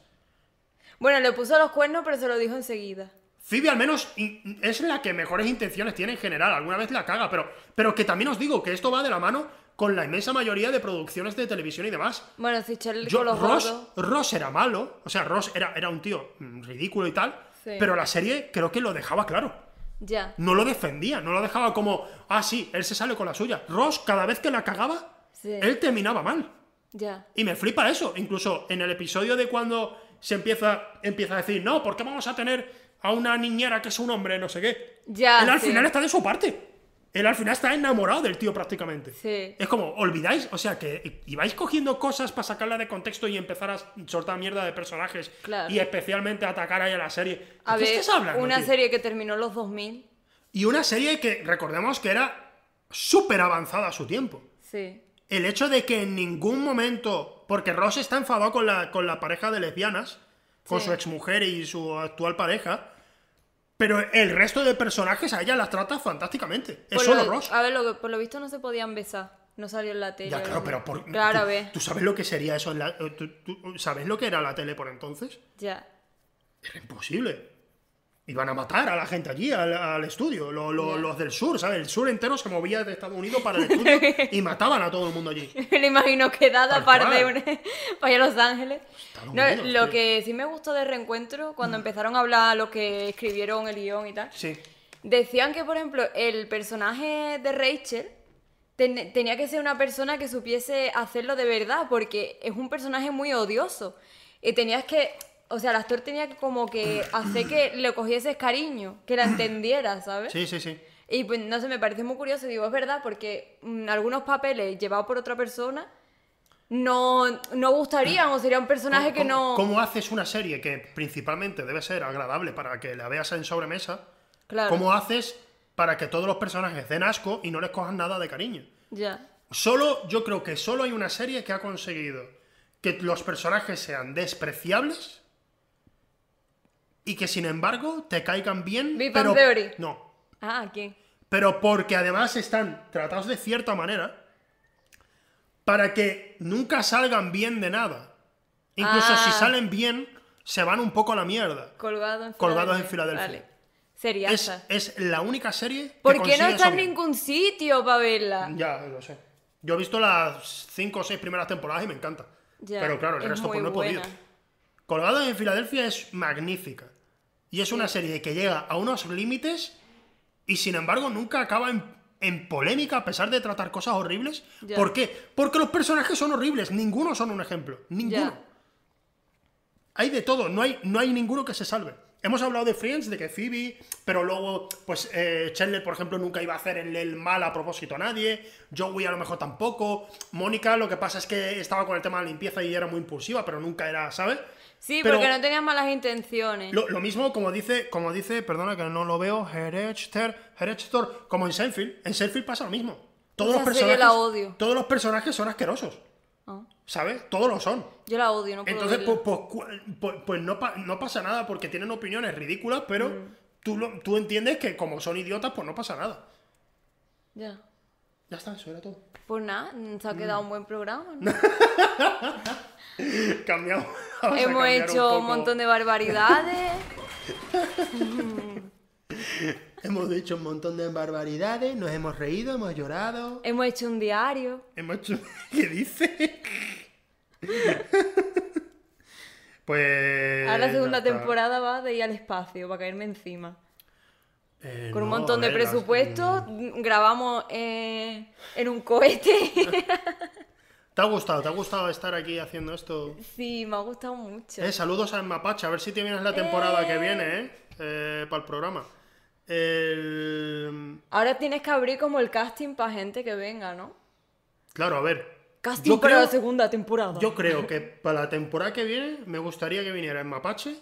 Bueno, le puso los cuernos, pero se lo dijo enseguida.
Phoebe al menos in- es la que mejores intenciones tiene en general, alguna vez la caga, pero, pero que también os digo que esto va de la mano con la inmensa mayoría de producciones de televisión y demás.
Bueno, si Chandler
Yo,
con los
Ross,
gordos.
Ross era malo, o sea, Ross era, era un tío mm, ridículo y tal,
Sí.
pero la serie creo que lo dejaba claro.
Ya.
No lo defendía, no lo dejaba como, ah, sí, él se sale con la suya. Ross, cada vez que la cagaba,
Sí.
él terminaba mal.
Ya.
Y me flipa eso. Incluso en el episodio de cuando se empieza, empieza a decir, no, ¿por qué vamos a tener a una niñera que es un hombre, no sé qué?
Ya,
Él al
sí.
final está de su parte. Él al final está enamorado del tío prácticamente.
Sí.
Es como, olvidáis, o sea, que y vais cogiendo cosas para sacarla de contexto y empezar a soltar mierda de personajes.
Claro.
Y especialmente atacar ahí a la serie. ¿De
A
qué
ver,
estás hablando,
una
tío?
serie que terminó en los 2000.
Y una serie que, recordemos que era súper avanzada a su tiempo.
Sí.
El hecho de que en ningún momento, porque Ross está enfadado con la, con la pareja de lesbianas, con
Sí.
su exmujer y su actual pareja, pero el resto de personajes a ella las trata fantásticamente. Es
Por
solo
Pues lo-
Ross.
A ver, lo que, por lo visto no se podían besar. No salió en la tele.
Ya,
o
claro,
algo.
pero por,
Claro,
tú,
a ver.
¿tú sabes lo que sería eso? En la, eh, tú- tú- ¿Sabes lo que era la tele por entonces?
Ya.
Era imposible. Iban a matar a la gente allí, al, al estudio. Lo- lo-
Ya.
Los del sur, ¿sabes? El sur entero se movía de Estados Unidos para el estudio y mataban a todo el mundo allí.
Me imagino que dada
Tal
aparte de
cual. Pues
una- para ir a Los Ángeles.
Estados
No,
Unidos,
lo
tío. Mm.
que sí me gustó del reencuentro, cuando empezaron a hablar los que escribieron el guión y tal,
Sí.
decían que, por ejemplo, el personaje de Rachel ten- tenía que ser una persona que supiese hacerlo de verdad, porque es un personaje muy odioso. Y tenías que, o sea, el actor tenía que como que hacer que le cogieses cariño, que la entendieras, ¿sabes?
Sí, sí, sí.
Y pues no sé, me parece muy curioso, digo, es verdad, porque mm, algunos papeles llevados por otra persona no, no gustarían o sería un personaje que
¿Cómo-
no...
¿Cómo haces una serie que principalmente debe ser agradable para que la veas en sobremesa?
Claro.
¿Cómo haces para que todos los personajes den asco y no les cojan nada de cariño?
Ya,
Solo, yo creo que solo hay una serie que ha conseguido que los personajes sean despreciables y que sin embargo te caigan bien.
Big
pero,
Bang Theory.
No,
ah, ¿quién?
pero porque además están tratados de cierta manera para que nunca salgan bien de nada. Incluso
Ah.
si salen bien, se van un poco a la mierda.
Colgados en Filadelfia.
Colgados en Filadelfia.
Vale. Sería
Es, es la única serie. que
¿Por qué no
consigue
está
eso
en
bien.
ningún sitio para verla?
Ya, lo sé. Yo he visto las cinco o seis primeras temporadas y me encanta.
Ya,
Pero claro, el
es
resto pues
muy
no he podido.
buena.
Colgados en Filadelfia es magnífica. Y es una serie que llega a unos límites y sin embargo nunca acaba en, en polémica a pesar de tratar cosas horribles.
Ya.
¿Por qué? Porque los personajes son horribles. Ninguno son un ejemplo. Ninguno.
Ya.
Hay de todo, no hay, no hay ninguno que se salve. Hemos hablado de Friends, de que Phoebe, pero luego, pues eh, Chandler, por ejemplo, nunca iba a hacer el, el mal a propósito a nadie. Joey a lo mejor tampoco. Mónica, lo que pasa es que estaba con el tema de la limpieza y era muy impulsiva, pero nunca era, ¿sabes?
Sí,
Pero
porque no tenían malas intenciones.
Lo, lo mismo, como dice, como dice, perdona que no lo veo, Herechter, Herechter, como en Seinfeld. En Seinfeld pasa lo mismo. Todos
Esa
los
serie
personajes,
la odio.
todos los personajes son asquerosos,
Ah,
¿sabes? Todos lo son.
yo la odio, no puedo
Entonces, pues,
verla.
pues, cu- pues- pues no, pa- no pasa nada porque tienen opiniones ridículas, pero
Mm.
tú, lo- tú entiendes que como son idiotas, pues no pasa nada.
Ya.
Ya está, eso era todo.
Pues nada, mm, se ha quedado un buen programa. ¿no?
Cambiamos. vamos a
Hemos
cambiar
hecho un,
poco.
montón de barbaridades.
Hemos dicho un montón de barbaridades, nos hemos reído, hemos llorado.
hemos hecho un diario.
Hemos hecho... ¿Qué dice? pues...
Ahora la segunda
ya está.
temporada va de ir al espacio para caerme encima.
Eh,
Con un
no, a
montón de
ver, las- Mm.
presupuesto, grabamos eh, en un cohete.
¿Te ha gustado? ¿Te ha gustado estar aquí haciendo esto?
sí, me ha gustado mucho.
Eh, saludos a Mapache, a ver si te vienes la temporada que
Eh.
viene, ¿eh? para el programa. El-
Ahora tienes que abrir como el casting para gente que venga, ¿no?
Claro, a ver.
Casting
Yo
para
creo,
la segunda temporada.
yo creo que para la temporada que viene me gustaría que viniera en Mapache,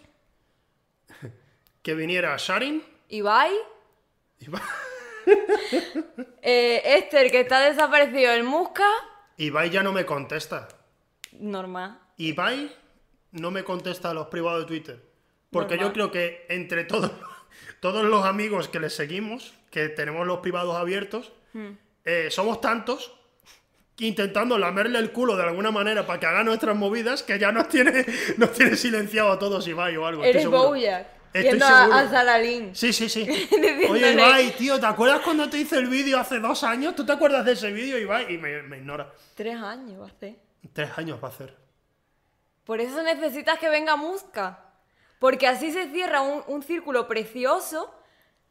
que viniera Sharin.
Ibai,
y va-
eh, Esther, que está desaparecido el Musca,
Ibai ya no me contesta.
normal.
Ibai no me contesta a los privados de Twitter. Porque
Normal.
yo creo que entre todos, todos los amigos que le seguimos, que tenemos los privados abiertos,
Hmm.
eh, somos tantos que intentando lamerle el culo de alguna manera para que haga nuestras movidas que ya nos tiene, nos tiene silenciado a todos Ibai o algo. estoy
Eres
seguro.
Bojack,
Estoy
yendo a,
seguro.
a Salalín.
Sí, sí, sí. Oye,
Diciéndole-
Ibai, tío, ¿te acuerdas cuando te hice el vídeo hace dos años? ¿Tú te acuerdas de ese vídeo, Ibai? Y me, me ignora.
Tres años va a hacer.
Tres años va a hacer.
Por eso necesitas que venga Musca. Porque así se cierra un, un círculo precioso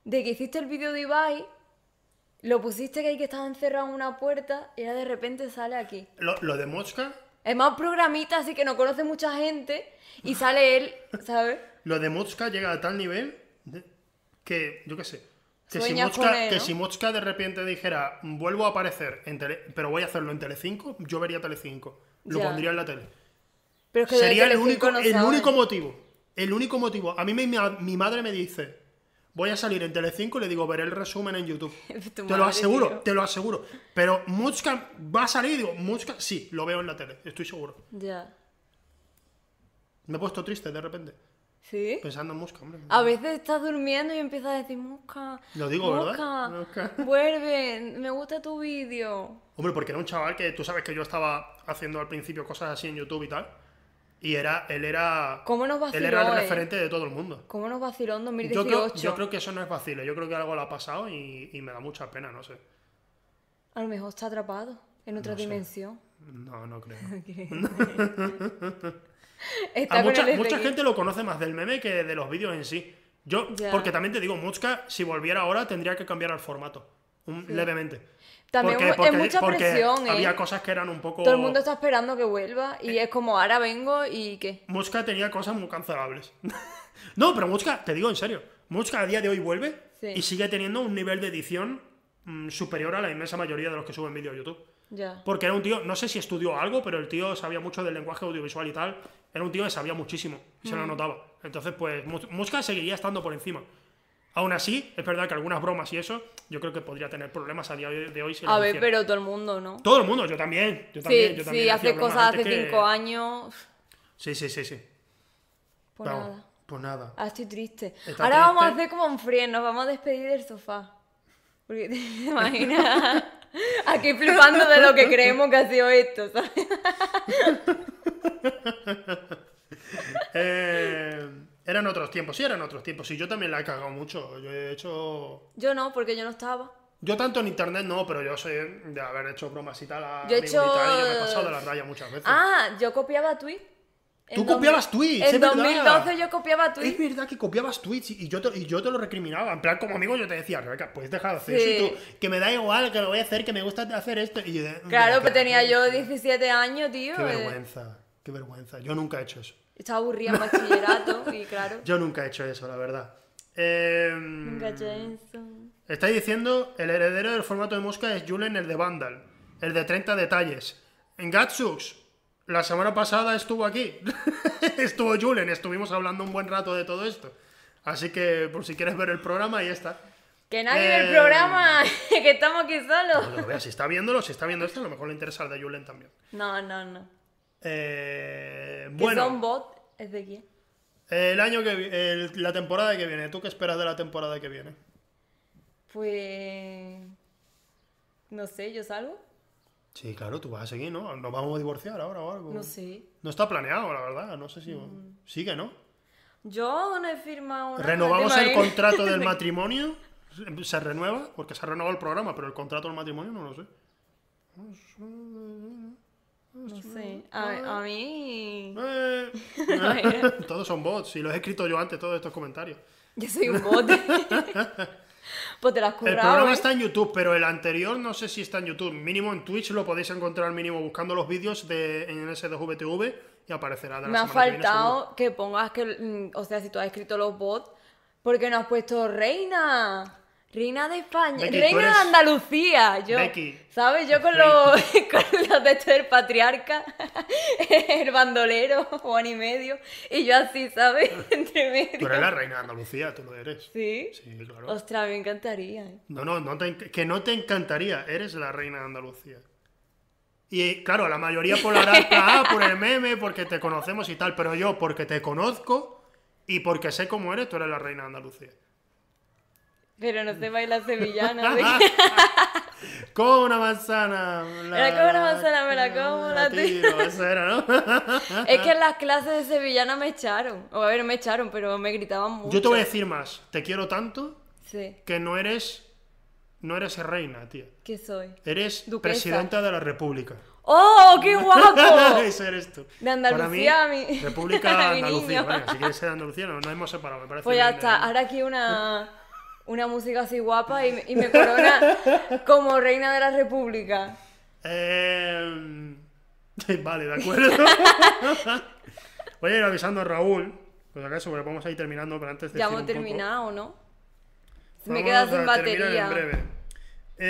de que hiciste el vídeo de Ibai, lo pusiste que ahí que estaba encerrado en una puerta y ahora de repente sale aquí.
Lo, lo de Mosca,
Es más programita, así que no conoce mucha gente y sale él, ¿sabes?
Lo de Motzka llega a tal nivel de- que, yo qué sé, que si,
Sueñas con
Motzka,
él,
que
¿no?
si Motzka de repente dijera, vuelvo a aparecer, en Tele- pero voy a hacerlo en Telecinco, yo vería Telecinco. Lo
Ya.
pondría en la tele.
Pero es que de
Sería el
Telecinco
único,
no
el
saben.
único motivo. El único motivo. A mí mi, ma- mi madre me dice, voy a salir en Telecinco y le digo, veré el resumen en YouTube.
Tu
te lo
madre,
aseguro,
tío.
te lo aseguro. Pero Motzka va a salir y digo, Motzka, sí, lo veo en la tele, estoy seguro.
Ya.
Me he puesto triste de repente,
¿Sí?
pensando en Motzka, hombre.
A veces estás durmiendo y empiezas a decir, Musca.
Lo digo, ¿verdad?
Musca,
Musca".
Vuelve, me gusta tu vídeo.
Hombre, porque era un chaval que tú sabes que yo estaba haciendo al principio cosas así en YouTube y tal. Y era, él era.
¿Cómo nos vaciló,
Él era el
eh?
referente de todo el mundo.
¿Cómo nos vaciló en
Yo
2018?
creo, yo creo que eso no es vacilo. Yo creo que algo le ha pasado y, y me da mucha pena, no sé.
A lo mejor está atrapado en otra
No sé.
dimensión.
No, no creo.
Está
A
con
mucha,
el
mucha
SDI.
gente lo conoce más del meme que de los vídeos en sí. Yo,
Ya.
porque también te digo, Muchka, si volviera ahora, tendría que cambiar el formato. un- Levemente.
También
porque,
es
porque-
mucha
porque
presión, ¿eh?
había cosas que eran un poco.
Todo el mundo está esperando que vuelva
Eh.
y es como, ahora vengo y qué.
Muchka tenía cosas muy cancelables. no, pero Muchka, te digo en serio, Muchka a día de hoy vuelve
Sí.
y sigue teniendo un nivel de edición mm, superior a la inmensa mayoría de los que suben vídeos a YouTube.
Ya.
Porque era un tío, no sé si estudió algo, pero el tío sabía mucho del lenguaje audiovisual y tal. Era un tío que sabía muchísimo, y se
Mm.
lo notaba. Entonces, pues, Mus- Muska seguiría estando por encima. Aún así, es verdad que algunas bromas y eso, yo creo que podría tener problemas a día de hoy. Si
A
las
ver,
hiciera.
pero todo el mundo, ¿no?
Todo el mundo, yo también. Yo también,
sí,
yo también
sí,
hacía
hace
bromas
cosas hace
antes que-
cinco años.
Sí, sí, sí, sí.
Pues
Vamos,
nada.
Pues nada.
Ah, estoy triste.
¿Estás
Ahora vamos a
triste?
hacer como un frío, nos vamos a despedir del sofá. Porque te imaginas aquí flipando de lo que creemos que ha sido esto, ¿sabes?
Eh, otros tiempos, sí eran otros tiempos. Sí, yo también la he cagado mucho. Yo he hecho.
Yo no, porque yo no estaba.
Yo tanto en internet no, pero yo sé de haber hecho bromas y tal a
Yo he
amigos y tal, y yo me he
hecho-
pasado de la raya muchas veces.
Ah, yo copiaba tweet.
Tú
En
copiabas
2000
tweets, es
En
verdad.
2012 yo copiaba tweet.
Es verdad que copiabas tweets y y yo, te, y yo te lo recriminaba. En plan, como amigo, yo te decía, Rebeca, puedes dejar de hacer
Sí.
eso. y tú, que me da igual, que lo voy a hacer, que me gusta hacer esto. Y yo de-
Claro,
Rebeca,
pero tenía yo 17 años, tío.
Qué
eh,
vergüenza, qué vergüenza. Yo nunca he hecho eso.
Estaba aburrida en bachillerato y claro.
Yo nunca he hecho eso, la verdad. Em,
Nunca he hecho eso.
Estáis diciendo, el heredero del formato de mosca es Julen, el de Vandal, el de 30 detalles. En Gatsux, la semana pasada estuvo aquí. estuvo Julen, estuvimos hablando un buen rato de todo esto. Así que, por si quieres ver el programa, ahí está.
Que nadie ve
Eh,
el programa, que estamos aquí
No
solos.
lo vea, si está viéndolo, si está viendo esto, a lo mejor le interesa el de Julen también.
No, no, no.
Eh,
Que son
bueno,
bot, es de quién.
el año que vi- el- la temporada que viene, ¿tú qué esperas de la temporada que viene?
Pues. No sé, yo salgo.
Sí, claro, tú vas a seguir, ¿no? Nos vamos a divorciar ahora o algo.
No sé. Mm.
No está planeado, la verdad. No sé si. Sigue, ¿no?
Yo no he firmado nada.
Renovamos
¿te
el
imaginas?
contrato del matrimonio. Se renueva, porque se ha renovado el programa, pero el contrato del matrimonio no lo sé.
No sé.
Ah.
A, a mí.
Eh,
Ay,
todos son bots, y los he escrito yo antes, todos estos comentarios.
Yo soy un bot. pues te las
El
currado.
programa
¿eh?
está en YouTube, pero el anterior no sé si está en YouTube. Mínimo en Twitch lo podéis encontrar, mínimo buscando los vídeos de, en SDVTV y aparecerá de la
Me ha
semana que viene, seguro.
faltado que pongas que. mm, O sea, si tú has escrito los bots, porque no has puesto reina. Reina de España.
Becky, tú
reina
eres-
de Andalucía. Yo,
Becky.
¿Sabes? Yo con los, con los textos del patriarca, el bandolero, Juan y medio. Y yo así, ¿sabes? Entre
Tú
medio.
eres la reina de Andalucía, tú lo eres.
Sí.
Sí, claro.
Ostras, me encantaría. ¿eh?
No, no, no te enc- que no te encantaría. Eres la reina de Andalucía. Y claro, la mayoría por la ah, por el meme, porque te conocemos y tal. Pero yo, porque te conozco y porque sé cómo eres, tú eres la reina de Andalucía.
Pero no sé bailar sevillana. ¿sí?
Con una manzana.
Me la como una manzana, me la como, la
tiro. Eso era, ¿no?
Es que en las clases de sevillana me echaron. O a ver, no me echaron, pero me gritaban mucho.
Yo te voy a decir más. Te quiero tanto
Sí,
que no eres. No eres reina, tía.
¿qué soy?
Eres
Duquesa.
presidenta de la república.
¡Oh, qué guapo!
Ese eres tú.
De Andalucía
Para
a mi-
República
a mi
Andalucía.
niño.
Bueno, si quieres ser de Andalucía, no, no hemos separado, me parece.
Pues ya
bien, ¿eh?
está,
¿no?
ahora aquí una, una música así guapa y, me- y me corona como reina de la república. ah.
Eh, Vale, de acuerdo. Voy a ir avisando a Raúl. Pues acaso, porque vamos a ir terminando, pero antes de.
Ya hemos terminado, ¿no? Se me
quedas
queda sin batería.
En breve.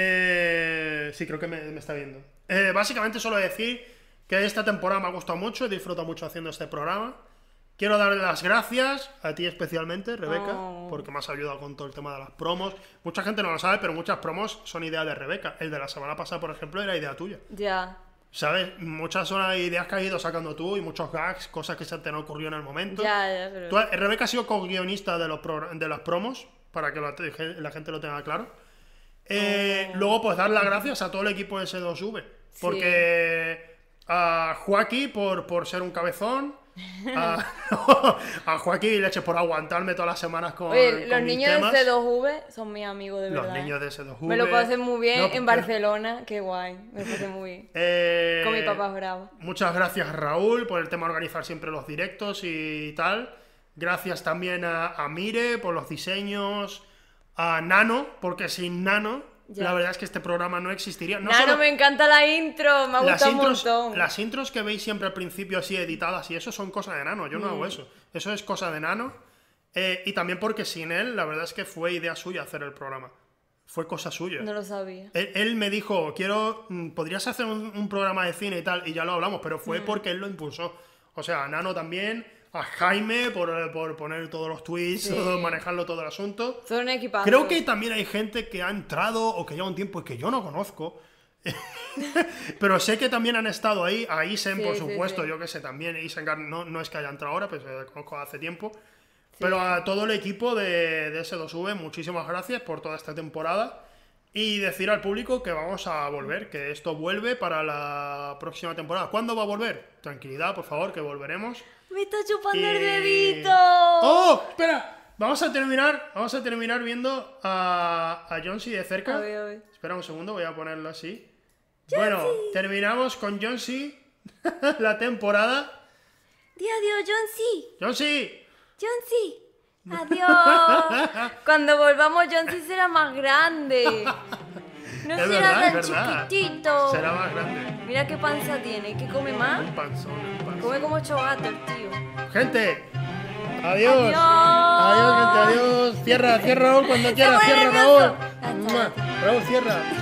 Eh, sí, creo que me, me está viendo. Eh, básicamente solo decir que esta temporada me ha gustado mucho, he disfrutado mucho haciendo este programa. Quiero darle las gracias a ti especialmente, Rebeca,
Oh.
porque me has ayudado con todo el tema de las promos. Mucha gente no lo sabe, pero muchas promos son idea de Rebeca. El de la semana pasada, por ejemplo, era idea tuya.
Ya.
¿Sabes? Muchas son las ideas que has ido sacando tú y muchos gags, cosas que se te han ocurrido en el momento.
Ya, ya, pero-
Tú, eh, Rebeca ha sido co-guionista de, los progr- de las promos, para que la, te- la gente lo tenga claro.
Oh.
Eh, Luego, pues dar las gracias a todo el equipo de S2V. Porque a Joaquín por, por ser un cabezón. A, a Joaquín Leche por aguantarme todas las semanas con.
Oye,
con
los
mis
niños
temas.
de C2V son mis amigos de
Los
verdad. ¿eh?
niños de S2V.
Me lo pasé muy bien
No,
en
pero-
Barcelona, qué guay, me lo pasé muy bien.
Eh,
Con mi papá bravo.
Muchas gracias Raúl por el tema de organizar siempre los directos y tal. Gracias también a, a Mire por los diseños, a Nano, porque sin Nano
Ya.
la verdad es que este programa no existiría. No
Nano,
solo-
me encanta la intro, me ha
las
gustado un
intros,
montón.
las intros que veis siempre al principio así editadas y eso son cosas de Nano, yo no
Mm.
hago eso. Eso es cosa de Nano. Eh, y también porque sin él la verdad es que fue idea suya hacer el programa. Fue cosa suya.
No lo sabía.
Él, él me dijo, quiero, mm, podrías hacer un, un programa de cine y tal, y ya lo hablamos, pero fue porque él lo impulsó. O sea, a Nano también, a Jaime por, eh, por poner todos los tweets,
Sí.
todo- manejarlo todo el asunto.
Son un equipazo.
Creo que también hay gente que ha entrado o que lleva un tiempo que yo no conozco. pero sé que también han estado ahí, a Isen,
Sí,
por
sí,
supuesto,
sí.
yo que sé, también Isengar no, no es que haya entrado ahora, pero se conozco hace tiempo. Pero a todo el equipo de, de S2V, muchísimas gracias por toda esta temporada. Y decir al público que vamos a volver, que esto vuelve para la próxima temporada. ¿Cuándo va a volver? Tranquilidad, por favor, que volveremos.
Me está chupando el
Y-
dedito.
Eh, ¡Oh! Espera, vamos a terminar, vamos a terminar viendo a, a Jonesy de cerca.
A ver, a ver.
Espera un segundo, voy a ponerlo así. Bueno, terminamos con Jonesy la temporada.
Di adiós, John C.
Jonesy,
John C. Adiós. Cuando volvamos, John C será más grande. No
Es
será
verdad, es
tan
verdad.
chiquitito.
será más grande.
Mira qué panza tiene. ¿Qué come más?
Un panzón, un panzón.
Come como ocho gatos, el tío.
Gente, adiós.
Pues- Adiós.
Adiós, gente, adiós. Cierra, cierra Raúl cuando quieras,
pone
cierra
nervioso.
Raúl.
Ya está.
Mua. Raúl, cierra.